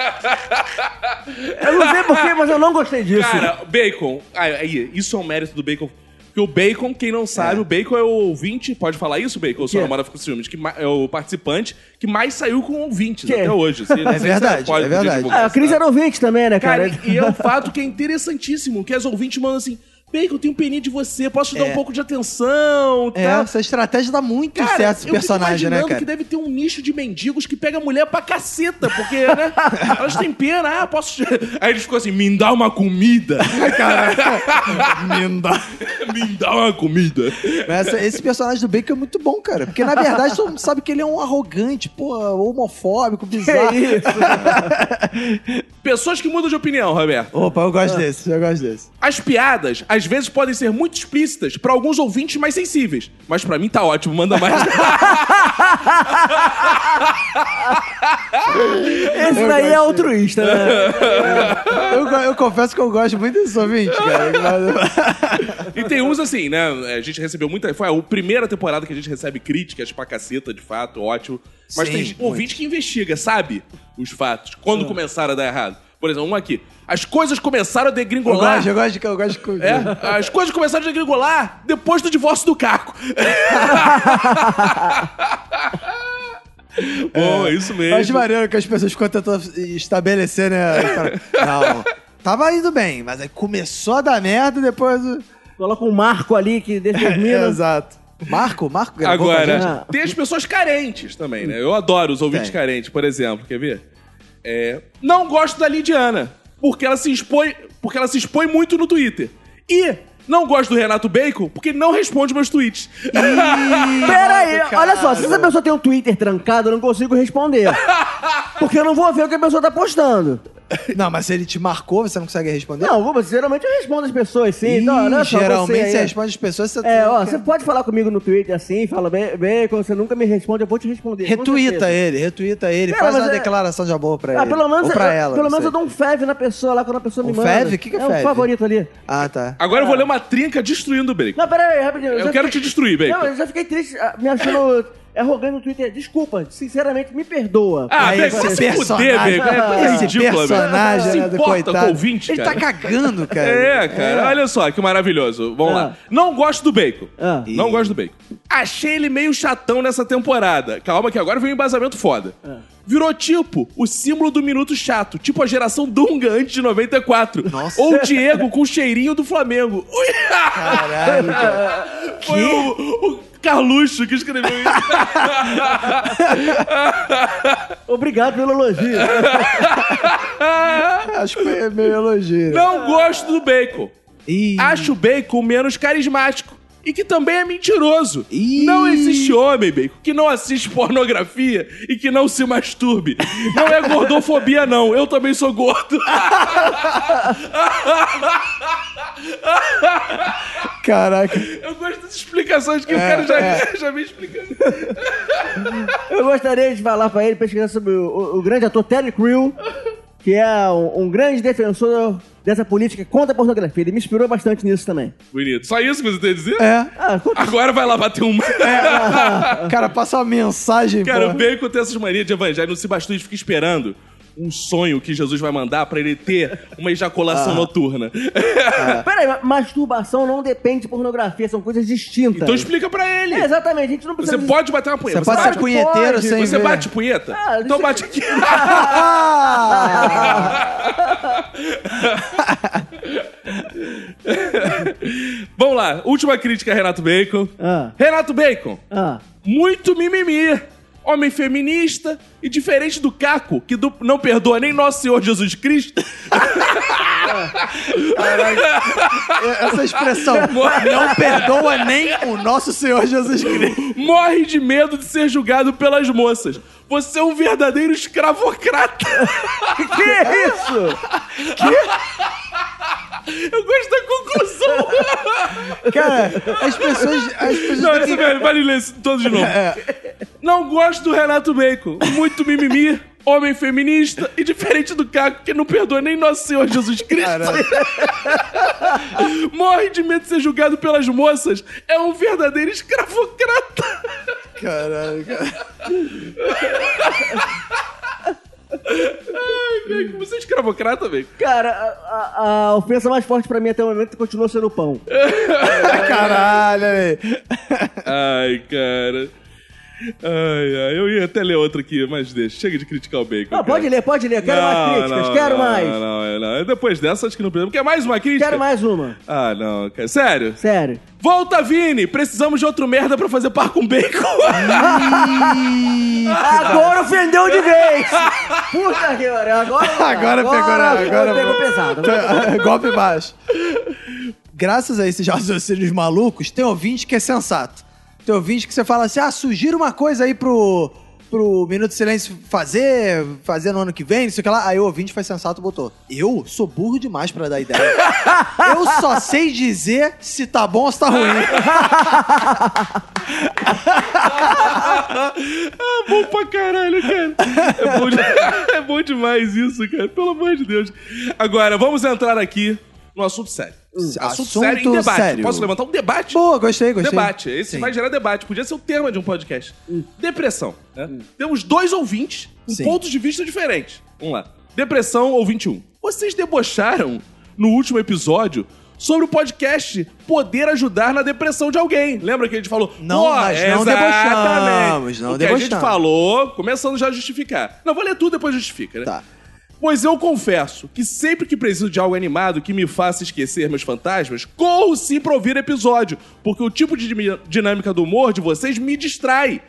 [SPEAKER 2] Eu não sei porquê, mas eu não gostei disso.
[SPEAKER 4] Cara, Bacon. Aí, aí, isso é um mérito do Bacon. Porque o Bacon, quem não sabe, o Bacon é o ouvinte, pode falar isso, Bacon? Ou sua
[SPEAKER 2] Que?
[SPEAKER 4] namorada fica com ciúmes? Que ma- é o participante que mais saiu com ouvintes
[SPEAKER 2] Que? é?
[SPEAKER 4] até hoje. assim, Se- se- se-
[SPEAKER 3] verdade,
[SPEAKER 4] pode-
[SPEAKER 3] é
[SPEAKER 4] podia
[SPEAKER 3] verdade.
[SPEAKER 4] divulgar
[SPEAKER 2] Ah, a
[SPEAKER 4] isso,
[SPEAKER 2] Cris
[SPEAKER 4] tá?
[SPEAKER 2] era ouvinte também, né, cara?
[SPEAKER 4] Cara, e é um fato que é interessantíssimo, que as ouvintes mandam assim, Bacon, eu tenho peninha de você, posso te
[SPEAKER 2] É.
[SPEAKER 4] dar um pouco de atenção,
[SPEAKER 3] É,
[SPEAKER 4] tá?
[SPEAKER 3] essa estratégia dá muito
[SPEAKER 4] Cara,
[SPEAKER 3] certo esse
[SPEAKER 4] eu fico
[SPEAKER 3] personagem, né,
[SPEAKER 4] imaginando
[SPEAKER 3] cara?
[SPEAKER 4] que deve ter um nicho de mendigos que pega mulher pra caceta, porque, né? elas têm pena, ah, posso. te- Aí eles ficam assim, me dá uma comida. me dá. me dá uma comida.
[SPEAKER 3] Mas essa- esse personagem do Bacon é muito bom, cara. Porque, na verdade, todo mundo sabe que ele é um arrogante, pô, homofóbico, bizarro.
[SPEAKER 4] Pessoas que mudam de opinião, Roberto.
[SPEAKER 3] Opa, eu gosto desse, Ah, eu gosto desse.
[SPEAKER 4] As piadas, às vezes, podem ser muito explícitas pra alguns ouvintes mais sensíveis. Mas pra mim tá ótimo, manda mais.
[SPEAKER 2] Esse daí é altruísta, né?
[SPEAKER 3] É. Eu, go- eu confesso que eu gosto muito desse ouvinte, cara. Mas-
[SPEAKER 4] E tem uns assim, né? A gente recebeu muita. Foi a primeira temporada que a gente recebe críticas pra caceta, de fato, ótimo. Mas
[SPEAKER 3] Sim,
[SPEAKER 4] tem gente- ouvinte que investiga, sabe? Os fatos. Quando começaram a dar errado. Por exemplo, um aqui. As coisas começaram a
[SPEAKER 3] Eu
[SPEAKER 4] degringolar.
[SPEAKER 3] gosto, eu gosto de eu gosto de-
[SPEAKER 4] É, as coisas começaram a degringolar depois do divórcio do Caco. Bom, é isso
[SPEAKER 3] Eu acho
[SPEAKER 4] mesmo.
[SPEAKER 3] maneiro que as pessoas ficam tentando estabelecer, né? cara, Não, tava indo bem, mas aí começou a dar merda e depois... o-
[SPEAKER 2] Coloca um marco ali que
[SPEAKER 3] É,
[SPEAKER 2] determina.
[SPEAKER 3] exato. Marco, Marco gravou com a gente?
[SPEAKER 4] Agora,
[SPEAKER 2] gente.
[SPEAKER 4] tem as pessoas carentes também, né? Eu adoro os ouvintes
[SPEAKER 3] Tem.
[SPEAKER 4] carentes, por exemplo. Quer ver? É, não gosto da Lidiana, porque ela se expõe, porque ela se expõe muito no Twitter. E não gosto do Renato Bacon, porque ele não responde meus tweets.
[SPEAKER 2] Pera aí,
[SPEAKER 3] Marco,
[SPEAKER 2] olha só, se
[SPEAKER 3] cara.
[SPEAKER 2] essa pessoa tem um Twitter trancado, eu não consigo responder. Porque eu não vou ver o que a pessoa tá postando.
[SPEAKER 3] Não, mas se ele te marcou, você não consegue responder?
[SPEAKER 2] Não, vou- geralmente eu respondo as pessoas, sim.
[SPEAKER 3] Ih,
[SPEAKER 2] Não, olha só,
[SPEAKER 3] geralmente
[SPEAKER 2] você,
[SPEAKER 3] você,
[SPEAKER 2] aí,
[SPEAKER 3] responde as pessoas, você... tá
[SPEAKER 2] É, ó, você pode falar comigo no Twitter assim, fala, "Be- Bacon, você nunca me responde, eu vou te responder. com
[SPEAKER 3] Retuita
[SPEAKER 2] certeza."
[SPEAKER 3] ele, retuita ele,
[SPEAKER 2] Cara,
[SPEAKER 3] faz
[SPEAKER 2] mas
[SPEAKER 3] uma
[SPEAKER 2] é-
[SPEAKER 3] declaração de amor pra
[SPEAKER 2] Ah,
[SPEAKER 3] ele.
[SPEAKER 2] pelo menos,
[SPEAKER 3] Ou pra
[SPEAKER 2] eu,
[SPEAKER 3] ela,
[SPEAKER 2] pelo menos
[SPEAKER 3] não sei.
[SPEAKER 2] eu dou um feve na pessoa lá quando a pessoa me
[SPEAKER 3] Um
[SPEAKER 2] manda.
[SPEAKER 3] feve? O que que é
[SPEAKER 2] É um
[SPEAKER 3] feve?
[SPEAKER 2] favorito ali.
[SPEAKER 3] Ah, tá.
[SPEAKER 4] Agora eu vou ler uma trinca destruindo o Bacon.
[SPEAKER 2] Não, pera aí, rapidinho.
[SPEAKER 4] Eu
[SPEAKER 2] já
[SPEAKER 4] quero
[SPEAKER 2] fiquei-
[SPEAKER 4] te destruir, Bacon.
[SPEAKER 2] Não, eu já fiquei triste, ah, me achando arrogante no Twitter. Desculpa, sinceramente, me perdoa.
[SPEAKER 4] Ah,
[SPEAKER 3] Aí
[SPEAKER 4] Bacon,
[SPEAKER 3] esse
[SPEAKER 4] vai se fuder,
[SPEAKER 3] personagem- né?
[SPEAKER 4] Bacon. É coisa
[SPEAKER 3] esse
[SPEAKER 4] ridícula, Bacon.
[SPEAKER 3] personagem,
[SPEAKER 4] Você Se
[SPEAKER 3] né, do
[SPEAKER 4] importa com
[SPEAKER 3] coitado.
[SPEAKER 4] o ouvinte,
[SPEAKER 3] Ele
[SPEAKER 4] cara.
[SPEAKER 3] tá cagando, cara.
[SPEAKER 4] É, cara, olha só que maravilhoso. Vamos
[SPEAKER 2] Ah.
[SPEAKER 4] lá. Não gosto do bacon.
[SPEAKER 2] Ah.
[SPEAKER 4] Não gosto do bacon. Achei ele meio chatão nessa temporada. Calma que agora vem um embasamento foda. Virou tipo o símbolo do minuto chato, tipo a geração Dunga antes de 94.
[SPEAKER 3] Nossa.
[SPEAKER 4] Ou o Diego com o cheirinho do Flamengo. Ui, ah,
[SPEAKER 3] Caralho, cara.
[SPEAKER 4] Foi o, o Carluxo que escreveu isso.
[SPEAKER 2] Obrigado pelo elogio.
[SPEAKER 3] Acho que é meio elogio. né?
[SPEAKER 4] Não gosto do bacon.
[SPEAKER 3] Ih,
[SPEAKER 4] Acho o Bacon menos carismático. E que também é mentiroso.
[SPEAKER 3] Ih.
[SPEAKER 4] Não existe homem, Bacon, que não assiste pornografia e que não se masturbe. Não é gordofobia, não. Eu também sou gordo.
[SPEAKER 3] Caraca.
[SPEAKER 4] Eu gosto das explicações que o
[SPEAKER 3] É,
[SPEAKER 4] cara já, já me explicando.
[SPEAKER 2] Eu gostaria de falar pra ele, pesquisar sobre o, o- o grande ator Terry Crew, que é um, um grande defensor dessa política contra a pornografia. Ele me inspirou bastante nisso também.
[SPEAKER 4] Bonito. Só isso que você tem a dizer?
[SPEAKER 3] É.
[SPEAKER 2] Ah, conta-
[SPEAKER 4] Agora vai lá bater um.
[SPEAKER 3] Cara, passa uma mensagem,
[SPEAKER 4] Cara, o
[SPEAKER 3] pô.
[SPEAKER 4] Bacon tem essas manias de evangelho. Não se bastou, ele fica esperando um sonho que Jesus vai mandar pra ele ter uma
[SPEAKER 3] Ah.
[SPEAKER 4] ejaculação noturna.
[SPEAKER 2] Peraí, ma- masturbação não depende de pornografia, são coisas distintas.
[SPEAKER 4] Então explica pra ele.
[SPEAKER 2] É, exatamente, a gente não
[SPEAKER 4] Você
[SPEAKER 2] precisa...
[SPEAKER 4] pode bater uma punheta.
[SPEAKER 3] tá. Você pode ser
[SPEAKER 2] pode,
[SPEAKER 3] punheteiro
[SPEAKER 2] pode.
[SPEAKER 3] sem
[SPEAKER 4] Você
[SPEAKER 3] ver.
[SPEAKER 4] bate punheta?
[SPEAKER 2] Ah,
[SPEAKER 4] então
[SPEAKER 2] deixa-
[SPEAKER 4] bate aqui.
[SPEAKER 3] Ah!
[SPEAKER 4] Vamos lá. Última crítica, Renato Bacon.
[SPEAKER 2] Ah.
[SPEAKER 4] Renato Bacon,
[SPEAKER 2] Ah,
[SPEAKER 4] muito mimimi. Homem feminista e diferente do Caco, que do- não perdoa nem Nosso Senhor Jesus Cristo,
[SPEAKER 3] É, Essa expressão. Não perdoa nem o nosso Senhor Jesus Cristo.
[SPEAKER 4] morre de medo de ser julgado pelas moças. Você é um verdadeiro escravocrata.
[SPEAKER 2] que isso?
[SPEAKER 4] Eu gosto da conclusão.
[SPEAKER 3] Cara, as pessoas. As pessoas
[SPEAKER 4] Não,
[SPEAKER 3] têm
[SPEAKER 4] essa
[SPEAKER 3] que-
[SPEAKER 4] velho, vale ler isso todo de novo. Não gosto do Renato Bacon. Muito mimimi, homem feminista e diferente do Caco, que não perdoa nem Nosso Senhor Jesus Cristo.
[SPEAKER 3] É,
[SPEAKER 4] Morre de medo de ser julgado pelas moças. É um verdadeiro escravocrata.
[SPEAKER 3] Caralho, cara.
[SPEAKER 4] Ai, Bacon, Você é escravocrata, Bacon?
[SPEAKER 2] Cara, a, a- a ofensa mais forte pra mim até o momento continua sendo o pão.
[SPEAKER 3] Caralho, aí.
[SPEAKER 4] Ai, cara. Ai, ai, eu ia até ler outra aqui, mas deixa. Chega de criticar o Bacon.
[SPEAKER 2] Ah,
[SPEAKER 4] cara.
[SPEAKER 2] pode ler, pode ler, quero mais críticas,
[SPEAKER 4] não,
[SPEAKER 2] quero
[SPEAKER 4] não,
[SPEAKER 2] mais.
[SPEAKER 4] Não, não, não. Depois dessa, acho que não precisa. Quer mais uma crítica?
[SPEAKER 2] Quero mais uma,
[SPEAKER 4] Ah, não, cara. Sério?
[SPEAKER 2] sério.
[SPEAKER 4] Volta, Vini! Precisamos de outro merda pra fazer par com bacon!
[SPEAKER 2] Agora ofendeu de vez! Puta que pariu, agora.
[SPEAKER 3] Agora pegou, né? Agora
[SPEAKER 2] pegou pesado.
[SPEAKER 3] Golpe baixo. Graças a esses raciocínios malucos, tem ouvinte que é sensato. Tem ouvinte que você fala assim: ah, sugira uma coisa aí pro, pro Minuto de Silêncio fazer, fazer no ano que vem, não sei o que lá. Aí o ouvinte foi sensato e botou: eu sou burro demais pra dar ideia. eu só sei dizer se tá bom ou se tá ruim.
[SPEAKER 4] ah, bom pra caralho, cara! É bom, de- é bom demais isso, cara, pelo amor de Deus. Agora, vamos entrar aqui no assunto sério.
[SPEAKER 3] Hum, assunto
[SPEAKER 4] em debate.
[SPEAKER 3] sério.
[SPEAKER 4] Posso levantar um debate?
[SPEAKER 3] Boa, gostei, gostei.
[SPEAKER 4] Debate.
[SPEAKER 2] é
[SPEAKER 4] Esse
[SPEAKER 3] Sim. Hum.
[SPEAKER 4] vai gerar debate. Podia ser o tema de um podcast. Depressão. né? Temos dois ouvintes com
[SPEAKER 3] Sim.
[SPEAKER 4] pontos de vista diferentes. Vamos lá. Depressão ou 21. Vocês debocharam no último episódio sobre o podcast poder ajudar na depressão de alguém. Lembra que a gente falou?
[SPEAKER 3] Não,
[SPEAKER 4] "Pô,
[SPEAKER 3] mas não
[SPEAKER 4] exatamente.
[SPEAKER 3] debochamos, não
[SPEAKER 4] o que a gente
[SPEAKER 3] debochamos.
[SPEAKER 4] falou, começando já a justificar. Não, vou ler tudo depois justifica, né?
[SPEAKER 3] Tá.
[SPEAKER 4] Pois eu confesso que sempre que preciso de algo animado que me faça esquecer meus fantasmas, corro sim pra ouvir episódio, porque o tipo de dimi- dinâmica do humor de vocês me distrai.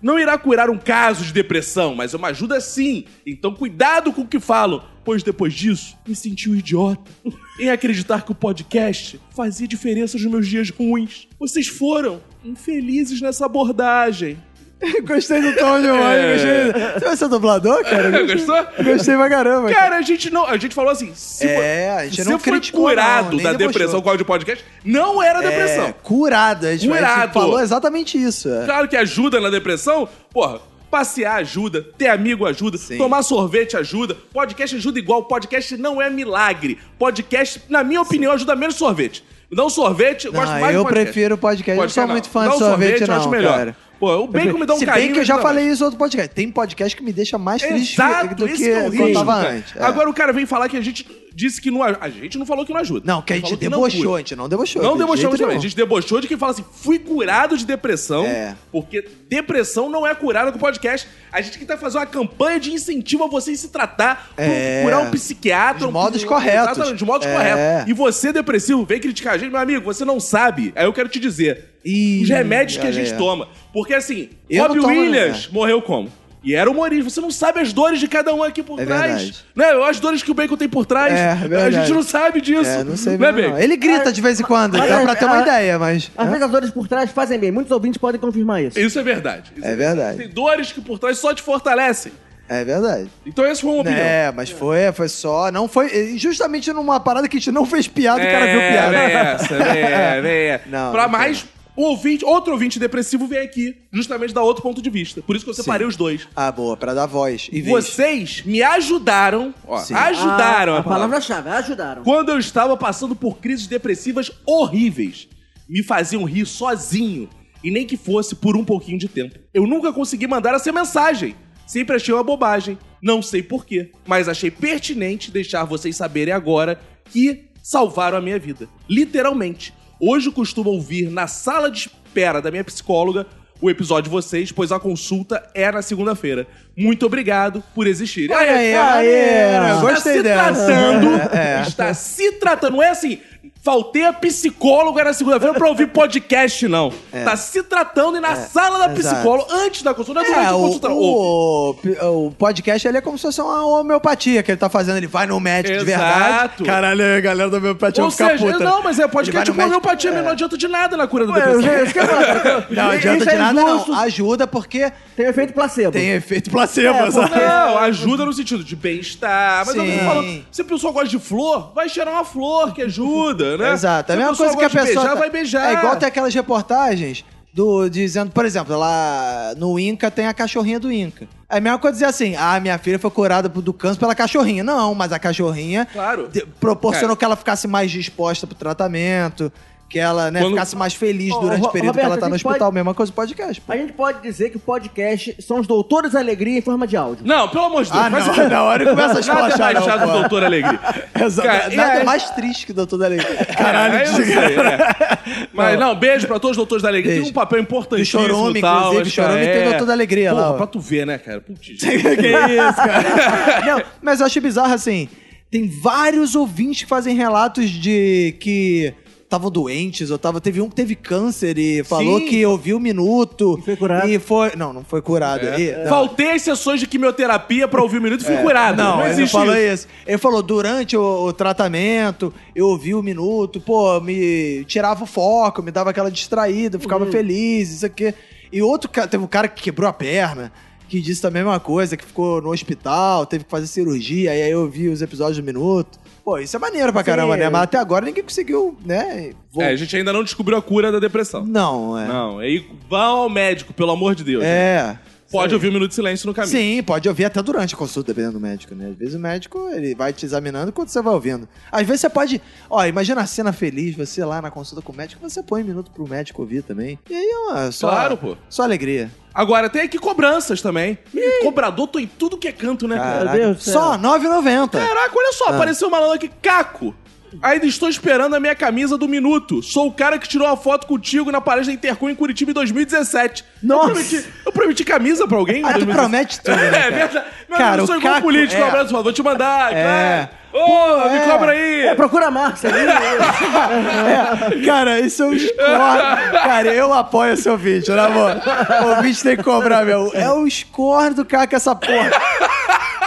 [SPEAKER 4] Não irá curar um caso de depressão, mas é uma ajuda sim. Então cuidado com o que falo, pois depois disso me senti um idiota em acreditar que o podcast fazia diferença nos meus dias ruins. Vocês foram infelizes nessa abordagem.
[SPEAKER 3] Gostei do tom de voz,
[SPEAKER 2] É.
[SPEAKER 3] gostei. Você vai ser dublador, cara?
[SPEAKER 4] Gostou?
[SPEAKER 3] Gostei pra caramba. cara.
[SPEAKER 4] Cara, a gente não. A gente falou assim. Se
[SPEAKER 3] É,
[SPEAKER 4] vo-
[SPEAKER 3] a gente
[SPEAKER 4] se
[SPEAKER 3] não
[SPEAKER 4] você foi
[SPEAKER 3] criticou,
[SPEAKER 4] curado
[SPEAKER 3] não, nem
[SPEAKER 4] da
[SPEAKER 3] debochou.
[SPEAKER 4] depressão com áudio podcast, não era depressão.
[SPEAKER 3] É, curado. A gente, a gente
[SPEAKER 4] Curado.
[SPEAKER 3] falou exatamente isso. é.
[SPEAKER 4] Claro que ajuda na depressão, porra. Passear ajuda, ter amigo ajuda,
[SPEAKER 3] Sim.
[SPEAKER 4] tomar sorvete ajuda, podcast ajuda igual, podcast não é milagre. Podcast, na minha opinião, ajuda menos sorvete. Me dá um sorvete, eu gosto
[SPEAKER 3] Não,
[SPEAKER 4] mais de
[SPEAKER 3] eu
[SPEAKER 4] podcast.
[SPEAKER 3] prefiro podcast, eu não sou muito fã
[SPEAKER 4] Me dá
[SPEAKER 3] de
[SPEAKER 4] um
[SPEAKER 3] sorvete,
[SPEAKER 4] eu acho
[SPEAKER 3] não,
[SPEAKER 4] melhor.
[SPEAKER 3] cara.
[SPEAKER 4] Pô, o bacon me dá um
[SPEAKER 3] Se
[SPEAKER 4] carinho.
[SPEAKER 3] bem que eu já
[SPEAKER 4] ajuda mais.
[SPEAKER 3] falei isso em outro podcast. Tem podcast que me deixa mais triste
[SPEAKER 4] Exato,
[SPEAKER 3] do
[SPEAKER 4] esse
[SPEAKER 3] que,
[SPEAKER 4] que é o
[SPEAKER 3] eu
[SPEAKER 4] risco,
[SPEAKER 3] tava
[SPEAKER 4] cara.
[SPEAKER 3] antes. é.
[SPEAKER 4] Agora o cara vem falar que a gente disse que não ajuda. A gente não falou que não ajuda.
[SPEAKER 3] não, que a
[SPEAKER 4] Falou
[SPEAKER 3] gente
[SPEAKER 4] não
[SPEAKER 3] debochou,
[SPEAKER 4] cura.
[SPEAKER 3] a gente não debochou.
[SPEAKER 4] Não
[SPEAKER 3] de
[SPEAKER 4] debochamos
[SPEAKER 3] jeito
[SPEAKER 4] também. A
[SPEAKER 3] nenhum.
[SPEAKER 4] gente debochou de quem fala assim, fui curado de depressão,
[SPEAKER 3] É.
[SPEAKER 4] porque depressão não é curada com podcast. A gente que tá fazendo uma campanha de incentivo a vocês se tratar, pro-
[SPEAKER 3] É.
[SPEAKER 4] procurar um psiquiatra.
[SPEAKER 3] De
[SPEAKER 4] um-
[SPEAKER 3] modos
[SPEAKER 4] um-
[SPEAKER 3] corretos.
[SPEAKER 4] Exatamente, de modos
[SPEAKER 3] É.
[SPEAKER 4] corretos. E você, depressivo, vem criticar a gente, meu amigo, você não sabe. Aí eu quero te dizer,
[SPEAKER 3] Ih,
[SPEAKER 4] os remédios que a
[SPEAKER 3] olha aí,
[SPEAKER 4] gente
[SPEAKER 3] né? ó.
[SPEAKER 4] toma. Porque assim,
[SPEAKER 3] Eu
[SPEAKER 4] Robbie
[SPEAKER 3] não tomo,
[SPEAKER 4] Williams morreu como? E era humorista. Você não sabe as dores de cada um aqui por
[SPEAKER 3] É
[SPEAKER 4] trás.
[SPEAKER 3] verdade.
[SPEAKER 4] Né? As dores que o Bacon tem por trás.
[SPEAKER 3] É, é
[SPEAKER 4] a
[SPEAKER 3] verdade.
[SPEAKER 4] gente não sabe disso.
[SPEAKER 3] É, não sei
[SPEAKER 4] né,
[SPEAKER 3] mesmo, não.
[SPEAKER 4] Bacon?
[SPEAKER 3] Ele grita de vez em quando,
[SPEAKER 2] mas-
[SPEAKER 3] dá pra ter uma
[SPEAKER 2] a-
[SPEAKER 3] ideia, mas...
[SPEAKER 2] As
[SPEAKER 3] Hã?
[SPEAKER 2] vezes as dores por trás fazem bem. Muitos ouvintes podem confirmar isso.
[SPEAKER 4] Isso é verdade. Isso
[SPEAKER 3] É verdade.
[SPEAKER 4] Tem dores que por trás só te fortalecem.
[SPEAKER 3] É verdade.
[SPEAKER 4] Então essa foi uma opinião.
[SPEAKER 3] É, mas foi, foi só. Não foi. e Justamente numa parada que a gente não fez piada, o cara viu piada.
[SPEAKER 4] É, essa, é, é.
[SPEAKER 3] Não,
[SPEAKER 4] pra
[SPEAKER 3] não tem
[SPEAKER 4] mais, o ouvinte, outro ouvinte depressivo vem aqui, justamente da outro ponto de vista. Por isso que eu separei os dois.
[SPEAKER 3] Ah, boa, pra dar voz. E vez.
[SPEAKER 4] Vocês me ajudaram, ó,
[SPEAKER 3] Sim.
[SPEAKER 4] ajudaram
[SPEAKER 2] Ah,
[SPEAKER 4] a,
[SPEAKER 2] a palavra-chave, ajudaram.
[SPEAKER 4] Quando eu estava passando por crises depressivas horríveis, me faziam rir sozinho, e nem que fosse por um pouquinho de tempo. Eu nunca consegui mandar essa mensagem. Sempre achei uma bobagem, não sei porquê, mas achei pertinente deixar vocês saberem agora que salvaram a minha vida. Literalmente. Hoje eu costumo ouvir na sala de espera da minha psicóloga o episódio de vocês, pois a consulta é na segunda-feira. Muito obrigado por existir.
[SPEAKER 3] Olha aí, maneiro, eu gostei
[SPEAKER 4] está
[SPEAKER 3] dessa.
[SPEAKER 4] Tá se tratando,
[SPEAKER 3] É, é.
[SPEAKER 4] está Tá se tratando. Não é assim, faltei a psicóloga na segunda-feira é pra ouvir podcast, não. Tá se tratando e na sala da
[SPEAKER 3] É. exato.
[SPEAKER 4] psicóloga, antes da consulta, não é, durante
[SPEAKER 3] É,
[SPEAKER 4] a
[SPEAKER 3] o,
[SPEAKER 4] consulta, não. Ouve.
[SPEAKER 3] o, o podcast ele é como se fosse uma homeopatia que ele tá fazendo. Ele vai no médico de
[SPEAKER 4] Exato.
[SPEAKER 3] verdade. Caralho, a galera da homeopatia
[SPEAKER 4] Ou
[SPEAKER 3] vai é ficar
[SPEAKER 4] seja,
[SPEAKER 3] puta.
[SPEAKER 4] não, mas é
[SPEAKER 3] Ele vai
[SPEAKER 4] podcast
[SPEAKER 3] no
[SPEAKER 4] com
[SPEAKER 3] médico- é.
[SPEAKER 4] homeopatia, mas não adianta de nada na cura da
[SPEAKER 2] Eu
[SPEAKER 4] depressão.
[SPEAKER 2] já- É isso que eu ia falar.
[SPEAKER 3] Não adianta
[SPEAKER 2] Isso
[SPEAKER 3] de
[SPEAKER 2] é
[SPEAKER 3] nada,
[SPEAKER 2] injusto.
[SPEAKER 3] não. Ajuda porque
[SPEAKER 2] Tem efeito placebo.
[SPEAKER 3] tem efeito placebo.
[SPEAKER 2] É,
[SPEAKER 3] sabe?
[SPEAKER 4] Não, ajuda no sentido de bem-estar. Mas eu
[SPEAKER 3] Sim.
[SPEAKER 4] tô falando, se a pessoa gosta de flor, vai cheirar uma flor que ajuda, né?
[SPEAKER 3] Exato. É a
[SPEAKER 4] Se
[SPEAKER 3] mesma
[SPEAKER 4] pessoa
[SPEAKER 3] coisa que a
[SPEAKER 4] gosta
[SPEAKER 3] pessoa.
[SPEAKER 4] de beijar,
[SPEAKER 3] tá-
[SPEAKER 4] vai beijar.
[SPEAKER 3] É igual tem aquelas reportagens do dizendo, por exemplo, lá no Inca tem a cachorrinha do Inca. É a mesma coisa dizer assim: ah, minha filha foi curada do câncer pela cachorrinha. Não, mas a cachorrinha
[SPEAKER 4] Claro. É.
[SPEAKER 3] de- proporcionou que ela ficasse mais disposta pro tratamento. Que ela né,
[SPEAKER 4] Quando-
[SPEAKER 3] ficasse mais feliz
[SPEAKER 2] Ô,
[SPEAKER 3] durante
[SPEAKER 2] Ro-
[SPEAKER 3] o período
[SPEAKER 2] Roberto,
[SPEAKER 3] que ela tá
[SPEAKER 2] a
[SPEAKER 3] no
[SPEAKER 2] gente pode-
[SPEAKER 3] hospital. Mesma coisa do podcast. pô.
[SPEAKER 2] A gente pode dizer que o podcast são os doutores da alegria em forma de áudio.
[SPEAKER 4] Não, pelo amor de Deus.
[SPEAKER 3] Ah,
[SPEAKER 4] faz
[SPEAKER 3] não, na hora começa a
[SPEAKER 4] Nada é
[SPEAKER 3] esculachar.
[SPEAKER 4] mais chato,
[SPEAKER 3] não, pô.
[SPEAKER 4] doutor Alegre.
[SPEAKER 3] Exato.
[SPEAKER 4] Cara, É. e
[SPEAKER 3] Nada
[SPEAKER 4] aí-
[SPEAKER 3] mais triste que o doutor da Alegria.
[SPEAKER 4] É, eu sei, é. Mas não, beijo pra todos os doutores da alegria. Tem
[SPEAKER 3] Beijo.
[SPEAKER 4] um papel importantíssimo.
[SPEAKER 3] Do Chorume,
[SPEAKER 4] e tal,
[SPEAKER 3] inclusive,
[SPEAKER 4] acho que
[SPEAKER 3] Chorume
[SPEAKER 4] é.
[SPEAKER 3] tem doutor da alegria
[SPEAKER 4] Porra,
[SPEAKER 3] lá, ó.
[SPEAKER 4] pra tu ver, né, cara? Putz.
[SPEAKER 3] que isso, cara? Não, mas eu acho bizarro assim. Tem vários ouvintes que fazem relatos de que estavam doentes ou tava, teve um que teve câncer e falou que ouviu o minuto.
[SPEAKER 2] E foi curado.
[SPEAKER 3] E foi- não, não foi curado.
[SPEAKER 4] É.
[SPEAKER 3] E- não. É.
[SPEAKER 4] Faltei as sessões de quimioterapia pra ouvir o minuto e fui curado.
[SPEAKER 3] Não, ele não
[SPEAKER 4] existe
[SPEAKER 3] falou
[SPEAKER 4] isso.
[SPEAKER 3] isso. Ele falou, durante o, o tratamento, eu ouvi o minuto, pô, me tirava o foco, me dava aquela distraída, eu ficava feliz, isso aqui. E outro cara, teve um cara que quebrou a perna, que disse também a mesma coisa, que ficou no hospital, teve que fazer cirurgia, e aí eu vi os episódios do minuto. Pô, isso é maneiro pra caramba,
[SPEAKER 2] Sim,
[SPEAKER 3] né?
[SPEAKER 2] é.
[SPEAKER 3] Mas até agora ninguém conseguiu, né? Vol-
[SPEAKER 4] É, a gente ainda não descobriu a cura da depressão.
[SPEAKER 3] Não, é.
[SPEAKER 4] Não, aí vão ao médico, pelo amor de Deus. gente.
[SPEAKER 3] É.
[SPEAKER 4] Pode ouvir o minuto de silêncio no caminho.
[SPEAKER 3] Sim, pode ouvir até durante a consulta, dependendo do médico, né? Às vezes o médico ele vai te examinando enquanto você vai ouvindo. Às vezes você pode. Ó, imagina a cena feliz, você lá na consulta com o médico, você põe um minuto pro médico ouvir também. E aí, ó, só,
[SPEAKER 4] Claro, pô.
[SPEAKER 3] só alegria.
[SPEAKER 4] Agora, tem aqui cobranças também. Ih, Cobrador, tô em tudo que é canto, né, cara?
[SPEAKER 3] Caraca.
[SPEAKER 2] Deus do céu.
[SPEAKER 3] só R$ 9,90.
[SPEAKER 4] Caraca, olha só,
[SPEAKER 3] Ah.
[SPEAKER 4] apareceu um malandro aqui, Caco. Ainda estou esperando a minha camisa do minuto. Sou o cara que tirou a foto contigo na parede da Intercom em Curitiba em 2017.
[SPEAKER 3] Nossa.
[SPEAKER 4] Eu prometi, eu prometi camisa pra alguém? em
[SPEAKER 3] Ah, tu
[SPEAKER 4] 2017.
[SPEAKER 3] promete tudo, né,
[SPEAKER 4] É,
[SPEAKER 3] cara?
[SPEAKER 4] verdade. Mas
[SPEAKER 3] Cara,
[SPEAKER 4] eu sou
[SPEAKER 3] o
[SPEAKER 4] igual
[SPEAKER 3] Caco,
[SPEAKER 4] político,
[SPEAKER 3] é.
[SPEAKER 4] um abraço, vou te mandar.
[SPEAKER 3] É.
[SPEAKER 4] claro. Ô, me
[SPEAKER 3] é.
[SPEAKER 4] cobra aí.
[SPEAKER 2] É, procura a Márcia ali.
[SPEAKER 3] Cara, isso é um score. Cara, eu apoio esse ouvinte, na boa. O ouvinte tem que cobrar, meu. É o score do Caco essa porra.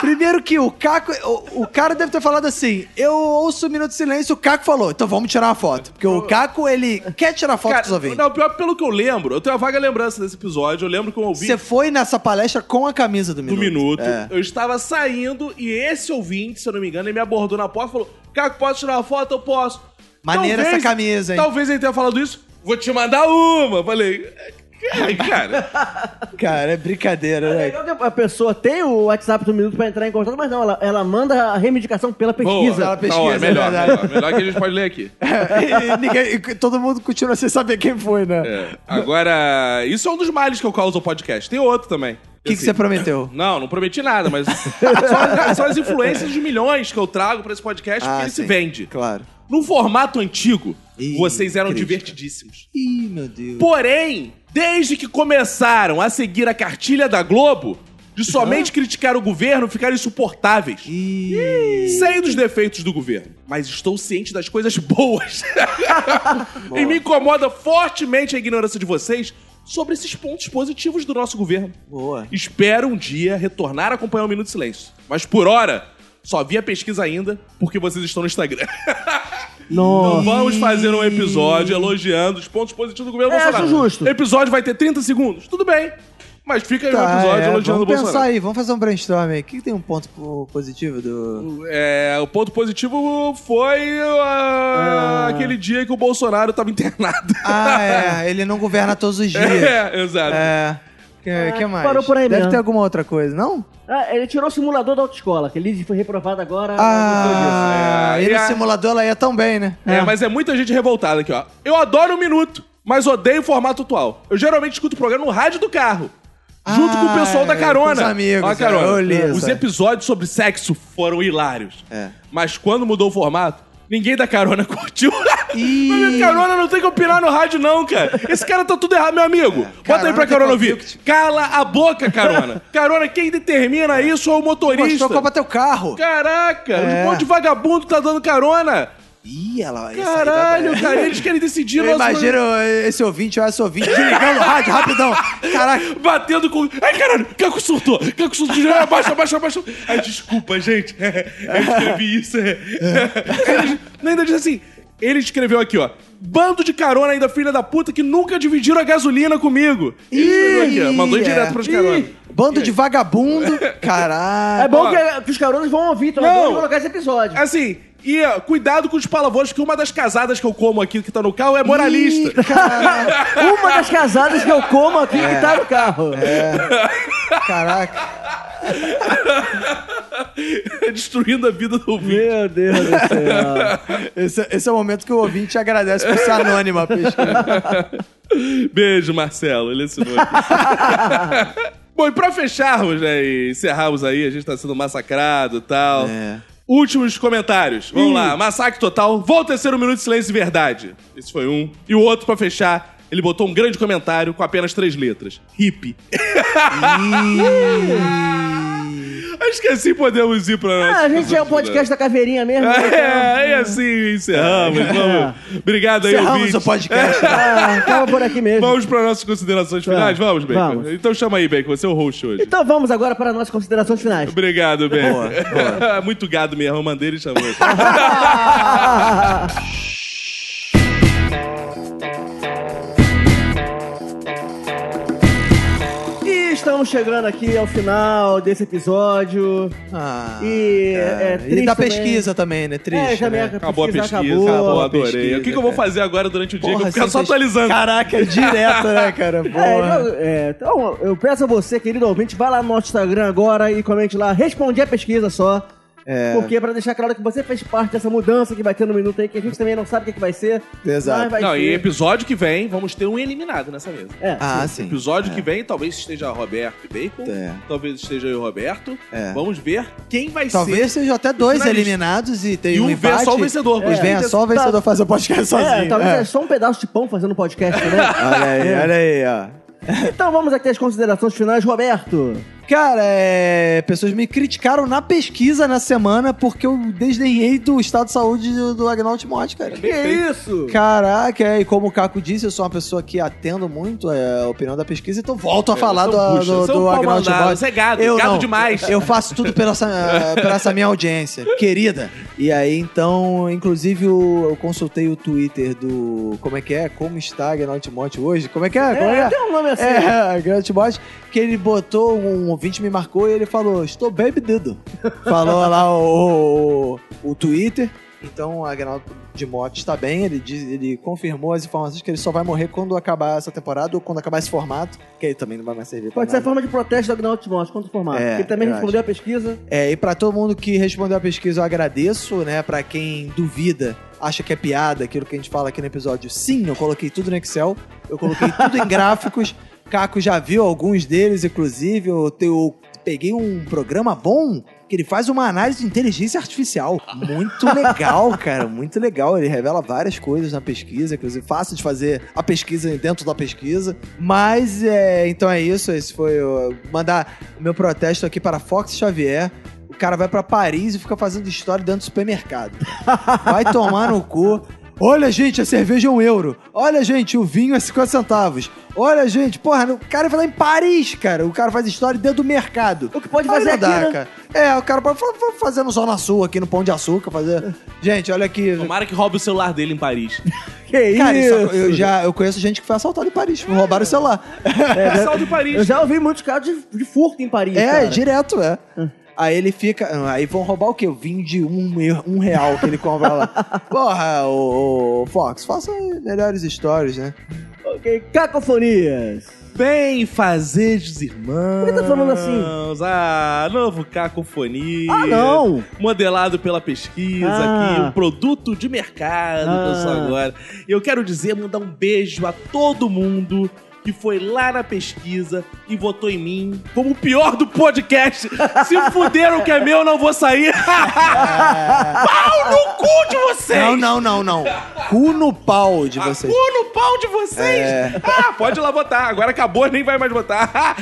[SPEAKER 3] Primeiro que o Caco. O, o cara deve ter falado assim: eu ouço o Minuto de Silêncio, o Caco falou, então vamos tirar uma foto. Porque o Caco, ele quer tirar foto
[SPEAKER 4] Cara,
[SPEAKER 3] dos ouvintes.
[SPEAKER 4] não, pior, pelo que eu lembro, eu tenho uma vaga lembrança desse episódio. Eu lembro que eu ouvi
[SPEAKER 3] Você foi nessa palestra com a camisa do
[SPEAKER 4] do
[SPEAKER 3] Minuto.
[SPEAKER 4] minuto.
[SPEAKER 3] É.
[SPEAKER 4] Eu estava saindo e esse ouvinte, se eu não me engano, ele me abordou na porta e falou: Caco, posso tirar uma foto? Eu posso.
[SPEAKER 3] Maneira essa camisa, hein?
[SPEAKER 4] Talvez ele tenha falado isso. Vou te mandar uma. Falei. "Ai, Cara,
[SPEAKER 3] Cara, é brincadeira,
[SPEAKER 2] É
[SPEAKER 3] né?
[SPEAKER 2] legal que a pessoa tem o WhatsApp do minuto pra entrar em contato, mas não, ela, ela manda a reivindicação pela pesquisa.
[SPEAKER 4] boa.
[SPEAKER 3] ela pesquisa,
[SPEAKER 4] Tá, ó,
[SPEAKER 3] é
[SPEAKER 4] melhor,
[SPEAKER 3] verdade.
[SPEAKER 4] melhor, melhor que a gente pode ler aqui.
[SPEAKER 3] E ninguém- e todo mundo continua sem saber quem foi, né? O
[SPEAKER 4] É, Agora, isso é um dos males que eu causo ao podcast. Tem outro também.
[SPEAKER 3] que, que
[SPEAKER 4] Assim,
[SPEAKER 3] você prometeu?
[SPEAKER 4] Não, não prometi nada, mas só, só as influências de milhões que eu trago pra esse podcast,
[SPEAKER 3] Ah,
[SPEAKER 4] porque ele se
[SPEAKER 3] sim.
[SPEAKER 4] vende.
[SPEAKER 3] Claro.
[SPEAKER 4] No formato antigo,
[SPEAKER 3] Ih,
[SPEAKER 4] vocês eram
[SPEAKER 3] crítica.
[SPEAKER 4] divertidíssimos.
[SPEAKER 3] Ih, meu Deus.
[SPEAKER 4] Porém, desde que começaram a seguir a cartilha da Globo, de somente criticar o governo, ficaram insuportáveis.
[SPEAKER 3] Ih.
[SPEAKER 4] Sei dos defeitos do governo, mas estou ciente das coisas boas. e me incomoda fortemente a ignorância de vocês sobre esses pontos positivos do nosso governo.
[SPEAKER 3] Boa.
[SPEAKER 4] Espero um dia retornar a acompanhar o Minuto de Silêncio. Mas por hora, só vi a pesquisa ainda porque vocês estão no Instagram. Então vamos fazer um episódio elogiando os pontos positivos do governo
[SPEAKER 2] É,
[SPEAKER 4] Bolsonaro.
[SPEAKER 2] acho justo.
[SPEAKER 4] Episódio vai ter 30 segundos. Tudo bem. Mas fica aí um
[SPEAKER 3] Tá,
[SPEAKER 4] episódio
[SPEAKER 3] é,
[SPEAKER 4] elogiando o
[SPEAKER 3] vamos pensar
[SPEAKER 4] Bolsonaro.
[SPEAKER 3] aí, vamos fazer um brainstorm aí. O que, que tem um ponto po- positivo do.
[SPEAKER 4] É, o ponto positivo foi ah, aquele dia que o Bolsonaro tava internado.
[SPEAKER 3] Ah, é, ele não governa todos os dias.
[SPEAKER 4] é, exato.
[SPEAKER 3] É. Que, que mais?
[SPEAKER 2] parou por aí
[SPEAKER 3] Deve
[SPEAKER 2] mesmo.
[SPEAKER 3] ter alguma outra coisa, não?
[SPEAKER 2] Ah, ele tirou o simulador da autoescola, que ele foi reprovado agora.
[SPEAKER 4] Ah,
[SPEAKER 3] Ah,
[SPEAKER 4] é.
[SPEAKER 3] e
[SPEAKER 4] E
[SPEAKER 3] no
[SPEAKER 4] a-
[SPEAKER 3] simulador ela ia tão bem, né?
[SPEAKER 4] É, mas é muita gente revoltada aqui, ó. Eu adoro o minuto, mas odeio o formato atual. Eu geralmente escuto o programa no rádio do carro. Junto com o pessoal da
[SPEAKER 3] Ah, é,
[SPEAKER 4] carona.
[SPEAKER 3] com os amigos,
[SPEAKER 4] Ó, a carona.
[SPEAKER 3] é, eu li
[SPEAKER 4] os
[SPEAKER 3] essa.
[SPEAKER 4] episódios sobre sexo foram hilários.
[SPEAKER 3] É.
[SPEAKER 4] Mas quando mudou o formato, ninguém da carona curtiu.
[SPEAKER 3] Ih.
[SPEAKER 4] Meu amigo, carona não tem que opinar no rádio, não, cara. Esse cara tá tudo errado, meu amigo. Bota
[SPEAKER 3] É, carona
[SPEAKER 4] aí pra
[SPEAKER 3] tem
[SPEAKER 4] carona ouvir.
[SPEAKER 3] conflito.
[SPEAKER 4] Cala a boca, carona. carona, quem determina isso é o motorista.
[SPEAKER 3] Mostrou Copa teu carro.
[SPEAKER 4] Caraca,
[SPEAKER 3] É.
[SPEAKER 4] um monte de vagabundo tá dando carona.
[SPEAKER 3] Ih, ela. essa aí vai-
[SPEAKER 4] Caralho, cara, eles querem decidir
[SPEAKER 3] Eu
[SPEAKER 4] nosso
[SPEAKER 3] imagino esse ouvinte, olha esse ouvinte, desligando o rádio rapidão. Caraca.
[SPEAKER 4] programa. Batendo com. Ai, caralho, Caco surtou! Caco surtou! Já, Abaixa, abaixa, abaixa! Ai, desculpa, gente. Eu escrevi isso. é. Ele ainda diz assim. Ele escreveu aqui, ó. Bando de carona ainda, filha da puta, que nunca dividiram a gasolina comigo. Ele escreveu aqui, ó. Mandou
[SPEAKER 3] Ih,
[SPEAKER 4] direto
[SPEAKER 3] é.
[SPEAKER 4] pras caronas.
[SPEAKER 3] Bando de vagabundo.
[SPEAKER 2] É
[SPEAKER 3] Caralho.
[SPEAKER 2] bom
[SPEAKER 4] Ó.
[SPEAKER 2] que, que os caronas vão ouvir, então
[SPEAKER 4] Não.
[SPEAKER 2] é bom colocar esse episódio.
[SPEAKER 4] Assim, e ó, cuidado com os palavrões, que uma das casadas que eu como aqui que tá no carro é moralista.
[SPEAKER 3] Ih, caralho.
[SPEAKER 4] É
[SPEAKER 2] Uma das casadas que eu como aqui que tá no carro.
[SPEAKER 3] Caraca.
[SPEAKER 4] Destruindo a vida do ouvinte.
[SPEAKER 2] Meu Deus do céu.
[SPEAKER 3] Esse, esse é o momento que o ouvinte agradece por ser anônima. pesquisa.
[SPEAKER 4] Beijo, Marcelo. Ele assinou aqui. Bom, e pra fecharmos, né, e encerrarmos aí, a gente tá sendo massacrado e tal.
[SPEAKER 3] É.
[SPEAKER 4] Últimos comentários. Vamos lá. Massacre total. Volta a ser um minuto de silêncio e verdade. Esse foi um. E o outro, pra fechar, ele botou um grande comentário com apenas três letras. Hip. Acho que assim podemos ir pra...
[SPEAKER 2] Ah, a gente é um podcast da caveirinha mesmo. né? É.
[SPEAKER 4] É, e assim encerramos. Vamos. Obrigado aí,
[SPEAKER 3] Encerramos
[SPEAKER 4] ouvinte.
[SPEAKER 3] o podcast.
[SPEAKER 2] Ah, acaba por aqui mesmo.
[SPEAKER 4] Vamos para nossas considerações finais?
[SPEAKER 2] Tá.
[SPEAKER 4] Vamos, Bacon.
[SPEAKER 2] Vamos.
[SPEAKER 4] Então chama aí, Bacon. Você é o host hoje.
[SPEAKER 2] Então vamos agora para nossas considerações finais.
[SPEAKER 4] Obrigado, Bacon.
[SPEAKER 3] Boa,
[SPEAKER 4] Muito gado mesmo. A Mandeira chamou.
[SPEAKER 2] E estamos chegando aqui ao final desse episódio.
[SPEAKER 3] Ah,
[SPEAKER 2] E
[SPEAKER 3] cara.
[SPEAKER 2] é
[SPEAKER 3] e
[SPEAKER 2] triste
[SPEAKER 3] da
[SPEAKER 2] também.
[SPEAKER 3] pesquisa também, né? Triste.
[SPEAKER 2] É, já
[SPEAKER 3] né?
[SPEAKER 2] minha
[SPEAKER 4] Acabou a pesquisa. Acabou,
[SPEAKER 2] acabou.
[SPEAKER 4] adorei.
[SPEAKER 3] pesquisa,
[SPEAKER 4] o que, que eu vou
[SPEAKER 3] cara.
[SPEAKER 4] fazer agora durante o dia? que eu
[SPEAKER 3] Porra,
[SPEAKER 4] vou ficar
[SPEAKER 3] sem
[SPEAKER 4] só
[SPEAKER 3] vocês-
[SPEAKER 4] atualizando.
[SPEAKER 3] Caraca, direto, né, cara?
[SPEAKER 2] É,
[SPEAKER 3] Boa.
[SPEAKER 2] eu- é, então eu peço a você, querido ouvinte, vai lá no nosso Instagram agora e comente lá, respondi a pesquisa só.
[SPEAKER 3] É.
[SPEAKER 2] Porque pra deixar claro que você fez parte dessa mudança que vai ter no minuto aí, que a gente também não sabe o que, é que vai ser.
[SPEAKER 3] Exato.
[SPEAKER 2] mas vai
[SPEAKER 4] Não,
[SPEAKER 2] ser.
[SPEAKER 4] e episódio que vem, vamos ter um eliminado nessa mesa.
[SPEAKER 2] É,
[SPEAKER 3] Ah, sim.
[SPEAKER 4] Episódio que vem, talvez esteja Roberto e Bacon.
[SPEAKER 3] É.
[SPEAKER 4] Talvez esteja eu e Roberto.
[SPEAKER 3] É.
[SPEAKER 4] Vamos ver quem vai ser.
[SPEAKER 3] Talvez sejam até dois
[SPEAKER 4] Finalista.
[SPEAKER 3] eliminados e tem
[SPEAKER 4] E
[SPEAKER 3] um,
[SPEAKER 4] um venha
[SPEAKER 3] empate.
[SPEAKER 4] só o vencedor.
[SPEAKER 3] Os
[SPEAKER 4] É.
[SPEAKER 3] venha só o vencedor fazer o podcast sozinho.
[SPEAKER 2] É, talvez
[SPEAKER 3] É.
[SPEAKER 2] é só um pedaço de pão fazendo podcast, né?
[SPEAKER 3] Olha aí, olha aí, ó.
[SPEAKER 2] Então vamos aqui às considerações finais, Roberto.
[SPEAKER 3] Cara, é, pessoas me criticaram na pesquisa na semana porque eu desdenhei do estado de saúde do, do Agnaldo Timóteo,
[SPEAKER 4] É
[SPEAKER 3] cara.
[SPEAKER 2] Que isso?
[SPEAKER 3] Caraca, é, e como o Caco disse, eu sou uma pessoa que atendo muito é, a opinião da pesquisa, então volto a falar
[SPEAKER 4] são
[SPEAKER 3] do,
[SPEAKER 4] buchas,
[SPEAKER 3] do,
[SPEAKER 4] são
[SPEAKER 3] do
[SPEAKER 4] pau
[SPEAKER 3] Agnaldo
[SPEAKER 4] mandado,
[SPEAKER 3] Timóteo.
[SPEAKER 4] você é gado, gado demais.
[SPEAKER 3] Eu faço tudo pela essa, pela essa minha audiência, querida. E aí, então, inclusive, eu, eu consultei o Twitter do. Como é que é? Como está Agnaldo Timóteo hoje? Como é que é? Como é, que
[SPEAKER 2] É,
[SPEAKER 3] é?
[SPEAKER 2] tem um nome assim.
[SPEAKER 3] É, Grant Bot, que ele botou, um ouvinte me marcou e ele falou, estou bem bebido. Falou lá o, o, o Twitter. Então, a Agnaldo de Mote está bem, ele, diz- ele confirmou as informações que ele só vai morrer quando acabar essa temporada ou quando acabar esse formato, que aí também não vai mais servir pra
[SPEAKER 2] Pode ser a
[SPEAKER 3] nada.
[SPEAKER 2] forma de protesto do Agnaldo Timóteo contra o formato.
[SPEAKER 3] É,
[SPEAKER 2] Ele também
[SPEAKER 3] eu
[SPEAKER 2] respondeu a pesquisa.
[SPEAKER 3] É, e pra todo mundo que respondeu a pesquisa, eu agradeço, né? Pra quem duvida, acha que é piada aquilo que a gente fala aqui no episódio, sim, eu coloquei tudo no Excel, eu coloquei tudo em gráficos. Caco já viu alguns deles, inclusive, eu, te- eu peguei um programa bom que ele faz uma análise de inteligência artificial. Muito legal, cara, muito legal. Ele revela várias coisas na pesquisa, inclusive fácil de fazer a pesquisa dentro da pesquisa. Mas, é, então é isso, esse foi o... Mandar meu protesto aqui para Fox Xavier, o cara vai pra Paris e fica fazendo história dentro do supermercado. Vai tomar no cu. Olha, gente, a cerveja é um euro. Olha, gente, o vinho é 50 centavos. Olha, gente, porra, o cara vai lá em Paris, cara. O cara faz história dentro do mercado.
[SPEAKER 2] O que pode
[SPEAKER 3] Aí
[SPEAKER 2] fazer
[SPEAKER 3] não
[SPEAKER 2] aqui,
[SPEAKER 3] dá,
[SPEAKER 2] né?
[SPEAKER 3] cara. É, o cara pode fa- fa- fazer no Zona Sul aqui, no Pão de Açúcar, fazer... Gente, olha aqui...
[SPEAKER 4] Tomara que roube o celular dele em Paris.
[SPEAKER 2] Que
[SPEAKER 3] Cara, isso, é um
[SPEAKER 2] isso?
[SPEAKER 3] eu já eu conheço gente que foi assaltada em Paris, tipo, roubaram o celular.
[SPEAKER 4] É, Saldo em Paris.
[SPEAKER 2] Eu já ouvi muitos casos de, de furto em Paris.
[SPEAKER 3] É,
[SPEAKER 2] cara.
[SPEAKER 3] direto, é. Aí ele fica. ah, Aí vão roubar o quê? O vinho de um, e- um real que ele compra lá. Porra, o, Fox, faça melhores stories, né?
[SPEAKER 2] Ok, cacofonias.
[SPEAKER 4] Bem fazeres, irmãos.
[SPEAKER 2] Por que tá falando assim?
[SPEAKER 4] Ah, novo Cacofonia.
[SPEAKER 2] Ah, não!
[SPEAKER 4] Modelado pela pesquisa
[SPEAKER 2] Ah.
[SPEAKER 4] aqui, um produto de mercado que eu sou
[SPEAKER 2] Ah.
[SPEAKER 4] agora. Eu quero dizer, mandar um beijo a todo mundo que foi lá na pesquisa e votou em mim como o pior do podcast. Se fuderam que é meu, não vou sair. Pau no cu de vocês!
[SPEAKER 3] Não, não, não, não. Cu no pau de
[SPEAKER 4] Ah,
[SPEAKER 3] vocês.
[SPEAKER 4] cu no pau de vocês! Ah, pode ir lá votar. Agora acabou, nem vai mais votar.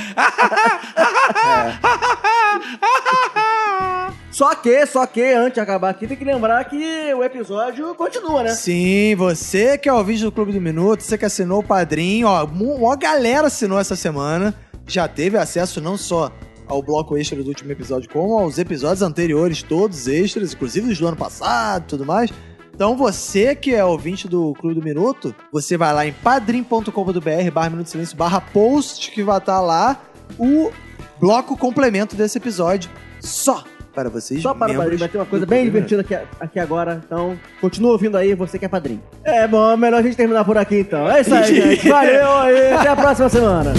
[SPEAKER 2] Só que, só que, antes de acabar aqui, tem que lembrar que o episódio continua, né?
[SPEAKER 3] Sim, você que é ouvinte do Clube do Minuto, você que assinou o padrinho, ó, mu- ó galera assinou essa semana, já teve acesso não só ao bloco extra do último episódio, como aos episódios anteriores, todos extras, inclusive os do ano passado e tudo mais. Então você que é ouvinte do Clube do Minuto, você vai lá em padrim.com.br barra Minuto de Silêncio barra post que vai estar lá o bloco complemento desse episódio só para vocês
[SPEAKER 2] Só para o
[SPEAKER 3] membros
[SPEAKER 2] padrinho, vai ter uma
[SPEAKER 3] do
[SPEAKER 2] coisa
[SPEAKER 3] Clube
[SPEAKER 2] bem
[SPEAKER 3] do Minuto.
[SPEAKER 2] divertida aqui, aqui agora. Então, continua ouvindo aí, você que é padrinho. É bom, é melhor a gente terminar por aqui então. É isso aí, gente. Valeu aí, até a próxima semana.